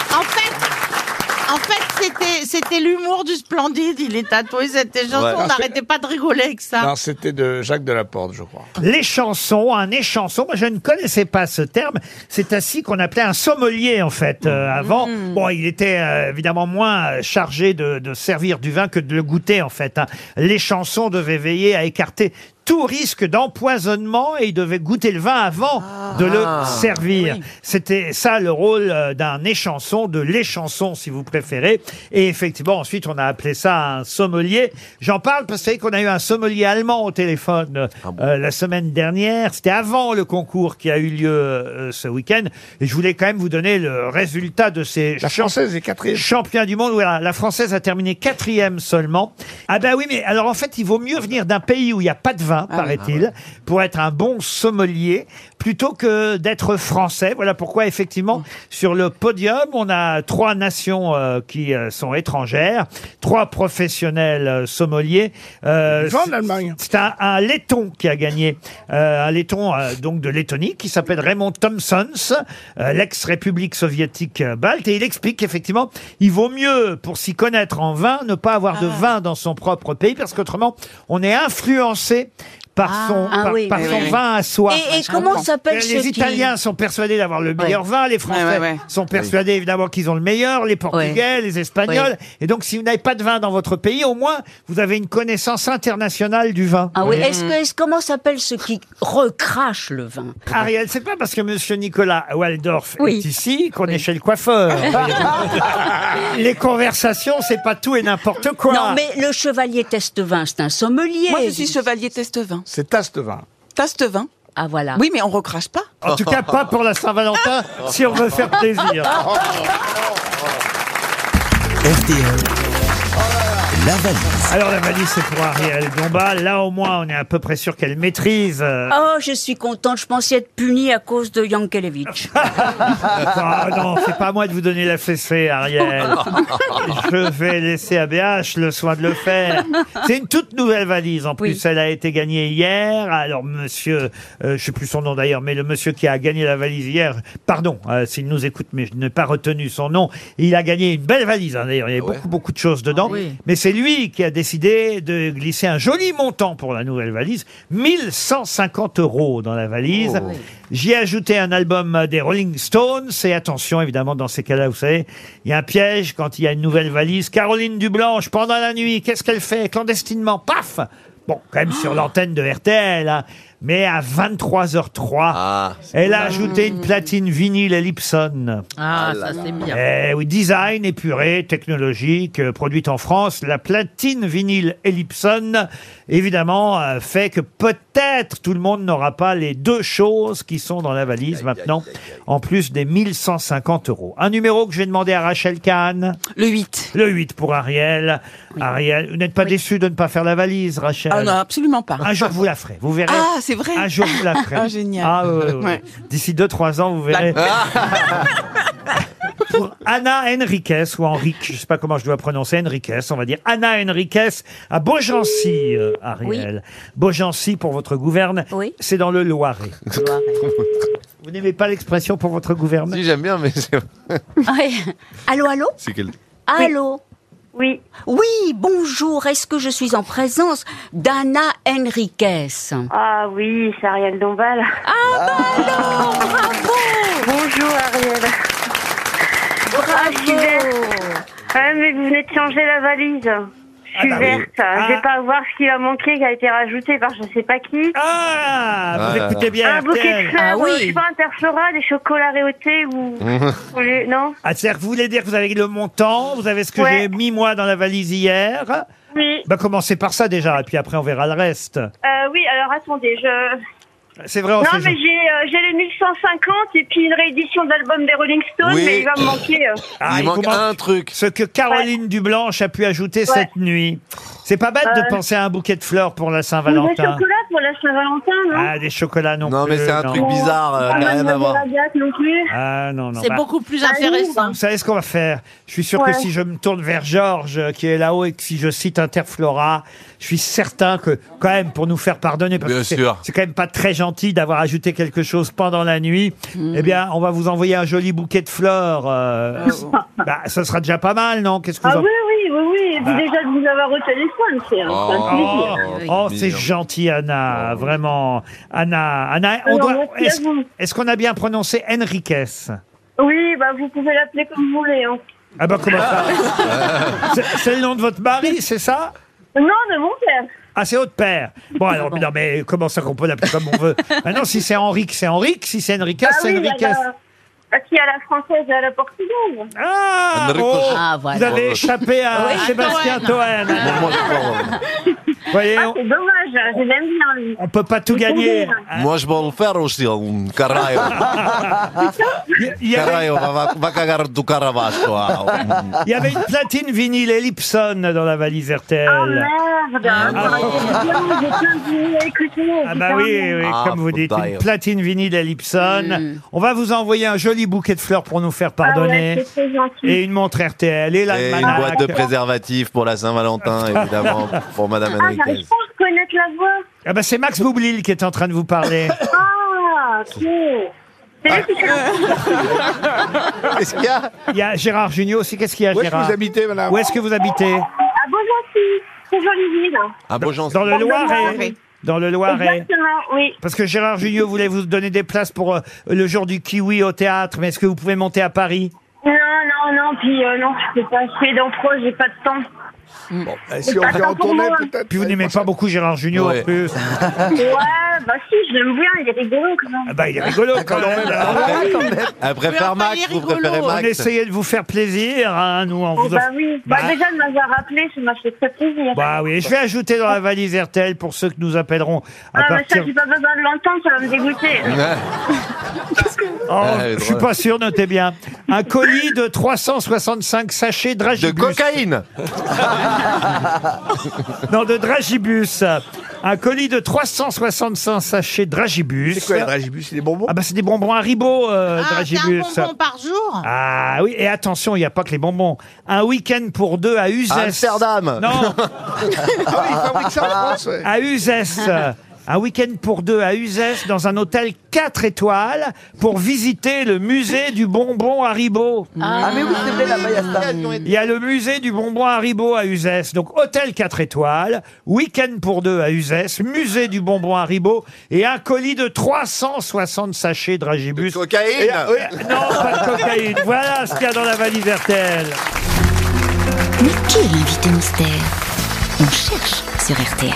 I: En fait, en fait c'était, c'était l'humour du splendide. Il est tatoué cette échanson.
D: Ouais.
I: On n'arrêtait pas de rigoler avec ça.
D: Non, c'était de Jacques Delaporte, je crois.
B: Les chansons, un échanson. Moi, je ne connaissais pas ce terme. C'est ainsi qu'on appelait un sommelier, en fait, euh, avant. Bon, il était euh, évidemment moins euh, chargé de, de servir du vin que de le goûter, en fait. hein. Les chansons devaient veiller à écarter tout risque d'empoisonnement et il devait goûter le vin avant de le
R: Ah.
B: servir. C'était ça le rôle euh, d'un échanson, de l'échanson si vous préférez. Et effectivement, ensuite, on a appelé ça un sommelier. J'en parle parce que vous savez qu'on a eu un sommelier allemand au téléphone euh,
D: Ah
B: la semaine dernière. C'était avant le concours qui a eu lieu euh, ce week-end. Et je voulais quand même vous donner le résultat de ces
D: La Française est quatrième.
B: champion du monde. Voilà, la Française a terminé quatrième seulement. Ah ben oui, mais alors en fait, il vaut mieux venir d'un pays où il n'y a pas de
D: Ah
B: vin, paraît-il, pour être un bon sommelier, plutôt que d'être français. Voilà pourquoi, effectivement, sur le podium, on a trois nations euh, qui euh, sont étrangères, trois professionnels euh, sommeliers. Euh,
D: Ils vont en
B: c'est-
D: Allemagne.
B: c'est un, un laiton qui a gagné, Euh, un laiton euh, donc de Lettonie qui s'appelle Raymond Thompsons, euh, l'ex-république soviétique euh, balte, et il explique qu'effectivement, il vaut mieux pour s'y connaître en vin ne pas avoir
G: Ah.
B: de vin dans son propre pays parce qu'autrement, on est influencé par son,
G: ah
B: par,
G: oui,
B: par
G: oui,
B: son
G: oui.
B: vin à soi.
G: Et- et Je comment comprends. s'appellent
B: Les
G: ceux qui-
B: Italiens sont persuadés d'avoir le meilleur
G: Ouais.
B: vin, les Français
G: Ouais, ouais, ouais.
B: sont persuadés évidemment qu'ils ont le meilleur, les Portugais, les Espagnols. Et donc, si vous n'avez pas de vin dans votre pays, au moins, vous avez une connaissance internationale du vin.
G: Ah oui, est-ce que, est-ce- comment s'appellent ceux qui recrachent le vin
B: Ariel, c'est pas parce que Monsieur Nicolas Waldorf est ici qu'on est chez le coiffeur. Les conversations, c'est pas tout et n'importe quoi.
G: Non, mais le chevalier Testevin, c'est un sommelier.
H: Moi, je suis chevalier Testevin.
D: C'est Tastevin.
H: Tastevin
G: Ah voilà.
H: Oui, mais on recrache pas.
B: En tout cas, pas pour la Saint-Valentin, si on veut faire plaisir.
F: Ah,
A: RTL, la valise.
B: Alors la valise, c'est pour Ariel Dombas. Là, au moins, on est à peu près sûr qu'elle maîtrise. euh,
G: Oh, je suis contente, je pensais être punie à cause de Yankelevitch.
B: Ah non, c'est pas à moi de vous donner la fessée, Ariel. Je vais laisser à BH le soin de le faire. C'est une toute nouvelle valise. En plus, elle a été gagnée hier. Alors, monsieur, euh, je sais plus son nom d'ailleurs, mais le monsieur qui a gagné la valise hier, pardon, euh, s'il nous écoute, mais je n'ai pas retenu son nom. Il a gagné une belle valise, hein, d'ailleurs. Il y a beaucoup, beaucoup de choses dedans. Mais c'est lui qui a décidé de glisser un joli montant pour la nouvelle valise. 1150 euros dans la valise.
R: Oh.
B: J'y ai ajouté un album des Rolling Stones. Et attention, évidemment, dans ces cas-là, vous savez, il y a un piège quand il y a une nouvelle valise. Caroline Dublanche, pendant la nuit, qu'est-ce qu'elle fait clandestinement Paf Bon, quand même sur l'antenne de RTL, hein. mais à 23h03, elle a ajouté une platine vinyle Ellipson.
I: Ah, ça c'est bien.
B: Eh oui, design épuré, technologique, euh, produite en France. La platine vinyle Ellipson, évidemment, euh, fait que peut-être tout le monde n'aura pas les deux choses qui sont dans la valise maintenant, en plus des 1150 euros. Un numéro que je vais demander à Rachel Kahn.
H: Le 8.
B: Le 8 pour Ariel. Ariel, vous n'êtes pas déçu de ne pas faire la valise, Rachel
H: Ah non, absolument pas.
B: Un jour, vous la ferez. Vous verrez.
H: Ah, c'est vrai
B: Un jour, vous la ferez.
H: Ah, génial.
B: Ah, ouais, ouais, ouais.
H: Ouais. Ah.
B: D'ici 2-3 ans, vous verrez. Pour Anna Henriquez, ou Henrique, je ne sais pas comment je dois prononcer, Henriquez, on va dire Anna Henriquez à Beaugency, euh, Ariel. Beaugency, pour votre gouverne, c'est dans le Loiret. Vous n'aimez pas l'expression pour votre gouverne Si,
C: j'aime bien, mais c'est...
G: allô, allô
C: c'est quel-
G: Allô Oui. Oui, bonjour, est-ce que je suis en présence d'Anna Henriquez
Q: Ah oui, c'est Ariel Dombal. Ah bah non, bravo Bonjour Ariel.
H: Ah,
Q: Bravo ah, mais vous venez de changer la valise. Je
H: suis
B: bah oui.
H: verte. Je vais pas voir ce qu'il a manqué qui a été rajouté par je sais pas qui.
B: Ah, vous Ah. écoutez bien
H: Un bouquet de
B: RTL.
H: fleurs,
B: Ah oui.
H: euh, je sais pas, un perfora, des chocolats réautés ou... ou les- Non
B: Ah, c'est-à-dire que vous voulez dire que vous avez le montant, vous avez ce que
H: Ouais.
B: j'ai mis moi dans la valise hier.
H: Oui.
B: Bah commencez par ça déjà, et puis après on verra le reste.
H: Euh, oui, alors attendez, je...
B: C'est vrai, on
H: non,
B: sait
H: mais
B: jamais.
H: j'ai euh, j'ai le 1150 et puis une réédition de l'album des Rolling Stones,
B: Oui.
H: mais il va me manquer. euh.
B: Ah, il vous manque un truc. Ce que Caroline Dublanche a pu ajouter cette nuit. C'est pas bête de
H: Euh.
B: penser à un bouquet de fleurs pour la
H: Ou des
B: Saint-Valentin.
H: chocolats pour la Saint-Valentin, non
B: Ah, des chocolats Euh, non plus,
H: Oh, pas Mademoiselle Agathe non plus.
B: Ah non, non.
I: C'est
B: bah,
I: beaucoup plus
H: Ah,
I: intéressant.
B: Vous savez ce qu'on va faire Je suis sûr
I: Ouais.
B: que si je me tourne vers Georges, euh, qui est là-haut, et que si je cite Interflora, je suis certain que, quand même, pour nous faire pardonner, parce
C: Bien
B: que c'est-
C: sûr.
B: c'est quand même pas très gentil d'avoir ajouté quelque chose pendant la nuit,
I: Hmm.
B: eh bien, on va vous envoyer un joli bouquet de fleurs. euh,
I: Ah
B: bah, ça sera déjà pas mal, non Qu'est-ce que vous
H: Ah
B: en-
H: oui, oui, oui, oui. Et puis
B: Ah.
H: déjà de vous avoir au téléphone, c'est un, c'est un
B: Oh,
H: plaisir.
B: oh, c'est gentil, Anna, vraiment. Anna, Anna, on
H: Alors,
B: doit-
H: merci à
B: est-ce
H: vous.
B: est-ce qu'on a bien prononcé Enriquez
H: Oui, bah vous pouvez l'appeler comme vous voulez. hein.
B: Ah bah comment ça C'est- C'est le nom de votre mari, c'est ça
H: Non, de mon père. Ah,
B: Ah, c'est votre père. Bon, alors, mais non, mais comment ça qu'on peut l'appeler comme on veut Maintenant, si c'est Henrique, c'est Henrique. Si c'est Enriquez,
H: ah
B: c'est
H: oui,
B: Enriquez.
H: à la- à qui à la française et à la portugaise.
B: Ah, oh, Vous avez échappé à
H: Oui.
B: Sébastien
H: À
B: Toen.
H: Toen.
B: Vous voyez, on,
H: C'est dommage, hein, je l'aime bien lui.
B: on peut pas tout gagner.
C: Moi, je vais le faire aussi, un carraio.
B: Ah.
C: Carraio, va, va, va cagar du Caravaggio. ah.
B: Il y avait une platine vinyle Ellipson dans la valise RTL.
H: Ah merde, hein,
B: Ah.
H: j'ai plein- j'ai plein de vinyles à écouter,
B: Ah bah oui,
H: putain.
B: oui, comme vous dites, une platine vinyle à Lipson.
H: Mm.
B: On va vous envoyer un joli bouquet de fleurs pour nous faire pardonner.
H: Ah ouais, c'est très gentil.
B: et une montre RTL et
C: Et
B: l'almanach.
C: une boîte de préservatifs pour la Saint-Valentin, évidemment, pour Madame
H: Ah,
C: Henriquez.
H: j'arrive pas à reconnaître la voix.
B: Ah bah c'est Max Boublil qui est en train de vous parler.
H: Ah, ok. C'est lui qui
B: Ah. Qu'est-ce qu'il y a Il y a Gérard Junior aussi. Qu'est-ce qu'il y a
D: Où est-ce que
B: Gérard
D: vous habitez, madame
B: Où est-ce que vous habitez
H: Ah, bonjour, c'est jolie ville.
C: À Beaugency.
B: Dans le Loiret. Dans le Loiret.
H: Exactement, oui.
B: Parce que Gérard Junior voulait vous donner des places pour euh, le jour du kiwi au théâtre, mais est-ce que vous pouvez monter à Paris
H: Non, non, non, puis euh, non, je peux pas, je fais dans pro, j'ai pas de temps.
D: bah,
H: si on vient en tournée, peut-être.
B: Puis vous n'aimez pas beaucoup Gérard Junior en plus.
H: ouais, bah si, je l'aime bien, il est rigolo quand même.
B: Ah bah, il est rigolo quand même.
H: Ah,
C: Elle préfère Max, vous préférez
B: On
C: Max
B: essayait de vous faire plaisir, hein, nous. En
H: Oh
B: vous
H: bah
B: offre-
H: oui, bah,
B: Bah,
H: déjà de m'avoir rappelé, ça m'a fait très plaisir.
B: bah oui, je vais ajouter dans la valise RTL pour ceux que nous appellerons
H: Ah,
B: à
H: mais ça,
B: partir.
H: j'ai pas besoin de l'entendre, ça va me dégoûter.
B: Oh,
C: Ah, elle est
B: je suis
C: drôle.
B: pas sûr, notez bien. Un colis de 365 sachets Dragibus. De
C: cocaïne
B: Non, de Dragibus. Un colis de 365 sachets Dragibus.
D: C'est quoi, les dragibus C'est des bonbons
B: Ah bah c'est des bonbons Haribo, euh,
I: Ah, c'est un
B: Dragibus.
I: bonbon par jour
B: Ah oui, et attention, il n'y a pas que les bonbons. Un week-end pour deux à Uzès.
C: À Amsterdam.
B: Non
D: Ah oui, ils fabriquent ça en France, ouais.
B: à Uzès. euh, Un week-end pour deux à Uzès dans un hôtel 4 étoiles pour visiter le musée du bonbon Haribo.
F: Ah, mais oui, c'est vrai, là-bas, il y a ça.
B: Il y a le musée du bonbon Haribo à Uzès. Donc hôtel 4 étoiles, week-end pour deux à Uzès, musée du bonbon Haribo et un colis de 360 sachets Dragibus.
C: cocaïne
B: Et, euh, Non, pas de cocaïne. Voilà ce qu'il y a dans la valise RTL.
S: Mais qui est l'invité mystère On cherche sur RTL.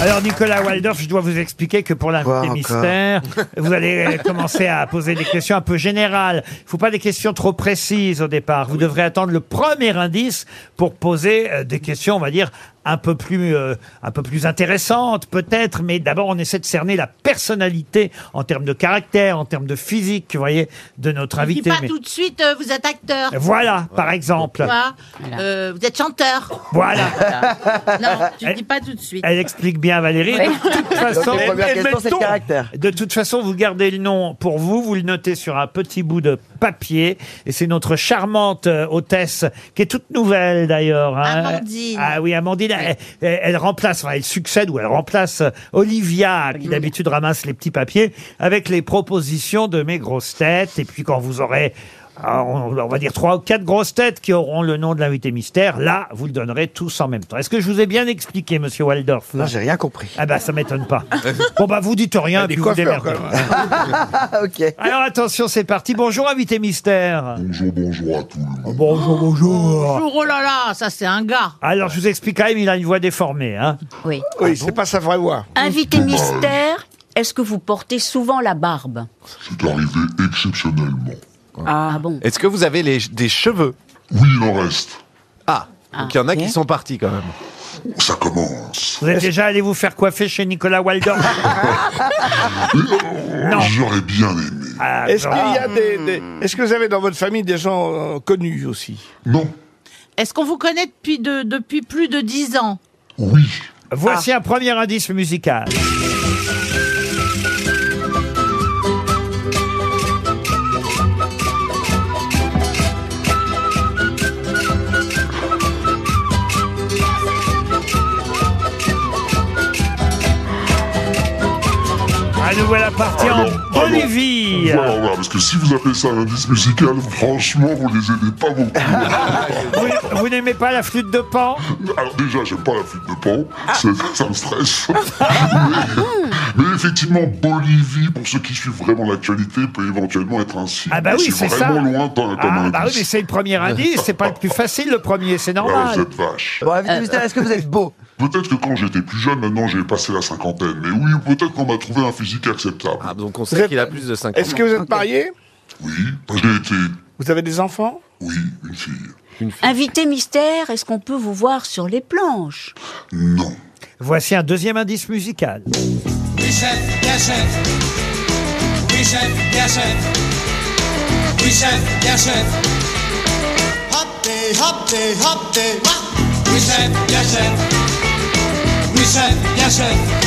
B: Alors Nicolas Waldorf, je dois vous expliquer que pour l'invité
F: encore
B: mystère, vous allez euh, commencer à poser des questions un peu générales. Il faut pas des questions trop précises au départ. Vous devrez attendre le premier indice pour poser euh, des questions, on va dire un peu plus euh, un peu plus intéressantes peut-être, mais d'abord on essaie de cerner la personnalité en termes de caractère, en termes de physique, vous voyez, de notre
I: Dis
B: invité.
I: pas
B: mais-
I: tout de suite, euh, vous êtes acteur.
B: Voilà, par exemple.
I: Voilà. Euh, vous êtes chanteur.
B: Voilà.
I: Non, tu dis pas tout de suite.
B: Elle explique bien, Valérie.
I: Ouais.
B: De toute façon,
F: Donc, les premières questions, c'est le
B: mettons-
F: caractère.
B: de toute façon, vous gardez le nom pour vous, vous le notez sur un petit bout de papier, et c'est notre charmante euh, hôtesse qui est toute nouvelle d'ailleurs. hein.
I: Amandine.
B: Ah oui, Amandine. Elle, elle- elle remplace, enfin, elle succède ou elle remplace euh, Olivia, qui d'habitude ramasse les petits papiers avec les propositions de mes grosses têtes. Et puis quand vous aurez Alors, on, on va dire trois ou quatre grosses têtes qui auront le nom de l'invité mystère. Là, vous le donnerez tous en même temps. Est-ce que je vous ai bien expliqué, monsieur Waldorf Non, j'ai rien compris. Ah bah, ça m'étonne pas. bon bah, vous dites rien,
D: des
B: puis vous
D: coiffeurs,
B: démerdez.
D: quand même.
F: ok.
B: Alors attention, c'est parti. Bonjour, invité mystère. Bonjour, bonjour à tous. Bonjour, bonjour.
I: Bonjour, oh là là, ça c'est un gars.
B: Alors, je vous explique quand même, il a une voix déformée. Hein.
G: Oui.
D: Oui, c'est pas sa vraie voix.
G: Invité mystère, est-ce que vous portez souvent la barbe
R: C'est arrivé exceptionnellement.
G: ah. bon
C: Mm. Est-ce que vous avez les- des cheveux
R: Oui, il en reste.
C: Ah, donc il y en a qui sont partis quand même.
R: Ça commence.
B: Vous êtes déjà allé vous faire coiffer chez Nicolas Waldorf
R: Ah, J'aurais bien aimé.
B: Ah,
D: Est-ce qu'il y a
B: ah.
D: des, des- Hmm. Est-ce que vous avez dans votre famille des gens euh, connus aussi
R: Non.
I: Est-ce qu'on vous connaît depuis, de- depuis plus de 10 ans
B: Voici un premier indice musical. Ah, nous voilà partis en Bolivie.
R: Voilà, voilà, parce que si vous appelez ça un indice musical, franchement, vous les aidez pas
B: Ah.
R: beaucoup.
B: vous vous n'aimez pas la flûte de pan
R: Alors déjà, j'aime pas la flûte de pan, ça, ça me stresse. mais, mais effectivement, Bolivie, pour ceux qui suivent vraiment l'actualité, peut éventuellement être un signe.
B: Ah bah oui, c'est ça.
R: vraiment lointain comme
B: Ah bah oui,
R: indice.
B: mais c'est le premier indice, c'est pas le plus facile le premier, c'est
R: Ah, vous
B: normal.
R: êtes vache.
F: Bon, invité mystère, est-ce que vous êtes beau
R: Peut-être que quand j'étais plus jeune, maintenant j'ai passé la cinquantaine, mais oui, peut-être qu'on m'a trouvé un physique acceptable.
C: Ah, donc on sait qu'il a plus de 50
D: Est-ce que vous êtes marié
R: J'ai été
D: Vous avez des enfants
G: Invité mystère, est-ce qu'on peut vous voir sur les planches
B: Voici un deuxième indice musical.
T: Oui, chef, bien chef. Oui, chef, bien chef. Oui, chef, bien chef. Hoppé, hoppé, hoppé, wah. Oui, chef, bien chef. Oui, chef, bien chef.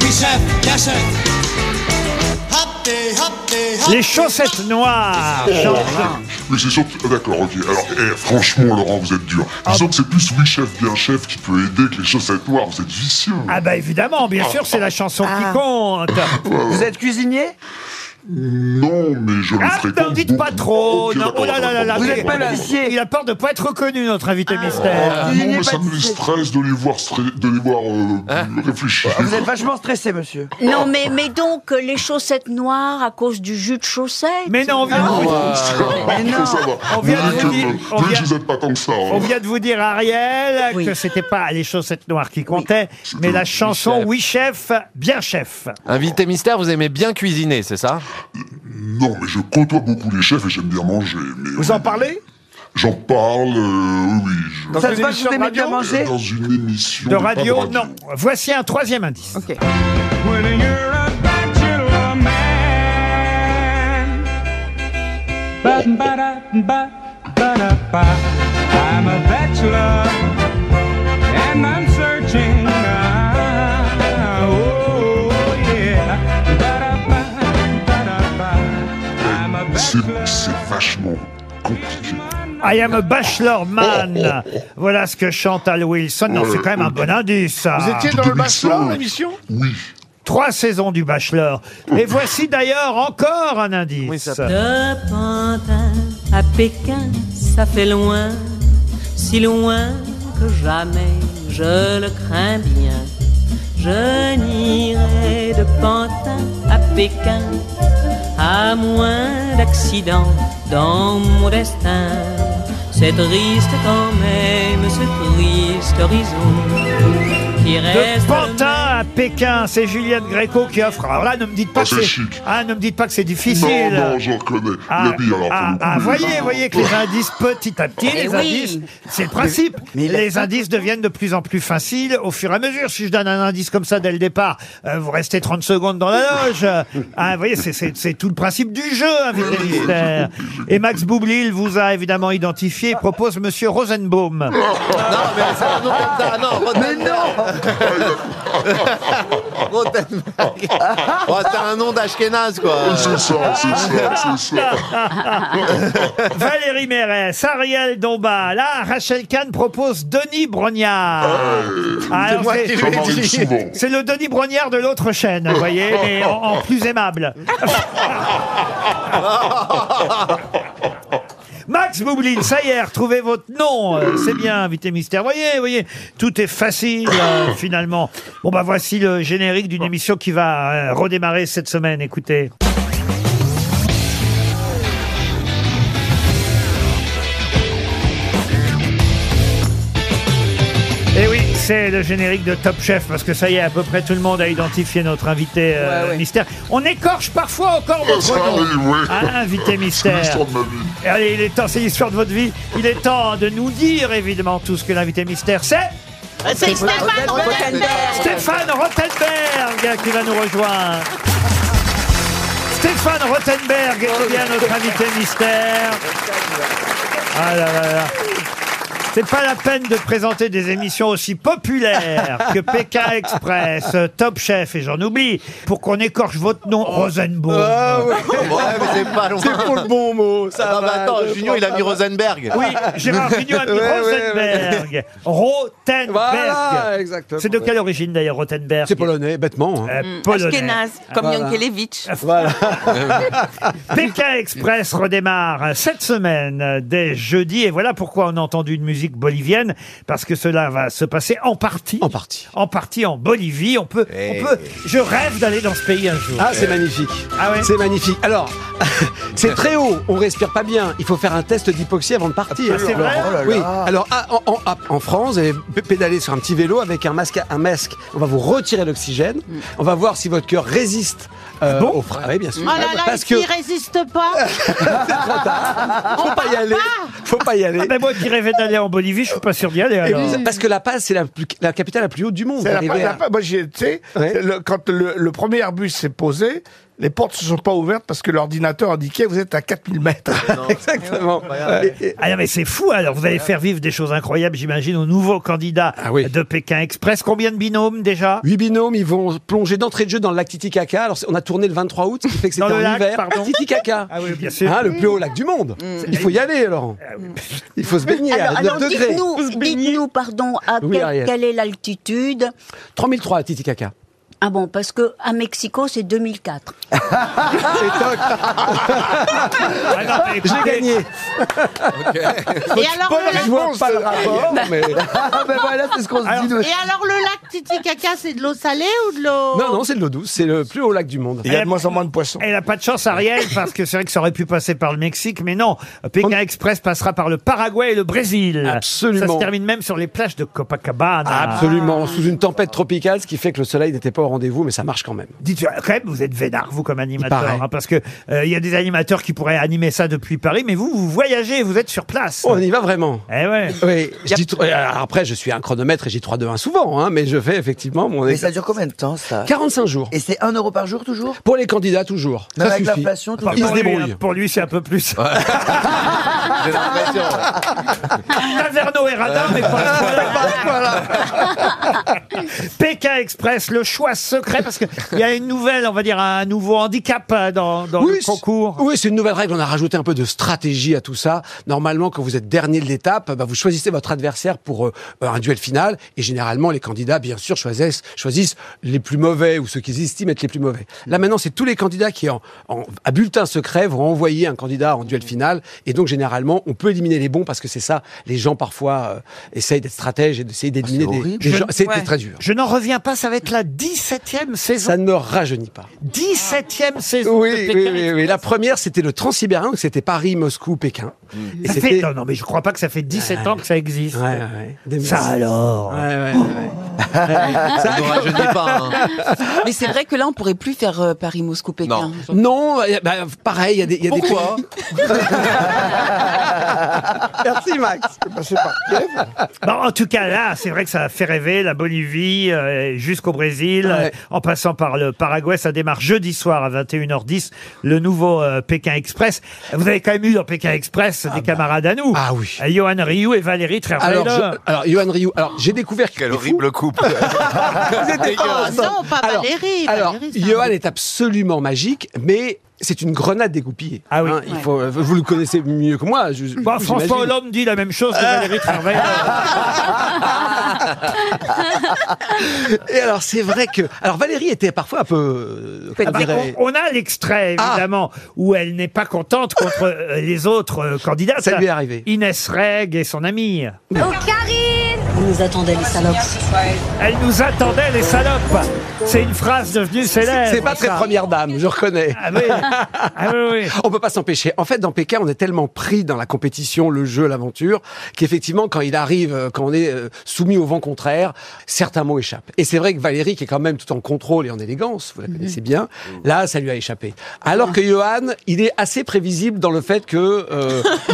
T: Oui, chef, bien chef. Hoppé, hoppé, hoppé.
B: Les chaussettes
R: Oh.
B: noires. Jean-
R: Oui, c'est sûr. que- ah, D'accord, ok. Alors, eh, franchement, Laurent, vous êtes dur. Disons que c'est plus oui, chef, bien chef qui peut aider que les chaussettes noires. Vous êtes vicieux.
B: Ah bah évidemment, bien sûr, c'est la chanson qui compte.
F: Vous êtes cuisinier
R: Non, mais je le
B: Ah,
R: fréquente.
B: n'en dites pas trop.
R: Ok,
B: Non, oh là là là là.
R: Vous
B: mais-
R: êtes Ah. pâtissier.
B: Il a peur de pas être reconnu, notre invité Ah, mystère.
R: Oh, non, mais ça me stresse de les voir, stre- de les voir euh,
C: Ah.
R: réfléchir.
F: Vous êtes vachement stressé, monsieur.
G: Non, mais, mais donc euh, les chaussettes noires à cause du jus de Ah. chaussette
B: Mais non, on vient de vous
R: Mais non. Ça va.
B: On vient de
R: Vous
B: vous
R: dites
B: dire,
R: que-
B: on
R: vous
B: vient-
R: dites que vous êtes pas comme ça. hein.
B: on vient de vous dire, Ariel, que c'était pas les chaussettes noires qui comptaient, mais la chanson Oui Chef, bien chef.
C: Invité mystère, vous aimez bien cuisiner, c'est ça
R: Non, mais je côtoie beaucoup les chefs et j'aime bien manger. Mais
D: Vous en parlez
R: j'en parle, euh, oui. Je...
D: Dans Ça une se voit que émission vous aimez bien radio manger
R: Dans une émission
B: De
R: pas
B: radio, non. Voici un troisième indice.
T: When you're a bachelor man. Ba ba da ba ba da ba. I'm a bachelor and I'm searching. Ah, oh yeah. Ba da ba ba da ba. I'm a
R: C'est c'est vachement compliqué.
B: I am a bachelor
R: Oh,
B: man. Voilà ce que chante Al Wilson. Non, c'est quand même un bon indice. ça.
D: Vous étiez dans le bachelor, l'émission
B: Trois saisons du bachelor. Et voici d'ailleurs encore un indice.
U: De Pantin à Pékin, ça fait loin, si loin que jamais, je le crains bien. Je n'irai de Pantin à Pékin, à moins d'accident dans mon destin. C'est triste quand même ce triste horizon qui
B: De
U: reste.
B: Pantin à Pékin, c'est Juliette Gréco qui offre. Alors là, ne me dites pas
R: Ah,
B: que
R: c'est
B: c'est.
R: chic.
B: Ah, ne me dites pas que c'est
R: Non,
B: difficile.
R: non, je reconnais.
B: Ah,
R: Mais oui, alors, pour
B: ah,
R: le coup,
B: ah,
R: les-
B: voyez, voyez que les indices, petit à petit,
R: Eh
B: les
R: oui.
B: indices, c'est le principe. les indices deviennent de plus en plus faciles au fur et à mesure. Si je donne un indice comme ça dès le départ, euh, vous restez 30 secondes dans la loge. ah, vous voyez, c'est- c'est c'est tout le principe du jeu, invité mystère. Et Max Boublil vous a évidemment identifié et propose Monsieur Rosenbaum.
R: Ah,
F: Mais non
C: Rothenberg. Oh, c'est un nom d'Ashkenaz, quoi.
R: Oh, C'est ça, c'est ça, c'est ça.
B: Valérie Mérès, Ariel Dombal, là, Rachel Kahn propose Denis Brognard. Ah,
R: c'est
B: alors,
R: moi qui l'ai Ça m'arrive dit. souvent.
B: C'est le Denis Brognard de l'autre chaîne, vous voyez, mais en, en plus aimable. Max Boublil, ça y est, retrouvez votre nom. Euh, C'est bien, invité mystère. Voyez, voyez, tout est facile euh, finalement. Bon bah voici le générique d'une émission qui va euh, redémarrer cette semaine. Écoutez. Et Eh oui, c'est le générique de Top Chef parce que ça y est, à peu près tout le monde a identifié notre invité euh, mystère. On écorche parfois encore
R: Ah,
B: notre
R: ça
B: nom.
R: arrive, oui.
B: Ah, invité
R: C'est
B: mystère.
R: Oh, l'histoire de ma vie.
B: Et Allez, il est temps, c'est l'histoire de votre vie. Il est temps de nous dire évidemment tout ce que l'invité mystère sait.
T: C'est Stéphane Rothenberg.
B: Stéphane Rothenberg qui va nous rejoindre. Stéphane Rothenberg est bien notre invité mystère. Ah là là là. C'est pas la peine de présenter des émissions aussi populaires que Pékin Express, Top Chef et j'en oublie pour qu'on écorche votre nom, Rosenbaum.
C: Oh. Ah ouais. Ouais, mais c'est pas loin. C'est pour le
B: bon mot.
C: Ah bah attends, Junio, il a mis Rosenberg.
B: Oui, Gérard Junio a mis
C: Ouais, ouais,
B: Rosenberg.
C: ouais.
B: Rotenberg.
C: Voilà, exactement.
B: C'est de quelle origine d'ailleurs, Rotenberg C'est polonais,
C: hein.
B: bêtement.
H: Mm.
B: polonais. Ah,
H: Ashkenaz, comme
B: Voilà.
H: Yankelevitch.
B: Pékin Express redémarre cette semaine dès jeudi et voilà pourquoi on a entendu une musique bolivienne parce que cela va se passer en partie en partie en partie en Bolivie on peut
C: Eh.
B: on peut je rêve d'aller dans ce pays un jour
V: Ah, c'est magnifique.
B: Ah
V: C'est magnifique. Alors, c'est très haut, on respire pas bien. Il faut faire un test d'hypoxie avant de partir.
B: Ah, c'est vrai Oh là là.
V: Oui. Alors, ah, en, en- ah, en France, vous allez p- pédaler sur un petit vélo avec un masque. à- Un masque. On va vous retirer l'oxygène.
B: Mm.
V: On va voir si votre cœur résiste
B: Ah
V: euh, au frais. Oui, bien
I: Oh
V: sûr.
I: là là,
V: Parce
I: est-ce qu'il
V: que
I: résiste pas
V: faut pas y aller. Faut pas y aller.
B: Ah ben moi qui rêvais d'aller en Bolivie, je suis pas sûr d'y aller.
V: Et
B: alors.
V: vous- Parce que La Paz, c'est la, plus- la capitale la plus haute du monde.
D: C'est la,
V: Arriver
D: la-
V: à-
D: moi, j'ai, tu sais, le- quand le, le premier Airbus s'est posé, les portes se sont pas ouvertes parce que l'ordinateur indiquait vous êtes à 4000 mètres.
V: Exactement.
B: Ah non, mais c'est fou alors vous allez faire vivre des choses incroyables j'imagine aux nouveaux candidats de Pékin Express combien de binômes déjà
V: 8 Ah binômes, ils vont plonger d'entrée de jeu dans le lac Titicaca. Alors, c'est- on a tourné le 23 août, ce qui fait que c'était
B: Dans le
V: en
B: lac,
V: hiver.
B: pardon.
V: Titicaca.
B: Ah oui, bien sûr. Mm. Ah
V: Hein, le plus haut lac du monde. Il faut y aller, Laurent. Il faut se baigner
G: alors,
V: à 9
G: alors,
V: degrés.
G: dites-nous, dites-nous, pardon, à
V: Oui,
G: quel-
V: Ariel.
G: quelle est l'altitude
V: 3003 à Titicaca.
G: Ah bon, parce que à Mexico, c'est 2004.
B: ah,
V: J'ai gagné.
I: Et alors, le Ah, lac-
V: Je vois pas le rapport, mais. Ah,
I: ben
V: ben
I: Alors- Et alors le lac Titicaca, c'est de l'eau salée ou de l'eau
V: Non, non, c'est de l'eau douce. C'est le plus haut lac du monde.
B: Il y a de
V: moins en moins de poissons.
B: Elle n'a pas de chance, Ariel, parce que c'est vrai que ça aurait pu passer par le Mexique, mais non. Pékin Express passera par le Paraguay et le Brésil.
V: Absolument.
B: Ça se termine même sur les plages de Copacabana.
V: Absolument, sous une tempête tropicale, ce qui fait que le soleil n'était pas au rendez-vous, mais ça marche quand même.
B: Dites, quand même, vous êtes vénard, vous, comme animateur.
V: paraît.
B: hein, parce que euh, il y a des animateurs qui pourraient animer ça depuis Paris, mais vous, vous voyagez, vous êtes sur place.
V: Oh, On y va vraiment.
B: Eh ouais.
V: Oui, je dis tro- alors après, je suis un chronomètre et j'ai 3 2 1 souvent, hein, mais je fais effectivement mon.
F: Mais ça dure combien de temps, ça
V: 45 jours.
F: Et c'est 1 euro par jour, toujours
V: Pour les candidats, toujours.
F: Même
V: ça
F: avec
V: suffit.
F: l'inflation, toujours
V: Ils se
B: Pour lui,
V: débrouillent.
B: hein, Pour lui, c'est un peu plus. Taverneau et Radin, mais pas à ce point-là. Pékin Express, le choix secret, parce qu'il y a une nouvelle, on va dire, un nouveau handicap euh, dans, dans le
V: c'est-
B: concours.
V: Oui, c'est une nouvelle règle. On a rajouté un peu de stratégie à tout ça. Normalement, quand vous êtes dernier de l'étape, bah, vous choisissez votre adversaire pour euh, un duel final. Et généralement, les candidats, bien sûr, choisissent, choisissent les plus mauvais ou ceux qu'ils estiment être les plus mauvais. Là, maintenant, c'est tous les candidats qui, en, en- à bulletin secret, vont envoyer un candidat en duel final. Et donc, généralement, on peut éliminer les bons parce que c'est ça. Les gens, parfois, euh, essayent d'être stratèges et d'essayer d'éliminer des, des
B: Je-
V: gens. C'était
B: ouais.
V: très dur.
B: Je n'en reviens pas, ça va être la 17e saison.
V: Ça ne me rajeunit pas. Ah.
B: 17e saison
V: Oui,
B: de
V: oui,
B: Pékin
V: oui, oui, oui. La première, c'était le Transsibérien, donc c'était Paris, Moscou, Pékin. Et
B: Hmm. Ça fait-
V: c'était- Ah
B: non, non, mais je crois pas que ça fait 17 ans que ça existe. Ça
V: 2006.
B: alors
V: Ouais, ouais, ouais. Ça ne rajeunit pas,
H: Ah. Mais c'est vrai que là, on pourrait plus faire euh, Paris-Moscou-Pékin.
V: Non, euh, bah, pareil, il y a des. il Y a
H: Pourquoi
V: des... Merci Max.
B: Bon, Bah, en tout cas, là, c'est vrai que ça fait rêver la Bolivie euh, jusqu'au Brésil, euh, en passant par le Paraguay. Ça démarre jeudi soir à 21h10, le nouveau euh, Pékin Express. Vous avez quand même eu dans Pékin Express des camarades à nous. Ah oui. Johan Rioux et Valérie Trierweiler.
V: bah. Alors, je- alors, Johan Rioux, alors j'ai découvert quel horrible couple. Vous êtes
I: Oh,
V: dégueulasse.
I: non, pas
V: alors,
I: Valérie,
V: alors,
I: Valérie, ça
V: Johan est absolument magique, mais c'est une grenade dégoupillée.
B: Ah oui.
V: il faut, euh, vous le connaissez mieux que moi. je-
B: Bon,
V: j'imagine. Ah.
B: François Hollande dit la même chose que Valérie Travail.
V: Et alors, c'est vrai que. Alors, Valérie était parfois un peu. euh, Ah
B: Ah bah,
V: comment dirais-
B: on, on a l'extrait, évidemment, où elle n'est pas contente contre euh, les autres euh, candidats.
V: Ça lui est arrivé.
B: Inès Reg et son amie.
E: Oh Karine Vous nous attendez les salopes.
B: Elle nous attendait, les salopes. C'est une phrase devenue célèbre.
V: C'est pas très
B: ça.
V: première dame, je reconnais.
B: Ah oui.
V: On peut pas s'empêcher. En fait, dans Pékin, on est tellement pris dans la compétition, le jeu, l'aventure, qu'effectivement, quand il arrive, euh, quand on est euh, soumis au vent contraire, certains mots échappent. Et c'est vrai que Valérie, qui est quand même tout en contrôle et en élégance, vous
B: Mhm.
V: la connaissez bien, là, ça lui a échappé. Alors
B: Ah.
V: que Johan, il est assez prévisible dans le fait que... euh,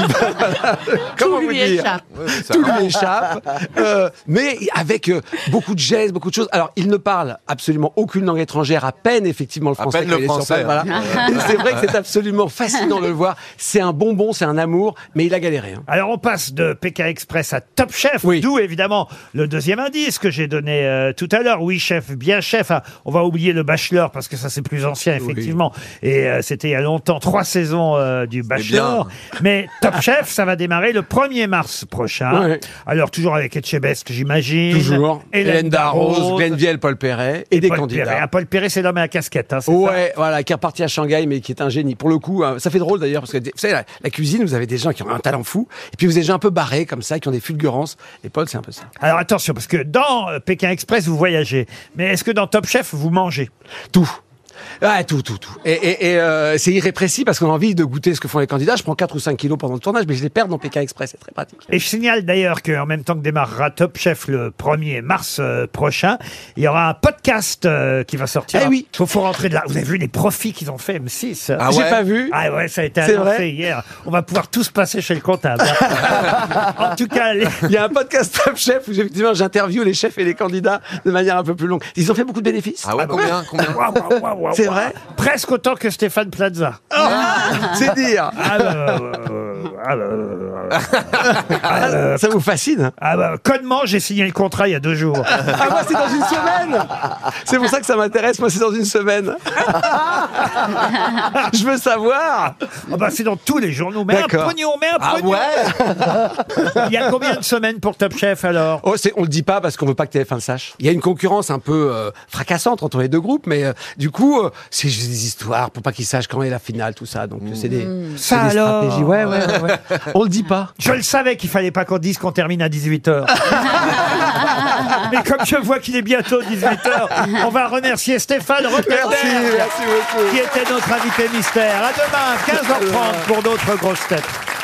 V: comment
I: Tout
V: vous
I: lui
V: dire
I: échappe.
V: Tout lui échappe. Euh, mais avec euh, beaucoup de gestes, beaucoup de choses. Alors, il ne parle absolument aucune langue étrangère, à peine effectivement le
M: À
V: français.
M: peine le
V: quand il est sur
M: français,
V: place, voilà.
M: hein.
V: Et c'est vrai que c'est absolument fascinant de le voir. C'est un bonbon, c'est un amour, mais il a galéré. hein.
B: Alors on passe de Pékin Express à Top Chef, d'où évidemment le deuxième indice que j'ai donné euh, tout à l'heure. Oui chef, bien chef. Ah, on va oublier le Bachelor parce que ça c'est plus ancien effectivement. Et euh, c'était il y a longtemps, trois saisons euh, du Bachelor. Mais Top Chef, ça va démarrer le 1er mars prochain.
V: Ouais.
B: Alors toujours avec Etchebest, j'imagine.
V: Toujours.
B: Hélène, Darroze,
V: Glenviel, Paul Perret et, des
B: Paul
V: candidats.
B: Perret. Ah, Paul Perret, c'est l'homme à la casquette. hein, c'est
V: Ouais, voilà, qui est reparti à Shanghai, mais qui est un génie. Pour le coup, hein, ça fait drôle d'ailleurs, parce que vous savez, la, la cuisine, vous avez des gens qui ont un talent fou, et puis vous avez des gens un peu barrés comme ça, qui ont des fulgurances. Et Paul, c'est un peu ça.
B: Alors attention, parce que dans euh, Pékin Express, vous voyagez. Mais est-ce que dans Top Chef, vous mangez
V: Tout. Ah, tout, tout, tout. Et, et- et, euh, c'est irrépressible parce qu'on a envie de goûter ce que font les candidats. Je prends 4 ou 5 kilos pendant le tournage, mais je les perds dans Pékin Express, c'est très pratique.
B: Et je signale d'ailleurs qu'en même temps que démarrera Top Chef le 1er mars euh, prochain, il y aura un podcast euh, qui va sortir.
V: Eh oui.
B: Faut, faut rentrer de là. Vous avez vu les profits qu'ils ont fait M6
V: Ah J'ai ouais pas vu.
B: Ah ouais, ça a été
V: C'est
B: annoncé
V: vrai
B: hier. On va pouvoir tous passer chez le comptable. en tout cas, les-
V: Il y a un podcast Top Chef où effectivement j'interviewe les chefs et les candidats de manière un peu plus longue. Ils ont fait beaucoup de bénéfices. Ah ouais,
B: combien, Waouh, waouh, waouh, waouh.
V: C'est vrai
B: Presque autant que Stéphane Plaza.
V: C'est dire.
B: Ah, bah, Ah, bah,
V: Ah, ça vous fascine hein
B: Ah bah, connement, j'ai signé le contrat il y a deux jours.
V: Ah, moi, c'est dans une semaine C'est pour ça que ça m'intéresse, moi, c'est dans une semaine. Je veux savoir
B: Ah bah, c'est dans tous les journaux. Mais un
V: D'accord.
B: pognon, mais un
V: Ah
B: pognon Il y a combien de semaines pour Top Chef alors
V: oh, c'est- On le dit pas parce qu'on veut pas que TF1 le sache. Il y a une concurrence un peu euh, fracassante entre les deux groupes, mais euh, du coup, euh, c'est juste des histoires pour pas qu'ils sachent quand est la finale, tout ça. Donc c'est des, c'est
B: Mmh. Ça
V: des
B: alors
V: stratégies. Ouais, ouais, ouais, ouais. On le dit pas.
B: Je le savais qu'il fallait pas qu'on dise qu'on termine à 18h. Mais comme je vois qu'il est bientôt 18h, on va remercier Stéphane Rottenberg,
T: Merci, merci beaucoup.
B: qui était notre invité mystère. À demain, 15h30 pour d'autres grosses têtes.